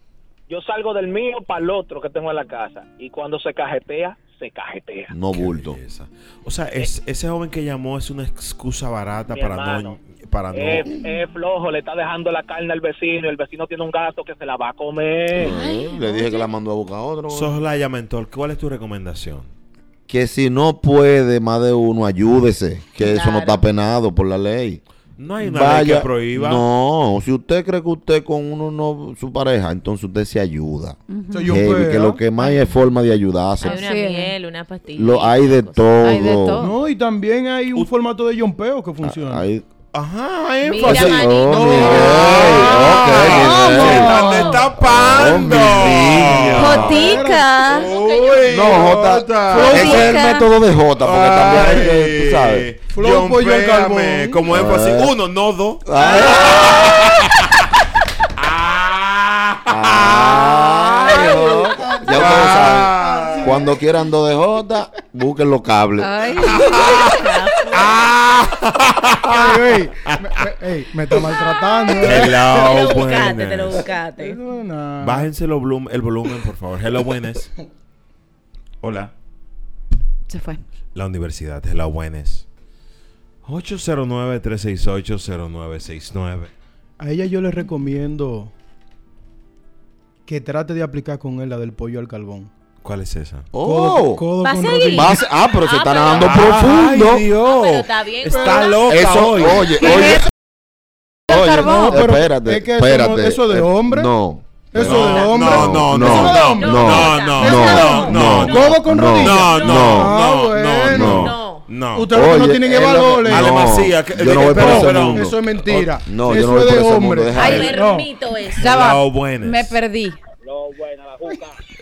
Speaker 12: Yo salgo del mío para el otro que tengo en la casa. Y cuando se cajetea, se cajetea.
Speaker 2: No bulto.
Speaker 9: O sea, es- ese joven que llamó es una excusa barata
Speaker 12: Mi
Speaker 9: para
Speaker 12: hermano, Eh,
Speaker 9: no... Para Ah, no...
Speaker 12: Es, es flojo, le está dejando la carne al vecino. El vecino tiene un gato que se la va a comer.
Speaker 2: Eh, Le dije que la mandó a buscar a otro.
Speaker 9: Soslaya Mentor, ¿cuál es tu recomendación?
Speaker 2: Que si no puede más de uno, ayúdese. Que eso no está penado por la ley.
Speaker 9: No hay una ley que prohíba.
Speaker 2: No, si usted cree que usted con uno no su pareja, entonces usted se ayuda.
Speaker 4: Ujú.
Speaker 3: Soy un
Speaker 2: Heavy,
Speaker 3: peo.
Speaker 2: que lo que más hay es forma de ayudarse.
Speaker 4: Hay una
Speaker 9: ¿eh?
Speaker 4: miel, una pastilla.
Speaker 2: Lo hay de todo.
Speaker 3: No, y también hay un formato de yompeo
Speaker 9: Ah,
Speaker 3: que funciona.
Speaker 2: Hay-
Speaker 9: Ajá, hay
Speaker 4: Mira,
Speaker 9: énfasis.
Speaker 4: manito.
Speaker 9: No.
Speaker 2: Ah,
Speaker 9: ok,
Speaker 2: ok,
Speaker 9: Se
Speaker 2: bien.
Speaker 9: están destapando.
Speaker 4: Jotica.
Speaker 9: Uy,
Speaker 2: No, Jota.
Speaker 9: Jota.
Speaker 2: Ese es el método de Jota, porque también hay que, tú sabes.
Speaker 9: Flow, pollo al carbón. Como énfasis. Ah. Uno,
Speaker 3: [laughs]
Speaker 9: no dos.
Speaker 2: Ay, Jota. Ya ustedes saben. Cuando quieran dos de Jota, busquen los cables.
Speaker 3: Ah. Ey, ey, me- me- ey, me está maltratando. eh.
Speaker 9: Hello, Te lo buscaste,
Speaker 4: Te lo buscaste.
Speaker 3: No, no.
Speaker 9: Bájense lo blum- el volumen, por favor. Hello, buenas. Hola.
Speaker 1: Se fue.
Speaker 9: La universidad. Hello, buenas. 809-368-0969.
Speaker 3: A ella yo le recomiendo que trate de aplicar con él la del pollo al carbón.
Speaker 9: ¿Cuál es esa?
Speaker 3: Codo- codo
Speaker 4: ¿Va a
Speaker 3: con
Speaker 4: seguir?
Speaker 3: rodilla.
Speaker 4: Vas-
Speaker 2: Oh. ah, pero se están
Speaker 4: pero-
Speaker 2: dando profundo.
Speaker 9: Ay, Dios.
Speaker 4: Pero está bien.
Speaker 9: Está
Speaker 4: pero-
Speaker 9: loca
Speaker 2: Eso,
Speaker 9: hoy.
Speaker 2: oye, oye. Oye,
Speaker 3: No, pero
Speaker 2: espérate,
Speaker 3: es que eso no-
Speaker 2: espérate.
Speaker 3: eso de
Speaker 2: Eh,
Speaker 3: hombre.
Speaker 2: No.
Speaker 3: Eso
Speaker 9: No,
Speaker 3: de hombre.
Speaker 9: no, no, no,
Speaker 3: Eso de hombre.
Speaker 9: no,
Speaker 3: Eso de
Speaker 9: no, no,
Speaker 3: hombre.
Speaker 9: no, no.
Speaker 3: Codo con
Speaker 9: No,
Speaker 3: rodilla.
Speaker 9: no, no,
Speaker 3: Ah,
Speaker 9: no,
Speaker 3: bueno.
Speaker 9: no, no.
Speaker 3: Ustedes lo que no
Speaker 2: Oye,
Speaker 3: tienen es
Speaker 2: es lo que-
Speaker 3: valores.
Speaker 2: no,
Speaker 9: Además, sí, a que-
Speaker 2: yo no voy por
Speaker 9: pero-
Speaker 2: ese
Speaker 9: pero-
Speaker 2: mundo. Oh,
Speaker 3: Eso es mentira.
Speaker 2: No, yo
Speaker 3: eso
Speaker 2: no voy
Speaker 3: es
Speaker 2: por
Speaker 3: de
Speaker 2: ese mundo.
Speaker 3: hombre.
Speaker 2: Deja
Speaker 4: Ay,
Speaker 2: eso.
Speaker 4: permito eso.
Speaker 1: Ya va.
Speaker 9: Lao buenas.
Speaker 1: Me perdí.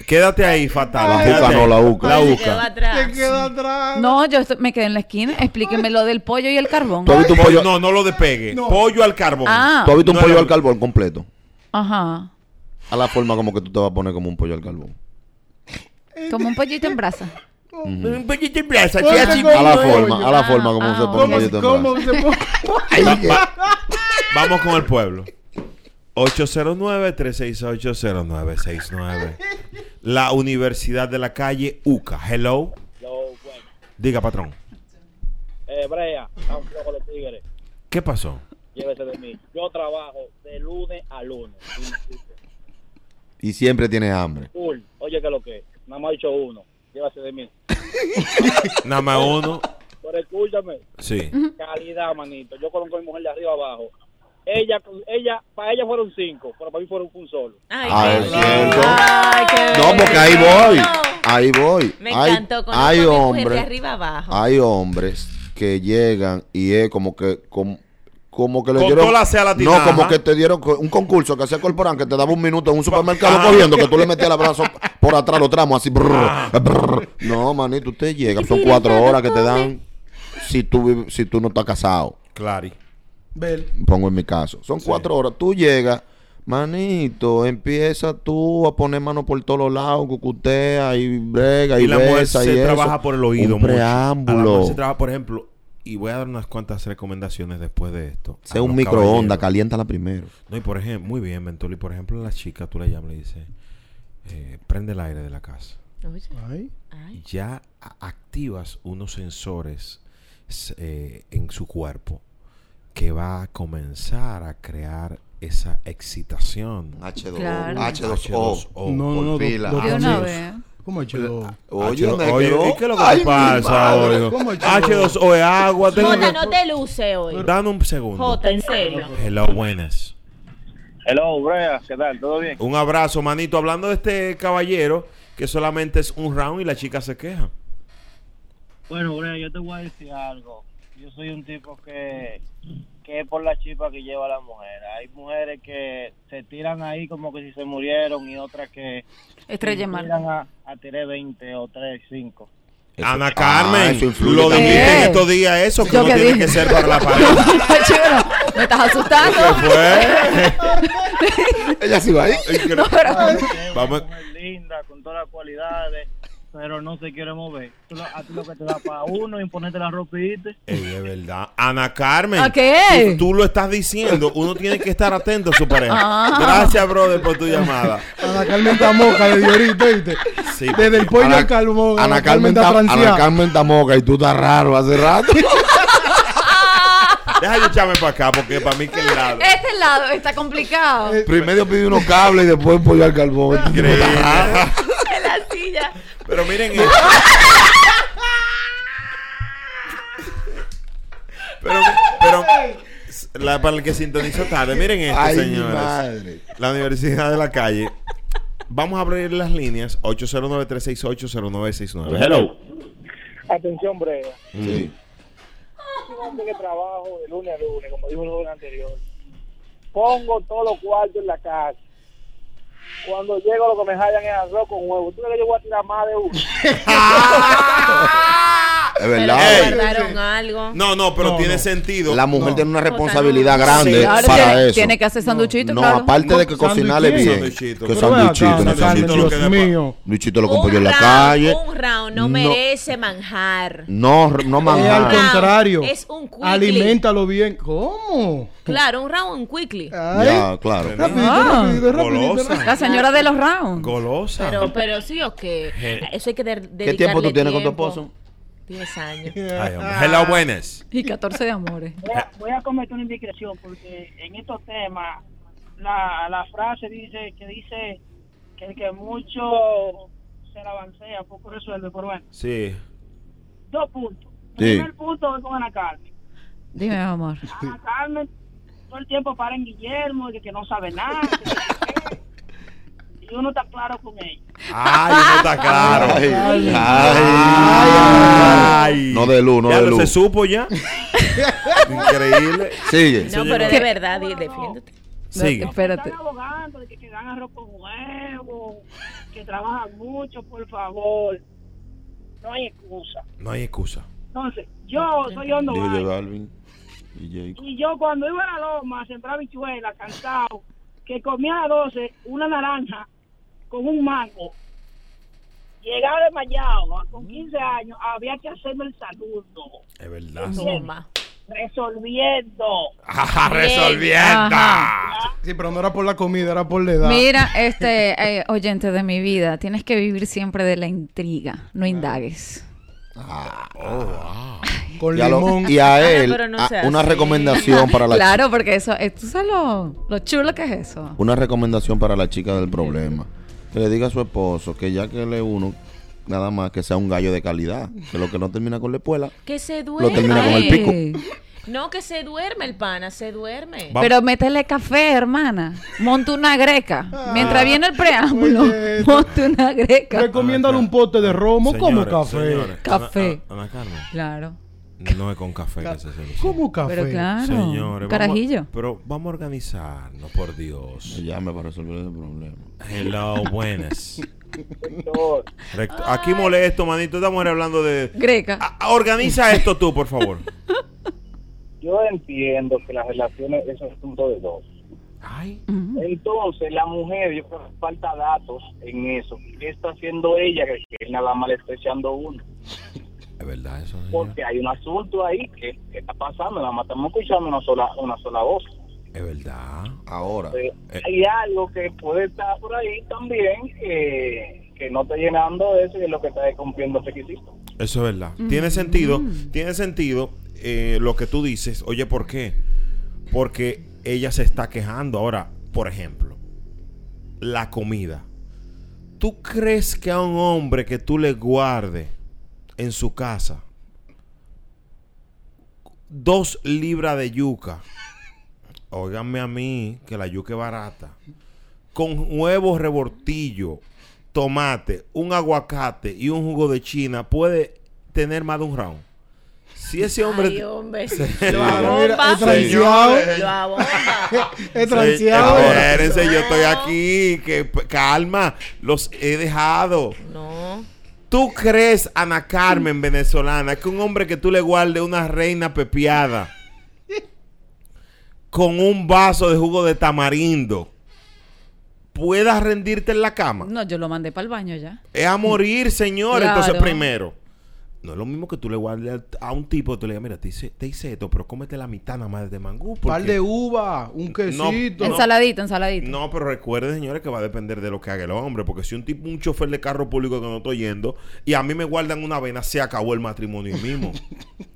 Speaker 9: Quédate ahí, fatal.
Speaker 2: La
Speaker 9: quédate
Speaker 2: UCA no,
Speaker 9: ahí.
Speaker 2: la UCA.
Speaker 9: La
Speaker 4: Se
Speaker 9: UCA.
Speaker 4: quedó atrás.
Speaker 3: Te queda atrás.
Speaker 1: No, yo esto- me quedé en la esquina. Explíquenme lo del pollo y el carbón.
Speaker 2: ¿Tú has visto un
Speaker 9: Pollo-
Speaker 2: pollo,
Speaker 9: no, no lo despegue.
Speaker 3: No.
Speaker 9: Pollo al carbón.
Speaker 1: Ah.
Speaker 2: ¿tú has visto un
Speaker 9: No
Speaker 2: pollo
Speaker 9: era-
Speaker 2: al carbón completo?
Speaker 1: Ajá.
Speaker 2: A la forma como que tú te vas a poner como un pollo al carbón.
Speaker 1: Como un pollito en brasa.
Speaker 9: Este- Un pollito en brasa,
Speaker 3: Ponte
Speaker 9: así.
Speaker 3: con-
Speaker 2: A la
Speaker 3: no,
Speaker 2: forma,
Speaker 3: oye.
Speaker 2: a la
Speaker 1: Ah,
Speaker 2: forma como
Speaker 1: ah,
Speaker 2: se pone un
Speaker 1: ok.
Speaker 2: pollito en
Speaker 3: ¿Cómo
Speaker 2: brasa.
Speaker 3: se pone?
Speaker 2: Ay,
Speaker 9: Va- Vamos con el pueblo. 809-368-0969. La Universidad de la Calle UCA. Hello.
Speaker 12: Lo bueno.
Speaker 9: Diga, patrón.
Speaker 12: Eh, Brea, están flojos los tigres.
Speaker 9: ¿Qué pasó?
Speaker 12: Llévese de mí. Yo trabajo de lunes a
Speaker 2: [laughs]
Speaker 12: lunes. Insisto.
Speaker 2: Y siempre tienes hambre.
Speaker 12: Full. Oye, que lo que es. Nada más he hecho uno. Llévese de
Speaker 2: [laughs]
Speaker 12: mí.
Speaker 9: Nada más uno.
Speaker 12: Pero escúchame.
Speaker 9: Sí.
Speaker 12: Calidad, manito. Yo conozco a mi mujer de arriba abajo. Ella, ella, para ella fueron cinco, pero para mí fueron un solo.
Speaker 4: Ay,
Speaker 2: Ah,
Speaker 4: qué
Speaker 2: es
Speaker 4: lindo.
Speaker 2: cierto.
Speaker 4: Ay, qué
Speaker 2: No, porque ahí voy.
Speaker 4: bello.
Speaker 2: Ahí voy.
Speaker 4: Me
Speaker 2: Hay-
Speaker 4: encantó. Conozco
Speaker 2: Hay
Speaker 4: a mi mujer de
Speaker 2: hombres.
Speaker 4: arriba abajo.
Speaker 2: Hay hombres que llegan y es como que como, como que le
Speaker 9: Con
Speaker 2: dieron
Speaker 9: toda la sea latina,
Speaker 2: No, como
Speaker 9: ajá.
Speaker 2: que te dieron co- un concurso que hacía Corporán que te daba un minuto en un supermercado cogiendo que tú le metías el abrazo por atrás los tramos así. brr,
Speaker 9: Ah.
Speaker 2: brr. No, manito, usted llega, son cuatro horas que te dan si tú vi- si tú no estás casado.
Speaker 9: Clari.
Speaker 3: Bel.
Speaker 2: Pongo en mi caso. Son cuatro horas. Tú llegas, manito, empieza tú a poner mano por todos lados, cucutea y brega y,
Speaker 9: Y la mujer
Speaker 2: besa
Speaker 9: se
Speaker 2: y eso.
Speaker 9: trabaja por el oído.
Speaker 2: Un
Speaker 9: mucho. A la
Speaker 2: preámbulo.
Speaker 9: mujer se trabaja, por ejemplo, y voy a dar unas cuantas recomendaciones después de esto.
Speaker 2: Sea
Speaker 9: A
Speaker 2: un
Speaker 9: los
Speaker 2: microondas,
Speaker 9: caballeros.
Speaker 2: caliéntala primero.
Speaker 9: No, y por ejemplo, muy bien, Mentoli. Por ejemplo, a la chica tú le llamas y le dices, eh, prende el aire de la casa.
Speaker 4: Oye,
Speaker 3: Ay.
Speaker 4: ay.
Speaker 9: ya a- activas unos sensores s- eh, en su cuerpo que va a comenzar a crear esa excitación.
Speaker 2: H2O.
Speaker 1: Claro.
Speaker 9: H2O.
Speaker 3: No, no, no.
Speaker 2: pila.
Speaker 3: doc-
Speaker 1: De
Speaker 3: doctor
Speaker 1: una
Speaker 3: Seuss.
Speaker 1: vez.
Speaker 3: ¿Cómo yo?
Speaker 2: Oye,
Speaker 9: H2O.
Speaker 2: me
Speaker 9: Oye,
Speaker 2: quedó-
Speaker 9: ¿y ¿qué es lo que
Speaker 2: Ay,
Speaker 9: te
Speaker 2: mi
Speaker 9: pasa
Speaker 2: madre.
Speaker 9: hoy?
Speaker 3: ¿Cómo yo?
Speaker 9: H2O es agua. tengo
Speaker 4: Jota,
Speaker 9: que-
Speaker 4: no te luce hoy.
Speaker 9: Dame un segundo.
Speaker 4: Jota, en serio.
Speaker 9: Hello, buenas.
Speaker 10: Hello, Brea, ¿qué tal? ¿Todo bien?
Speaker 9: Un abrazo, manito. Hablando de este caballero que solamente es un round y la chica se queja.
Speaker 12: Bueno, Brea, yo te voy a decir algo. Yo soy un tipo que, que es por la chispa que lleva la mujer. Hay mujeres que se tiran ahí como que si se murieron y otras que
Speaker 1: Estrella
Speaker 12: se
Speaker 1: Mar.
Speaker 12: tiran a, a tirar 20 o 3, 5.
Speaker 2: Eso-
Speaker 9: Ana
Speaker 2: Ah,
Speaker 9: Carmen,
Speaker 2: eso influye
Speaker 9: lo
Speaker 2: también.
Speaker 9: dijiste en
Speaker 1: [laughs] Eh.
Speaker 9: estos días eso, que
Speaker 1: Yo
Speaker 9: no
Speaker 1: que
Speaker 9: tiene
Speaker 1: dije.
Speaker 9: que ser para
Speaker 1: [laughs]
Speaker 9: la pareja.
Speaker 1: Chero, me estás asustando.
Speaker 9: Pues,
Speaker 2: Ella sí va
Speaker 9: [laughs]
Speaker 2: ahí.
Speaker 1: No, pero-
Speaker 9: Vamos.
Speaker 12: Vamos. Una mujer linda, con todas las cualidades, pero no se quiere mover. Tú lo- A ti lo que te da para uno es ponerte la ropa y irte.
Speaker 9: Ey, de verdad. Ana Carmen.
Speaker 1: ¿A qué?
Speaker 9: Tú, tú lo estás diciendo. Uno tiene que estar atento a su pareja.
Speaker 1: Ah.
Speaker 9: Gracias, brother, por tu llamada.
Speaker 3: Ana Carmen está moca desde ahorita, ¿viste?
Speaker 9: Sí,
Speaker 3: Desde el pollo al carbón.
Speaker 2: Ana Carmen está Ana Carmen está moca y tú estás raro hace
Speaker 9: [laughs]
Speaker 2: rato.
Speaker 9: Deja de echarme para acá porque para mí que el lado.
Speaker 1: Este lado está complicado.
Speaker 2: Primero pide unos cables y después pollo al carbón. Este tipo está
Speaker 9: Increíble.
Speaker 2: raro.
Speaker 4: [laughs] En la silla.
Speaker 9: Pero miren esto. pero, pero la- para el que sintonizó tarde, miren esto,
Speaker 2: Ay, mi
Speaker 9: señores.
Speaker 2: madre.
Speaker 9: La Universidad de la Calle. Vamos a abrir las líneas 809-368-0969. Hello.
Speaker 10: Atención, Brea.
Speaker 2: Sí.
Speaker 10: un hombre que trabajo de lunes a lunes, como dijo el joven anterior, pongo todos los cuartos en la casa. Cuando llego lo que me hallan es arroz con huevo. ¿Tú crees que yo voy a tirar más de uno?
Speaker 2: [laughs] Es
Speaker 4: Pero
Speaker 2: verdad.
Speaker 9: Ey.
Speaker 4: guardaron algo.
Speaker 9: No, no, pero
Speaker 3: No,
Speaker 9: tiene
Speaker 3: no.
Speaker 9: sentido.
Speaker 2: La mujer
Speaker 3: No.
Speaker 2: tiene una responsabilidad grande
Speaker 9: Sí,
Speaker 1: Claro,
Speaker 2: para
Speaker 1: tiene,
Speaker 2: eso.
Speaker 1: tiene que hacer sanduchito,
Speaker 2: no,
Speaker 1: claro.
Speaker 2: aparte de que cocinarle
Speaker 3: sanduichito.
Speaker 2: bien.
Speaker 9: Sanduichito.
Speaker 3: ven
Speaker 2: Que
Speaker 9: Pero
Speaker 3: acá,
Speaker 2: sanduichito,
Speaker 9: Ana
Speaker 3: Carmen,
Speaker 2: sanduichito.
Speaker 9: necesito lo
Speaker 3: Dios
Speaker 9: que dé pa-
Speaker 3: mío.
Speaker 2: Luchito lo
Speaker 4: Un
Speaker 2: compró yo en la
Speaker 4: round,
Speaker 2: calle.
Speaker 4: Un round no,
Speaker 2: No.
Speaker 4: merece manjar.
Speaker 2: No, no
Speaker 3: Es al
Speaker 4: Round.
Speaker 2: manjar.
Speaker 3: contrario.
Speaker 4: Es un quickly.
Speaker 3: Aliméntalo bien. ¿Cómo?
Speaker 4: Claro, un round, un quickly.
Speaker 3: Ay.
Speaker 2: Ya, claro.
Speaker 3: Rapidito,
Speaker 1: Ah.
Speaker 3: rapidito, rapidito,
Speaker 9: Golosa.
Speaker 3: rapidito.
Speaker 1: La señora de los rounds.
Speaker 9: Golosa.
Speaker 4: Pero, pero sí o qué. Eso hay que de-
Speaker 2: ¿Qué
Speaker 4: dedicarle
Speaker 2: tiempo tú tienes con tu esposo?
Speaker 4: 10 años.
Speaker 9: Ay, hombre. Hello, buenas.
Speaker 1: Y 14 de amores.
Speaker 11: Voy a, voy a cometer una indiscreción porque en estos temas la, la frase dice que dice que el que mucho se la avancea, poco resuelve. Pero bueno,
Speaker 9: Sí.
Speaker 11: dos puntos.
Speaker 9: Sí.
Speaker 11: El primer punto es con Ana Carmen.
Speaker 1: Dime, mi amor.
Speaker 11: Ana Carmen todo el tiempo para en Guillermo y que, que no sabe nada. que- y uno está claro con ella.
Speaker 9: Ay, no está claro.
Speaker 2: Ay, ay,
Speaker 9: Ay.
Speaker 2: No de luz, no
Speaker 9: Ya
Speaker 2: de [laughs]
Speaker 9: lo
Speaker 2: luz.
Speaker 9: se supo ya. Increíble.
Speaker 2: Sigue.
Speaker 4: No, pero de verdad, di- defiéndete.
Speaker 9: Sigue.
Speaker 1: Espérate.
Speaker 11: Están abogando de que, que dan arroz con huevo, que trabajan mucho, por favor. No hay excusa.
Speaker 9: No hay excusa.
Speaker 11: Entonces, yo soy hondo
Speaker 2: Digo
Speaker 11: valle,
Speaker 2: yo, Galvin. Y Jacob.
Speaker 11: y yo cuando iba a la loma a sembrar bichuela, cantado, que comía a las 12 una naranja con un mango, llegaba de Mayao, con 15 años, había que hacerme el saludo.
Speaker 9: Es verdad.
Speaker 11: Toma. Resolviendo.
Speaker 3: Ah,
Speaker 9: resolviendo.
Speaker 3: Sí, pero no era por la comida, era por la edad.
Speaker 1: Mira, este eh, oyente de mi vida, tienes que vivir siempre de la intriga, no indagues.
Speaker 2: [laughs]
Speaker 3: Con
Speaker 2: Y a lo-
Speaker 3: limón.
Speaker 2: y a
Speaker 1: Ah,
Speaker 2: él,
Speaker 1: pero no
Speaker 2: a-
Speaker 1: sea
Speaker 2: una
Speaker 1: así.
Speaker 2: recomendación
Speaker 1: [laughs]
Speaker 2: para la chica.
Speaker 1: Claro, porque eso, eh, tú sabes lo, lo chulo que es eso.
Speaker 2: Una recomendación para la chica del problema. Que le diga a su esposo que ya que le uno, nada más que sea un gallo de calidad. Que lo que no termina con la espuela,
Speaker 4: Que se
Speaker 2: lo termina con el
Speaker 4: duerme.
Speaker 2: pico.
Speaker 4: No, que se duerme el pana, se duerme.
Speaker 1: Pero métele café, hermana. Monta una greca.
Speaker 9: Ah.
Speaker 1: Mientras viene el preámbulo,
Speaker 3: Oye, esto-
Speaker 1: monta una greca.
Speaker 3: Este, Recomiéndale un pote de romo como
Speaker 9: Señores,
Speaker 3: café.
Speaker 9: señores,
Speaker 1: Café.
Speaker 2: Ah,
Speaker 9: Ana, Ana Carmen.
Speaker 1: Claro.
Speaker 9: No es con café que se soluciona.
Speaker 3: ¿Cómo café?
Speaker 1: Pero claro,
Speaker 9: Señores,
Speaker 1: un carajillo.
Speaker 9: vamos- pero vamos a organizarnos, por Dios.
Speaker 2: Llame para resolver ese problema. [laughs]
Speaker 9: Hello, buenas. Recto- Aquí molesto, manito. Esta mujer hablando de.
Speaker 1: Greca.
Speaker 9: Ah, Organiza esto tú, por
Speaker 2: [laughs]
Speaker 9: favor.
Speaker 13: Yo entiendo que las relaciones es un asunto de dos. Entonces, la mujer, yo creo que falta datos en eso. ¿Qué está haciendo ella? Que que nada más le está echando uno.
Speaker 9: Es verdad, eso.
Speaker 13: Porque hay un asunto ahí que, que está pasando. Nada más estamos escuchando una sola, una sola voz.
Speaker 9: Es verdad.
Speaker 2: Ah, Ahora.
Speaker 13: Eh, Hay algo que puede estar por ahí también que, que no está llenando eso y es lo que está descumpliendo este requisitos.
Speaker 9: Eso es verdad. Tiene sentido, tiene sentido eh, lo que tú dices. Oye, ¿por qué? Porque ella se está quejando. Ahora, por ejemplo, la comida. ¿Tú crees que a un hombre que tú le guarde en su casa dos libras de yuca? Óiganme a mí, que la yuca es barata. Con huevos rebortillo, tomate, un aguacate y un jugo de China puede tener más de un round. Si ese hombre.
Speaker 4: Ay, hombre.
Speaker 9: Lo
Speaker 3: Mira,
Speaker 4: abomba.
Speaker 3: es transeado.
Speaker 4: Lo abomba.
Speaker 3: Es
Speaker 9: Se-
Speaker 3: transeado.
Speaker 9: Espérense, yo estoy aquí. Que, p- calma, los he dejado.
Speaker 4: No.
Speaker 9: ¿Tú crees, Ana Carmen, venezolana, que un hombre que tú le guardes una reina pepiada con un vaso de jugo de tamarindo pueda rendirte en la cama?
Speaker 1: No, yo lo mandé para el baño ya.
Speaker 9: Es a morir, señor.
Speaker 1: Claro.
Speaker 9: Entonces, primero, no es lo mismo que tú le guardes a un tipo que tú le digas, mira, te hice, te hice esto, pero cómete la mitad nada más de mangú.
Speaker 3: Par
Speaker 9: porque-
Speaker 3: de uva, un quesito.
Speaker 9: No.
Speaker 1: Ensaladita, ensaladita.
Speaker 9: No, pero recuerden, señores, que va a depender de lo que haga el hombre. Porque si un tipo, un chofer de carro público que no estoy yendo, y a mí me guardan una vena, se acabó el matrimonio ahí mismo.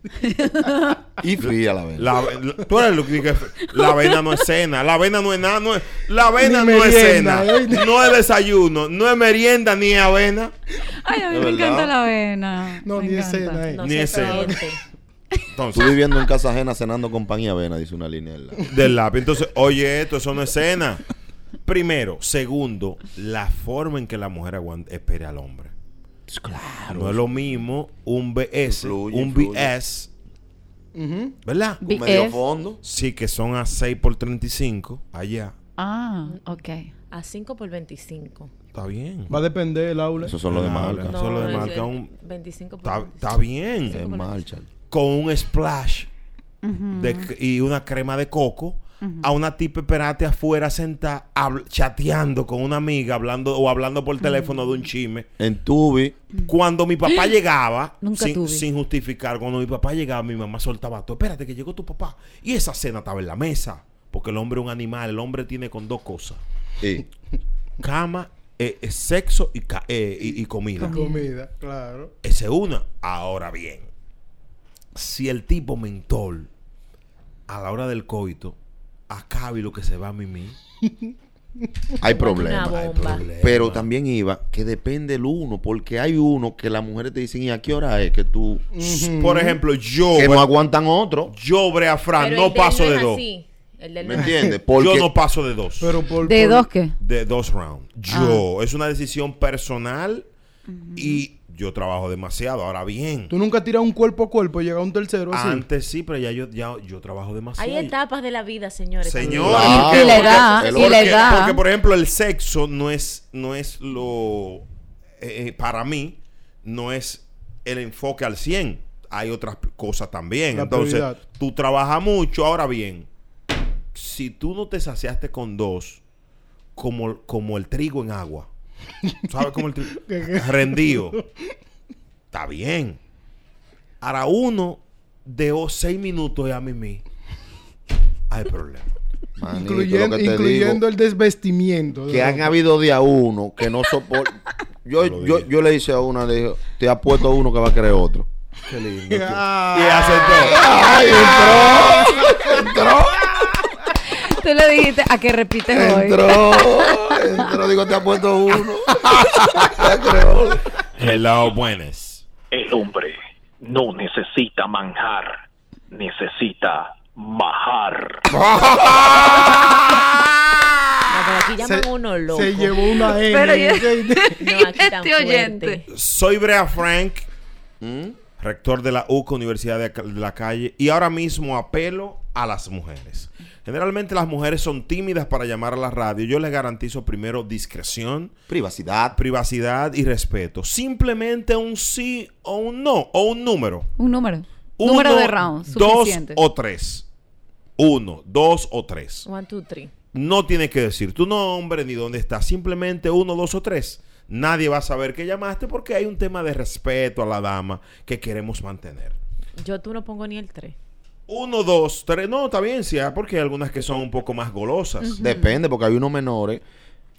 Speaker 2: [laughs] Y fría la vez.
Speaker 9: La, la- tú eres lo que dije, la vena no es cena, la vena no es nada, no es- la avena
Speaker 3: Ni
Speaker 9: no es
Speaker 3: merienda,
Speaker 9: cena,
Speaker 3: ¿eh?
Speaker 9: no es desayuno, no es merienda ni es avena.
Speaker 1: Ay, a mí
Speaker 2: ¿De
Speaker 1: me
Speaker 2: verdad?
Speaker 1: encanta la avena.
Speaker 3: No,
Speaker 1: Me
Speaker 3: ni es
Speaker 1: encanta.
Speaker 3: cena, eh.
Speaker 4: No
Speaker 9: Ni
Speaker 4: se
Speaker 9: es cena.
Speaker 4: siente.
Speaker 2: Tú
Speaker 9: Entonces,
Speaker 2: viviendo en casa ajena cenando con pan y avena, dice una línea. del lado.
Speaker 9: del lápiz. Entonces, oye, esto, eso no es cena. Primero, segundo, la forma en que la mujer aguanta, espera al hombre. Claro. No es lo mismo un BS,
Speaker 2: Influye,
Speaker 9: un
Speaker 2: influye.
Speaker 9: BS,
Speaker 3: Ujú.
Speaker 9: ¿verdad?
Speaker 1: Bi-
Speaker 2: Medio
Speaker 1: es-
Speaker 2: fondo.
Speaker 9: Sí, que son a 6 por 35 allá.
Speaker 1: Ah, ok.
Speaker 4: Mm. A 5 por 25.
Speaker 9: Está bien.
Speaker 3: Va a depender el aula.
Speaker 2: Eso son los de marca.
Speaker 9: No, Solo de
Speaker 4: es
Speaker 9: marca
Speaker 4: ve-
Speaker 9: un-
Speaker 4: 25 por
Speaker 9: Está,
Speaker 4: 25.
Speaker 9: está bien.
Speaker 2: Es marcha.
Speaker 9: Con un splash de c- y una crema de coco. A una tipa esperate afuera sentada habl- chateando con una amiga hablando o hablando por teléfono de un chisme.
Speaker 2: En tubi.
Speaker 9: Cuando mi
Speaker 1: [gasps]
Speaker 9: papá llegaba,
Speaker 1: Nunca
Speaker 9: sin,
Speaker 1: tuve.
Speaker 9: sin justificar, cuando mi papá llegaba, mi mamá soltaba todo. Espérate que llegó tu papá. Y esa cena estaba en la mesa. Porque el hombre es un animal. El hombre tiene con dos cosas.
Speaker 2: Y
Speaker 9: Cama eh, eh, sexo y, ca- eh, y- y
Speaker 2: ah,
Speaker 9: comida.
Speaker 3: Comida, claro.
Speaker 9: Esa es una. Ahora bien, si el tipo mentol a la hora del coito acabe lo que se va a mimir.
Speaker 2: [laughs] Hay
Speaker 9: problemas
Speaker 2: problema. Pero también iba que depende el uno, porque hay uno que las mujeres te dicen, ¿y a qué hora es que tú? [laughs]
Speaker 9: Por ejemplo, yo.
Speaker 2: Que no aguantan otro.
Speaker 9: Yo, Brea Fran,
Speaker 4: Pero el
Speaker 9: Ah,
Speaker 4: del
Speaker 9: no paso
Speaker 4: no
Speaker 9: de
Speaker 4: es
Speaker 9: dos.
Speaker 4: así. El del
Speaker 9: ¿Me
Speaker 4: no es
Speaker 9: entiendes?
Speaker 4: así.
Speaker 9: Yo no paso de dos.
Speaker 3: Pero por-
Speaker 1: ¿De por- dos qué?
Speaker 9: De dos rounds. Yo, es una decisión personal y yo trabajo demasiado. Ahora bien,
Speaker 3: Tú nunca tiras un cuerpo a cuerpo y llega un tercero así.
Speaker 9: antes sí, pero ya yo, ya, yo trabajo demasiado.
Speaker 4: Hay etapas de la vida, señores.
Speaker 9: Señor,
Speaker 4: también.
Speaker 2: Ah,
Speaker 9: ¿por qué?
Speaker 1: y la
Speaker 9: Porque-
Speaker 1: edad,
Speaker 9: porque,
Speaker 1: y la edad.
Speaker 9: porque, por ejemplo, el sexo no es, no es lo. eh, eh, para mí, no es el enfoque al 100. Hay otras p- cosas también.
Speaker 3: La
Speaker 9: Entonces,
Speaker 3: prioridad.
Speaker 9: tú trabajas mucho. Ahora bien, si tú no te saciaste con dos, como, como el trigo en agua, ¿sabes cómo
Speaker 1: [laughs]
Speaker 9: el trigo? Rendido.
Speaker 3: [laughs]
Speaker 9: Está bien. Ahora uno de o- seis minutos ya a mí. Hay problema.
Speaker 2: Manito,
Speaker 3: Incluyendo,
Speaker 2: lo que te
Speaker 3: incluyendo
Speaker 2: digo,
Speaker 3: el desvestimiento. de
Speaker 2: que
Speaker 3: la- [laughs]
Speaker 2: han habido día uno que no soporta. Yo, yo, yo le hice a una, le dije, te ha puesto uno que va a querer otro. Qué lindo.
Speaker 9: Y aceptó.
Speaker 2: ¡Ay, entró! ¡Entró!
Speaker 1: Tú le dijiste a que repites hoy.
Speaker 2: Entró, entró, digo, te ha puesto uno.
Speaker 9: Hello, buenas.
Speaker 16: El hombre no necesita manjar, necesita majar.
Speaker 9: [laughs]
Speaker 4: No, [laughs] pero aquí llaman
Speaker 9: Se-
Speaker 4: uno loco.
Speaker 3: se llevó una E. N.
Speaker 1: Pero yo-
Speaker 4: No, aquí tan
Speaker 1: Este oyente.
Speaker 4: fuerte.
Speaker 9: Soy Brea Frank, rector de la UCA, Universidad de Ca- de la Calle, y ahora mismo apelo a las mujeres. Generalmente las mujeres son tímidas para llamar a la radio. Yo les garantizo primero discreción,
Speaker 2: privacidad,
Speaker 9: privacidad y respeto. Simplemente un sí o un no o un número.
Speaker 1: Un número.
Speaker 9: Uno,
Speaker 1: número de rounds.
Speaker 9: dos
Speaker 1: Suficiente.
Speaker 9: o tres. Uno, dos o tres.
Speaker 4: One, two, three.
Speaker 9: No tienes que decir tu nombre ni dónde estás, simplemente uno, dos o tres. Nadie va a saber que llamaste porque hay un tema de respeto a la dama que queremos mantener.
Speaker 4: Yo tú no pongo ni el tres.
Speaker 9: Uno, dos, tres. No, está bien, sí, ah, porque hay algunas que son un poco más golosas.
Speaker 2: Depende, porque hay unos menores.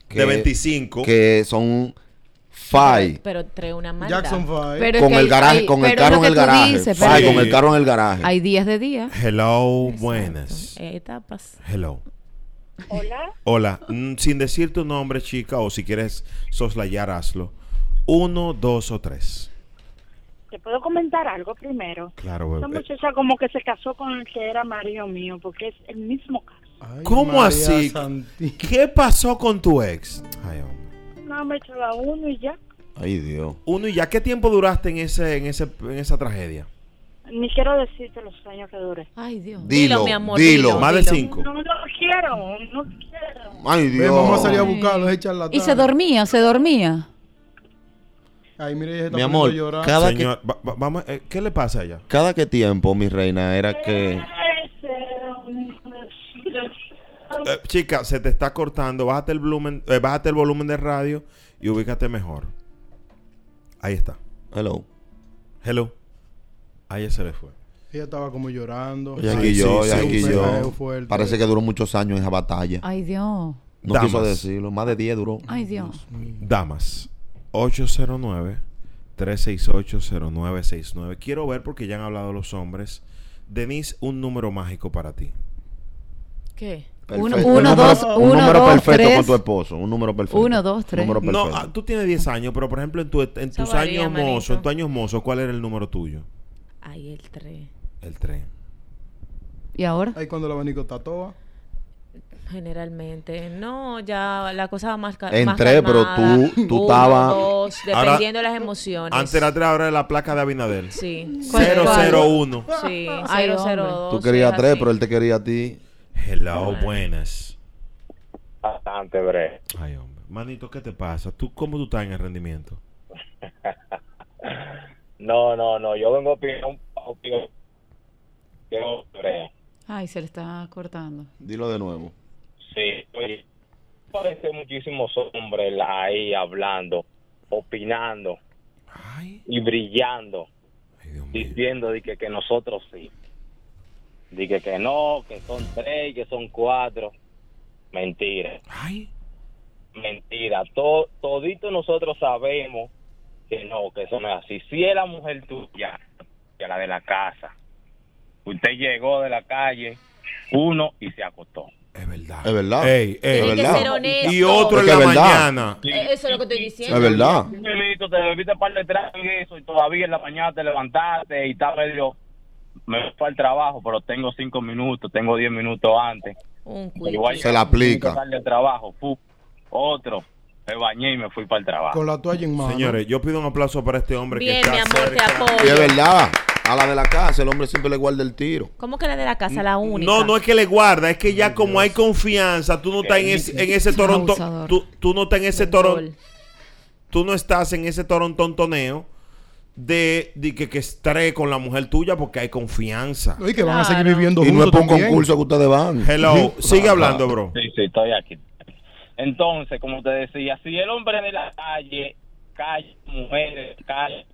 Speaker 9: De 25.
Speaker 2: Que son five.
Speaker 4: Pero tres una maldad.
Speaker 3: Jackson Five.
Speaker 1: Pero es
Speaker 2: con
Speaker 1: que
Speaker 2: el
Speaker 1: hay-
Speaker 2: garaje,
Speaker 1: hay-
Speaker 2: con el
Speaker 1: pero es
Speaker 2: carro
Speaker 1: lo
Speaker 2: en
Speaker 1: que
Speaker 2: el
Speaker 1: tú
Speaker 2: garaje.
Speaker 1: dices,
Speaker 2: Five,
Speaker 1: pero-
Speaker 2: con el carro en el garaje.
Speaker 1: Hay días de día.
Speaker 9: Hello, buenas.
Speaker 4: Eh, Etapas.
Speaker 9: Hello.
Speaker 17: Hola.
Speaker 9: Hola. Mm, sin decir tu nombre, chica, o si quieres soslayar, hazlo. Uno, dos o tres.
Speaker 17: ¿Te puedo comentar algo primero?
Speaker 9: Claro, eh,
Speaker 17: Esa
Speaker 9: bebé.
Speaker 17: muchacha como que se casó con el que era marido mío, porque es el mismo caso.
Speaker 9: ¿Cómo
Speaker 3: María
Speaker 9: así? ¿Qué pasó con tu ex? Ay, hombre.
Speaker 17: No, me echaba uno y ya.
Speaker 2: Ay, Dios.
Speaker 9: Uno, ¿y ya qué tiempo duraste en ese, en ese, en esa tragedia?
Speaker 17: Ni quiero decirte los años que duré.
Speaker 4: Ay, Dios.
Speaker 9: Dilo, Dilo, mi amor, dilo. dilo, Más de dilo. cinco.
Speaker 17: No, no quiero, no quiero.
Speaker 2: Ay,
Speaker 3: Ven, vamos a salir a buscarlos, es charlatán.
Speaker 1: Y se dormía, se dormía.
Speaker 3: Ay, mira, ella se está
Speaker 2: Mi amor,
Speaker 3: poniendo a llorar.
Speaker 2: cada
Speaker 9: Señor, va- va- vamos, eh, ¿qué le pasa a ella?
Speaker 2: Cada que tiempo, mi reina, era que.
Speaker 9: Eh, chica, se te está cortando. Bájate el volumen, eh, bájate el volumen de radio y ubícate mejor. Ahí está.
Speaker 2: Hello.
Speaker 9: Hello. Ahí se le fue.
Speaker 3: Ella estaba como llorando.
Speaker 2: Ya
Speaker 3: Ay,
Speaker 2: aquí yo,
Speaker 3: sí,
Speaker 2: ya
Speaker 3: sí,
Speaker 2: aquí
Speaker 3: un
Speaker 2: yo.
Speaker 3: perreo fuerte.
Speaker 2: Parece que duró muchos años esa batalla.
Speaker 1: Ay, Dios.
Speaker 2: No
Speaker 9: Damas.
Speaker 2: quiso decirlo, más de 10 duró.
Speaker 1: Ay, Dios.
Speaker 9: Damas, 809-368-0969. Quiero ver porque ya han hablado los hombres. Denise, un número mágico para ti.
Speaker 4: ¿Qué?
Speaker 1: Uno, uno, dos,
Speaker 2: un
Speaker 1: uno,
Speaker 2: número
Speaker 1: dos,
Speaker 2: perfecto
Speaker 1: tres.
Speaker 2: con tu esposo. Un número perfecto.
Speaker 1: Uno, dos, tres.
Speaker 2: Un número
Speaker 9: No,
Speaker 2: perfecto.
Speaker 9: ah, tú tienes 10 años, pero por ejemplo en, tu- en tus
Speaker 4: varía,
Speaker 9: años
Speaker 4: manito.
Speaker 9: mozos, en tus años mozos, ¿cuál era el número tuyo?
Speaker 4: Ay, el tres.
Speaker 9: El 3.
Speaker 1: ¿Y ahora?
Speaker 3: Ahí cuando el abanico tatoa.
Speaker 4: Generalmente. No, ya la cosa va más ca-
Speaker 9: En
Speaker 4: más
Speaker 9: tres, pero
Speaker 4: calmada.
Speaker 9: tú- tú
Speaker 4: Uno,
Speaker 9: estaba-
Speaker 4: dos,
Speaker 9: Ahora-
Speaker 4: dependiendo de las emociones.
Speaker 9: Antes era 3, ahora es la placa de Abinadel.
Speaker 4: Sí.
Speaker 1: ¿Cuál-
Speaker 9: 001.
Speaker 4: cuál? Sí,
Speaker 1: Ay,
Speaker 4: 002.
Speaker 2: Tú
Speaker 4: es
Speaker 2: querías tres,
Speaker 4: así.
Speaker 2: pero él te quería a ti.
Speaker 9: Hello, buenas.
Speaker 16: Bastante, bre.
Speaker 9: Ay, hombre. Manito, ¿qué te pasa? ¿Tú, ¿Cómo tú estás en el rendimiento?
Speaker 16: No, no, no. Yo vengo a opinar un opinión. Yo, bre.
Speaker 1: Ay, se le está cortando.
Speaker 2: Dilo de nuevo.
Speaker 16: Sí, oye, parece muchísimos hombres ahí hablando, opinando y brillando, diciendo de que, que nosotros sí, de que, que no, que son tres, que son cuatro. Mentira. mentira. Todo, todito nosotros sabemos que no, que eso no es así. Si es la mujer tuya, que la de la casa, usted llegó de la calle, uno y se acostó.
Speaker 2: Es verdad.
Speaker 9: ey.
Speaker 2: es
Speaker 9: Tiene que
Speaker 2: verdad.
Speaker 9: ser honesto. Y otro
Speaker 2: Es que
Speaker 9: en la
Speaker 2: es verdad.
Speaker 9: mañana.
Speaker 4: Eh, Eso es lo que estoy diciendo.
Speaker 2: Es verdad.
Speaker 16: Un pelito, te bebiste un par de tragos y eso, y todavía en la mañana te levantaste y está medio. Me voy para el trabajo, pero tengo cinco minutos, tengo diez minutos antes. Igual
Speaker 2: Se la aplica.
Speaker 16: Tarde al trabajo, fu, otro, me bañé y me fui para el trabajo.
Speaker 3: la toalla en mano.
Speaker 9: Señores, yo pido un aplauso para este hombre
Speaker 4: Bien,
Speaker 9: que
Speaker 4: mi
Speaker 9: está
Speaker 4: amor, te
Speaker 9: cerca.
Speaker 4: apoyo.
Speaker 2: Y es verdad. A la de la casa, el hombre siempre le guarda el tiro.
Speaker 4: ¿Cómo que la de la casa, la única?
Speaker 9: No, no es que le guarda, es que ya como hay confianza, tú no estás en ese, en ese Toronto,
Speaker 4: abusador.
Speaker 9: tú, tú no estás en ese Toronto, tú no estás en ese Torontontoneo de, de que, que estre con la mujer tuya porque hay confianza.
Speaker 3: Y que van a seguir viviendo
Speaker 2: Y
Speaker 3: juntos.
Speaker 2: no es por un
Speaker 3: también.
Speaker 2: concurso que ustedes van.
Speaker 9: Hello, sigue hablando, bro.
Speaker 16: Sí, sí, estoy aquí. Entonces, como te decía, si el hombre de la calle, calle, mujeres, calle,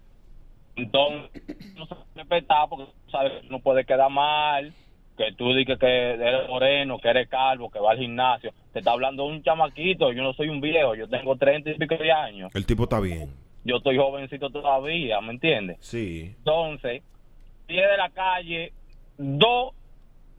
Speaker 16: entonces no se respeta porque tú sabes que no puede quedar mal, que tú dices que eres moreno, que eres calvo, que va al gimnasio. Te está hablando un chamaquito, yo no soy un viejo, yo tengo 30 y pico de años,
Speaker 9: El tipo está bien.
Speaker 16: yo estoy jovencito todavía, ¿me entiendes?
Speaker 9: Sí.
Speaker 16: Entonces, si es de la calle, dos,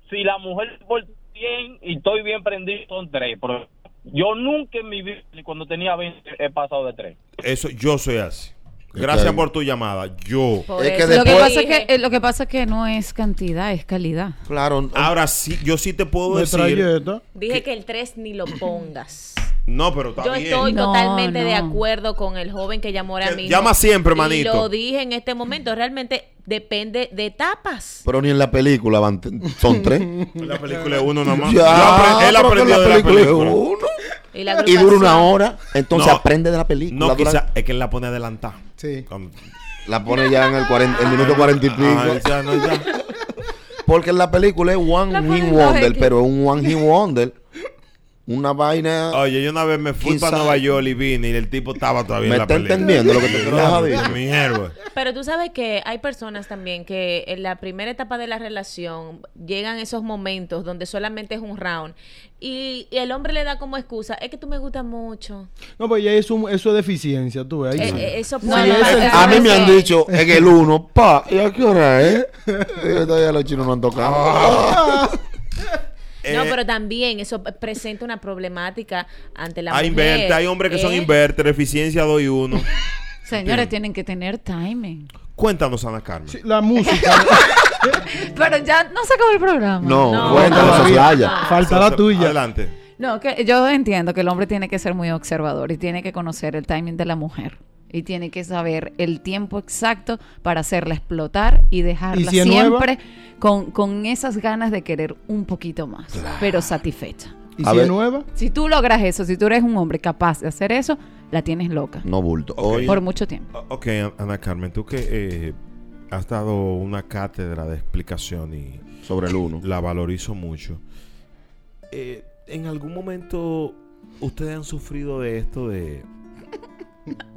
Speaker 16: si la mujer se porta bien y estoy bien prendido, son tres. Pero yo nunca en mi vida, ni cuando tenía 20, he pasado de tres.
Speaker 9: Eso yo soy así. Gracias por tu llamada. Yo.
Speaker 2: Por Es que eso.
Speaker 1: Lo que,
Speaker 2: después-
Speaker 1: pasa es que, eh, lo que pasa es que no es cantidad, es calidad.
Speaker 2: Claro.
Speaker 9: Ahora sí, yo sí te puedo
Speaker 3: De
Speaker 9: decir.
Speaker 3: trayeta.
Speaker 4: Dije que el 3 ni lo pongas.
Speaker 9: No, pero está
Speaker 4: Yo
Speaker 9: bien.
Speaker 4: estoy
Speaker 1: No,
Speaker 4: totalmente
Speaker 1: no.
Speaker 4: de acuerdo con el joven que llamó ahora mismo.
Speaker 9: llama siempre,
Speaker 4: Y
Speaker 9: manito.
Speaker 4: lo dije en este momento. Realmente depende de etapas.
Speaker 2: Pero ni en la película van, t- son tres.
Speaker 9: La película es uno nomás.
Speaker 2: [laughs] Ya,
Speaker 9: Yo apre- él
Speaker 2: pero que
Speaker 9: aprendió
Speaker 2: la
Speaker 9: de la
Speaker 2: película es
Speaker 9: película.
Speaker 2: uno.
Speaker 4: Y, la
Speaker 2: Y dura una
Speaker 4: agrupación-
Speaker 2: hora. Entonces
Speaker 9: No.
Speaker 2: aprende de la película.
Speaker 9: No,
Speaker 2: dura-
Speaker 9: quizá es que él la pone adelantada.
Speaker 3: Sí.
Speaker 2: [laughs]
Speaker 9: Cuando-
Speaker 2: La pone ya en el, 40, el minuto cuarenta y
Speaker 9: Ah,
Speaker 2: pico.
Speaker 9: ya, no, ya.
Speaker 2: Porque en la película es One
Speaker 1: La
Speaker 2: Hit
Speaker 1: ponen
Speaker 2: Wonder,
Speaker 1: dos X.
Speaker 2: pero un One Hit Wonder. Una vaina.
Speaker 9: Oye, yo una vez me fui
Speaker 2: ¿Quién
Speaker 9: para
Speaker 2: sabe?
Speaker 9: Nueva York y vine y el tipo estaba todavía
Speaker 2: ¿Me
Speaker 9: en la
Speaker 2: está
Speaker 9: película.
Speaker 2: entendiendo lo que te quiero dejar
Speaker 9: Ya,
Speaker 2: dicho?
Speaker 9: mierda.
Speaker 4: Pero tú sabes que hay personas también que en la primera etapa de la relación llegan esos momentos donde solamente es un round y, y el hombre le da como excusa, es que tú me gustas mucho.
Speaker 3: No, pues ya es un- eso es deficiencia, tú ves. ahí
Speaker 4: Eh,
Speaker 3: sí.
Speaker 4: eh, eso
Speaker 3: Sí,
Speaker 4: puede
Speaker 3: ese-
Speaker 4: pasar.
Speaker 2: A mí me han
Speaker 4: Sí.
Speaker 2: dicho en el uno, pa, ¿y a qué hora es? Y todavía los chinos no han tocado.
Speaker 9: Ah.
Speaker 4: no,
Speaker 9: Eh,
Speaker 4: pero también eso p- presenta una problemática ante la
Speaker 9: hay,
Speaker 4: mujer.
Speaker 9: inverter, hay hombres que son
Speaker 4: ¿eh?
Speaker 9: inverter, eficiencia 2 y 1.
Speaker 1: Señores, tienen que tener timing.
Speaker 9: Cuéntanos, Ana Carmen.
Speaker 3: sí, La música.
Speaker 1: [laughs] Pero ya no se acabó el programa.
Speaker 2: No,
Speaker 4: No.
Speaker 2: cuéntanos,
Speaker 3: Todavía.
Speaker 2: soplaya.
Speaker 3: Falta la
Speaker 9: So-
Speaker 3: tuya.
Speaker 9: Adelante.
Speaker 1: No, que yo entiendo que el hombre tiene que ser muy observador y tiene que conocer el timing de la mujer. Y tiene que saber el tiempo exacto para hacerla explotar y dejarla
Speaker 3: ¿Y si es nueva?
Speaker 1: siempre con, con esas ganas de querer un poquito más, pero satisfecha.
Speaker 3: ¿Y
Speaker 2: A
Speaker 3: si
Speaker 2: ver.
Speaker 3: es nueva?
Speaker 1: Si tú logras eso, si tú eres un hombre capaz de hacer eso, la tienes loca
Speaker 2: No bulto. Oye,
Speaker 1: por mucho
Speaker 2: [laughs]
Speaker 1: tiempo.
Speaker 9: O- Ok, An- Ana Carmen, tú que eh, has dado una cátedra de explicación y
Speaker 2: sobre el uno.
Speaker 9: la valorizo mucho. Eh, ¿En algún momento ustedes han sufrido de esto de...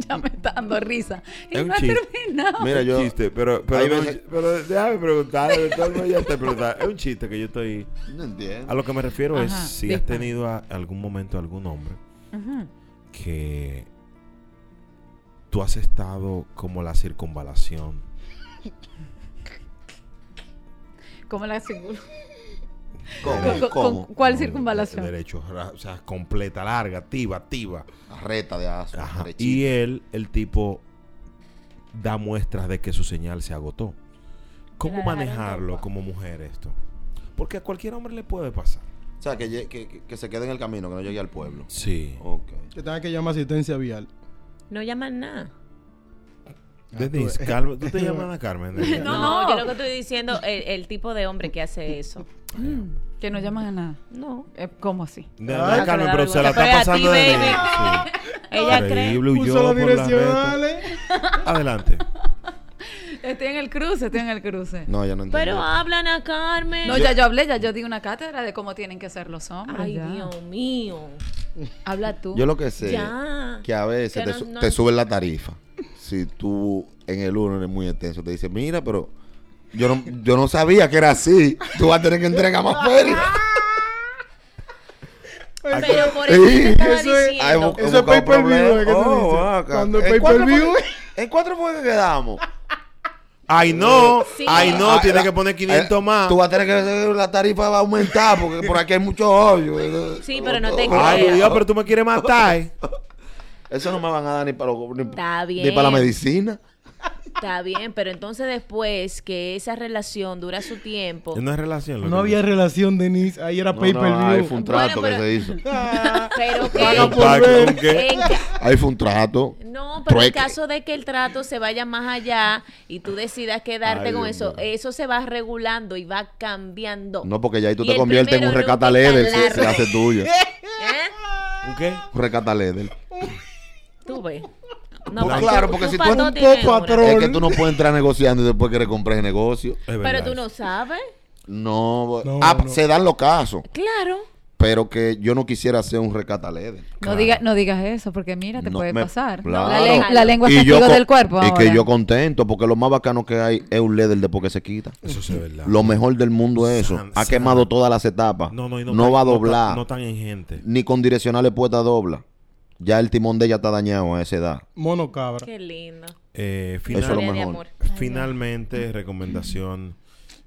Speaker 1: Ya me está dando risa. Y
Speaker 9: Es un
Speaker 1: no ha
Speaker 9: chiste.
Speaker 1: terminado.
Speaker 2: [laughs] Mira, yo.
Speaker 9: chiste, pero, pero,
Speaker 2: Hay
Speaker 9: no-
Speaker 2: veces-
Speaker 9: pero déjame preguntar, de todo modo ya te preguntaba. Es un chiste que yo estoy...
Speaker 2: No
Speaker 9: A
Speaker 2: entiendo.
Speaker 9: lo que me refiero es
Speaker 1: Ajá,
Speaker 9: si has
Speaker 1: dispara.
Speaker 9: tenido a- algún momento algún hombre
Speaker 1: Ujú.
Speaker 9: que tú has estado como la circunvalación.
Speaker 1: ¿Cómo la aseguro?
Speaker 2: ¿Cómo?
Speaker 1: ¿Con-
Speaker 2: ¿Cómo?
Speaker 1: con cuál
Speaker 9: ¿no?
Speaker 1: circunvalación?
Speaker 9: Derecho, ra- o sea, completa, larga, activa, activa.
Speaker 2: Reta de aso.
Speaker 9: Ajá.
Speaker 2: derechito.
Speaker 9: Y él, el tipo, da muestras de que su señal se agotó. ¿Cómo
Speaker 4: la dejaron
Speaker 9: manejarlo
Speaker 4: loca.
Speaker 9: como mujer esto? Porque a cualquier hombre le puede pasar.
Speaker 2: O sea, que, lle- que, que- que se quede en el camino, que no llegue al pueblo.
Speaker 9: Sí.
Speaker 2: Ok.
Speaker 3: Que tenga que llamar asistencia vial. Ah,
Speaker 4: No llaman nada.
Speaker 9: Denise, calma.
Speaker 3: [laughs]
Speaker 9: ¿Tú te llamas Ana Carmen? Denise?
Speaker 1: No,
Speaker 4: No, yo lo que estoy diciendo, el, el tipo de hombre que hace eso.
Speaker 1: Mm, Que no llaman a nada.
Speaker 4: No. Ah,
Speaker 1: Eh, ¿Cómo así?
Speaker 9: No,
Speaker 3: Ay,
Speaker 9: no, Carmen,
Speaker 4: pero
Speaker 9: pero
Speaker 4: la
Speaker 9: se la
Speaker 4: vergüenza.
Speaker 9: está pasando
Speaker 4: Pero a
Speaker 9: de
Speaker 4: ti, [laughs]
Speaker 9: nena.
Speaker 4: eh. Ella
Speaker 9: Sí.
Speaker 4: cree.
Speaker 9: Increíble, huyó
Speaker 3: Puso las
Speaker 9: por la reta.
Speaker 3: direccionales.
Speaker 9: [laughs] Adelante.
Speaker 1: [laughs] Estoy en el cruce, estoy en el cruce.
Speaker 2: No, ya no entiendo.
Speaker 4: Pero ah, hablan a Carmen.
Speaker 1: No, ya yo hablé, ya yo di una cátedra de cómo tienen que ser los hombres.
Speaker 4: Ay,
Speaker 1: ya.
Speaker 4: Dios mío.
Speaker 1: Habla tú.
Speaker 2: Yo lo que sé
Speaker 4: Ya.
Speaker 2: que a veces
Speaker 4: Que
Speaker 2: te,
Speaker 4: no-
Speaker 2: su-
Speaker 4: no-
Speaker 2: te suben la tarifa. Si tú en el uno eres muy extenso, te dicen, mira, pero yo no,
Speaker 4: [laughs]
Speaker 2: yo
Speaker 4: Ah,
Speaker 2: no sabía que era así. Tú vas a tener que entregar más feria.
Speaker 4: Pero por eso te estaba
Speaker 2: Eso es-
Speaker 4: diciendo.
Speaker 2: Ay, bu-
Speaker 4: Eso es
Speaker 2: buscado
Speaker 4: pay per view,
Speaker 2: problema.
Speaker 4: ¿eh? ¿Qué tú
Speaker 2: Oh,
Speaker 4: dices?
Speaker 2: vaca.
Speaker 4: Cuando es
Speaker 2: ¿En
Speaker 4: pay
Speaker 2: cuánto
Speaker 4: per view,
Speaker 2: fue- ¿En cuatro fue que quedamos?
Speaker 9: [laughs] Ay, no.
Speaker 2: Sí.
Speaker 9: Ay, no.
Speaker 2: Ah,
Speaker 9: Tienes
Speaker 2: ah,
Speaker 9: que poner 500 más.
Speaker 2: Tú vas a tener que la tarifa va a aumentar porque por aquí hay muchos hoyos.
Speaker 4: Sí, pero no te
Speaker 9: Ay,
Speaker 4: creas.
Speaker 9: Dios, Ah, pero tú me quieres matar. eh.
Speaker 2: [laughs] Eso no me van a dar ni para, lo- ni-
Speaker 4: Está
Speaker 2: ni
Speaker 4: bien.
Speaker 2: para la medicina.
Speaker 4: Está bien, pero entonces después que esa relación dura su tiempo.
Speaker 9: No es relación. lo
Speaker 3: No
Speaker 9: que-
Speaker 3: había relación, Denise. Ahí era
Speaker 2: No,
Speaker 3: pay per view.
Speaker 2: no, ahí fue un trato
Speaker 4: Bueno,
Speaker 2: que se hizo.
Speaker 9: Ah,
Speaker 4: Pero que.
Speaker 2: Paga por Paga, ver. ¿con qué?
Speaker 4: en ca-
Speaker 2: Ahí fue un trato.
Speaker 4: no, pero en
Speaker 2: Trueque.
Speaker 4: caso de que el trato se vaya más allá y tú decidas quedarte
Speaker 2: Ay,
Speaker 4: con
Speaker 2: Dios
Speaker 4: eso, eso se va regulando y va cambiando.
Speaker 2: No, porque ya ahí tú
Speaker 4: Y
Speaker 2: te
Speaker 4: el
Speaker 2: conviertes en
Speaker 4: primero
Speaker 2: un
Speaker 4: nunca
Speaker 2: recataleder.
Speaker 4: largo.
Speaker 2: Se, se
Speaker 4: [laughs]
Speaker 2: hace tuyo.
Speaker 9: ¿Un qué?
Speaker 2: Un recataleder.
Speaker 4: ¿Eh? Tú ves.
Speaker 2: Pues claro, porque si tú eres
Speaker 4: patrón
Speaker 2: un
Speaker 4: tienes una.
Speaker 2: Es que tú no puedes entrar negociando y después quieres comprar el negocio.
Speaker 4: Pero tú no sabes.
Speaker 2: No, ah, se dan los casos.
Speaker 4: Claro.
Speaker 2: Pero que yo no quisiera ser un recataleder.
Speaker 1: No, diga, no digas eso, porque mira, te
Speaker 2: No,
Speaker 1: puede
Speaker 2: me-
Speaker 1: pasar.
Speaker 2: claro.
Speaker 1: La, len- la lengua es
Speaker 2: Y yo
Speaker 1: testigo
Speaker 2: con-
Speaker 1: del cuerpo.
Speaker 2: Y
Speaker 1: ahora.
Speaker 2: que yo contento, porque lo más bacano que hay es un líder después que se quita.
Speaker 9: Eso sí es verdad.
Speaker 2: Lo mejor del mundo es eso. Ha quemado todas las etapas. No,
Speaker 9: no, y
Speaker 2: va
Speaker 9: no
Speaker 2: a
Speaker 9: tan- no tan-
Speaker 2: doblar.
Speaker 9: no tan en gente.
Speaker 2: Ni con direccionales puestas dobla. Ya el timón de ella está dañado a esa edad.
Speaker 3: Mono cabra.
Speaker 4: Qué lindo.
Speaker 9: Eh,
Speaker 2: Eso es lo
Speaker 4: Historia de
Speaker 2: mejor.
Speaker 4: amor.
Speaker 9: Finalmente, recomendación.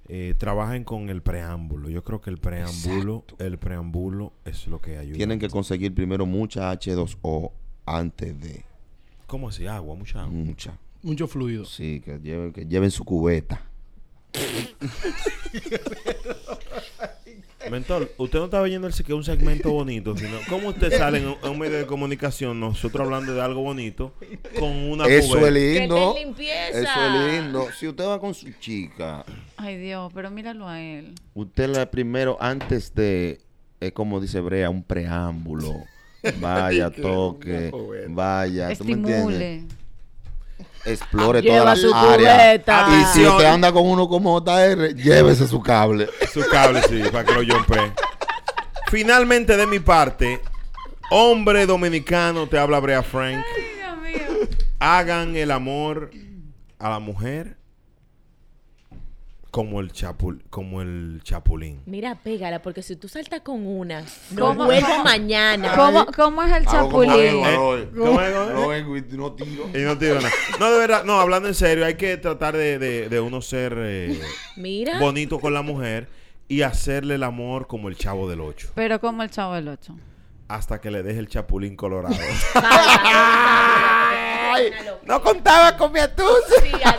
Speaker 9: eh, trabajen con el preámbulo. Yo creo que el preámbulo, el preámbulo es lo que ayuda.
Speaker 2: Tienen que conseguir primero mucha H2O antes de
Speaker 9: ¿Cómo así? Agua, mucha agua.
Speaker 2: mucha.
Speaker 3: Mucho fluido.
Speaker 2: Sí, que lleven, que lleven su cubeta.
Speaker 9: Mentor, usted no estaba viendo el que un segmento bonito, sino cómo usted sale en un, en un medio de comunicación, nosotros hablando de algo bonito, con una
Speaker 2: Eso
Speaker 9: cubeta?
Speaker 2: es lindo.
Speaker 1: Que te limpieza.
Speaker 2: Eso es lindo. Si usted va con su chica,
Speaker 1: Ay, Dios, pero míralo a él.
Speaker 2: usted la primero, antes de, es como dice Brea, un [laughs] preámbulo. Vaya, toque, vaya, ¿tú me entiendes?
Speaker 1: Estimule.
Speaker 2: Explore
Speaker 1: Lleva
Speaker 2: todas las
Speaker 1: su
Speaker 2: áreas.
Speaker 1: cubeta.
Speaker 2: Y si usted
Speaker 9: Atención.
Speaker 2: anda con uno como JR, llévese su cable.
Speaker 9: Su cable, sí, para que lo yompee. pues. Finalmente, de mi parte, hombre dominicano, te habla Brea Frank. Hagan el amor a la mujer como el, chapul, como el chapulín.
Speaker 4: Mira, pégala, porque si tú saltas con una, no
Speaker 1: ¿Cómo-
Speaker 4: vuelvo
Speaker 1: cómo-
Speaker 4: mañana.
Speaker 1: ¿Cómo, cómo es el
Speaker 2: Ah,
Speaker 1: chapulín?
Speaker 9: Eh, ¿cómo es, cómo es?
Speaker 2: no tiro.
Speaker 9: Y no te digo nada. No, de verdad, no, hablando en serio, hay que tratar de, de- de uno ser eh,
Speaker 4: Mira.
Speaker 9: bonito con la mujer y hacerle el amor como el chavo del 8,
Speaker 1: Pero como el chavo del 8.
Speaker 9: hasta que le deje el chapulín colorado.
Speaker 7: No contaba con mi astucia.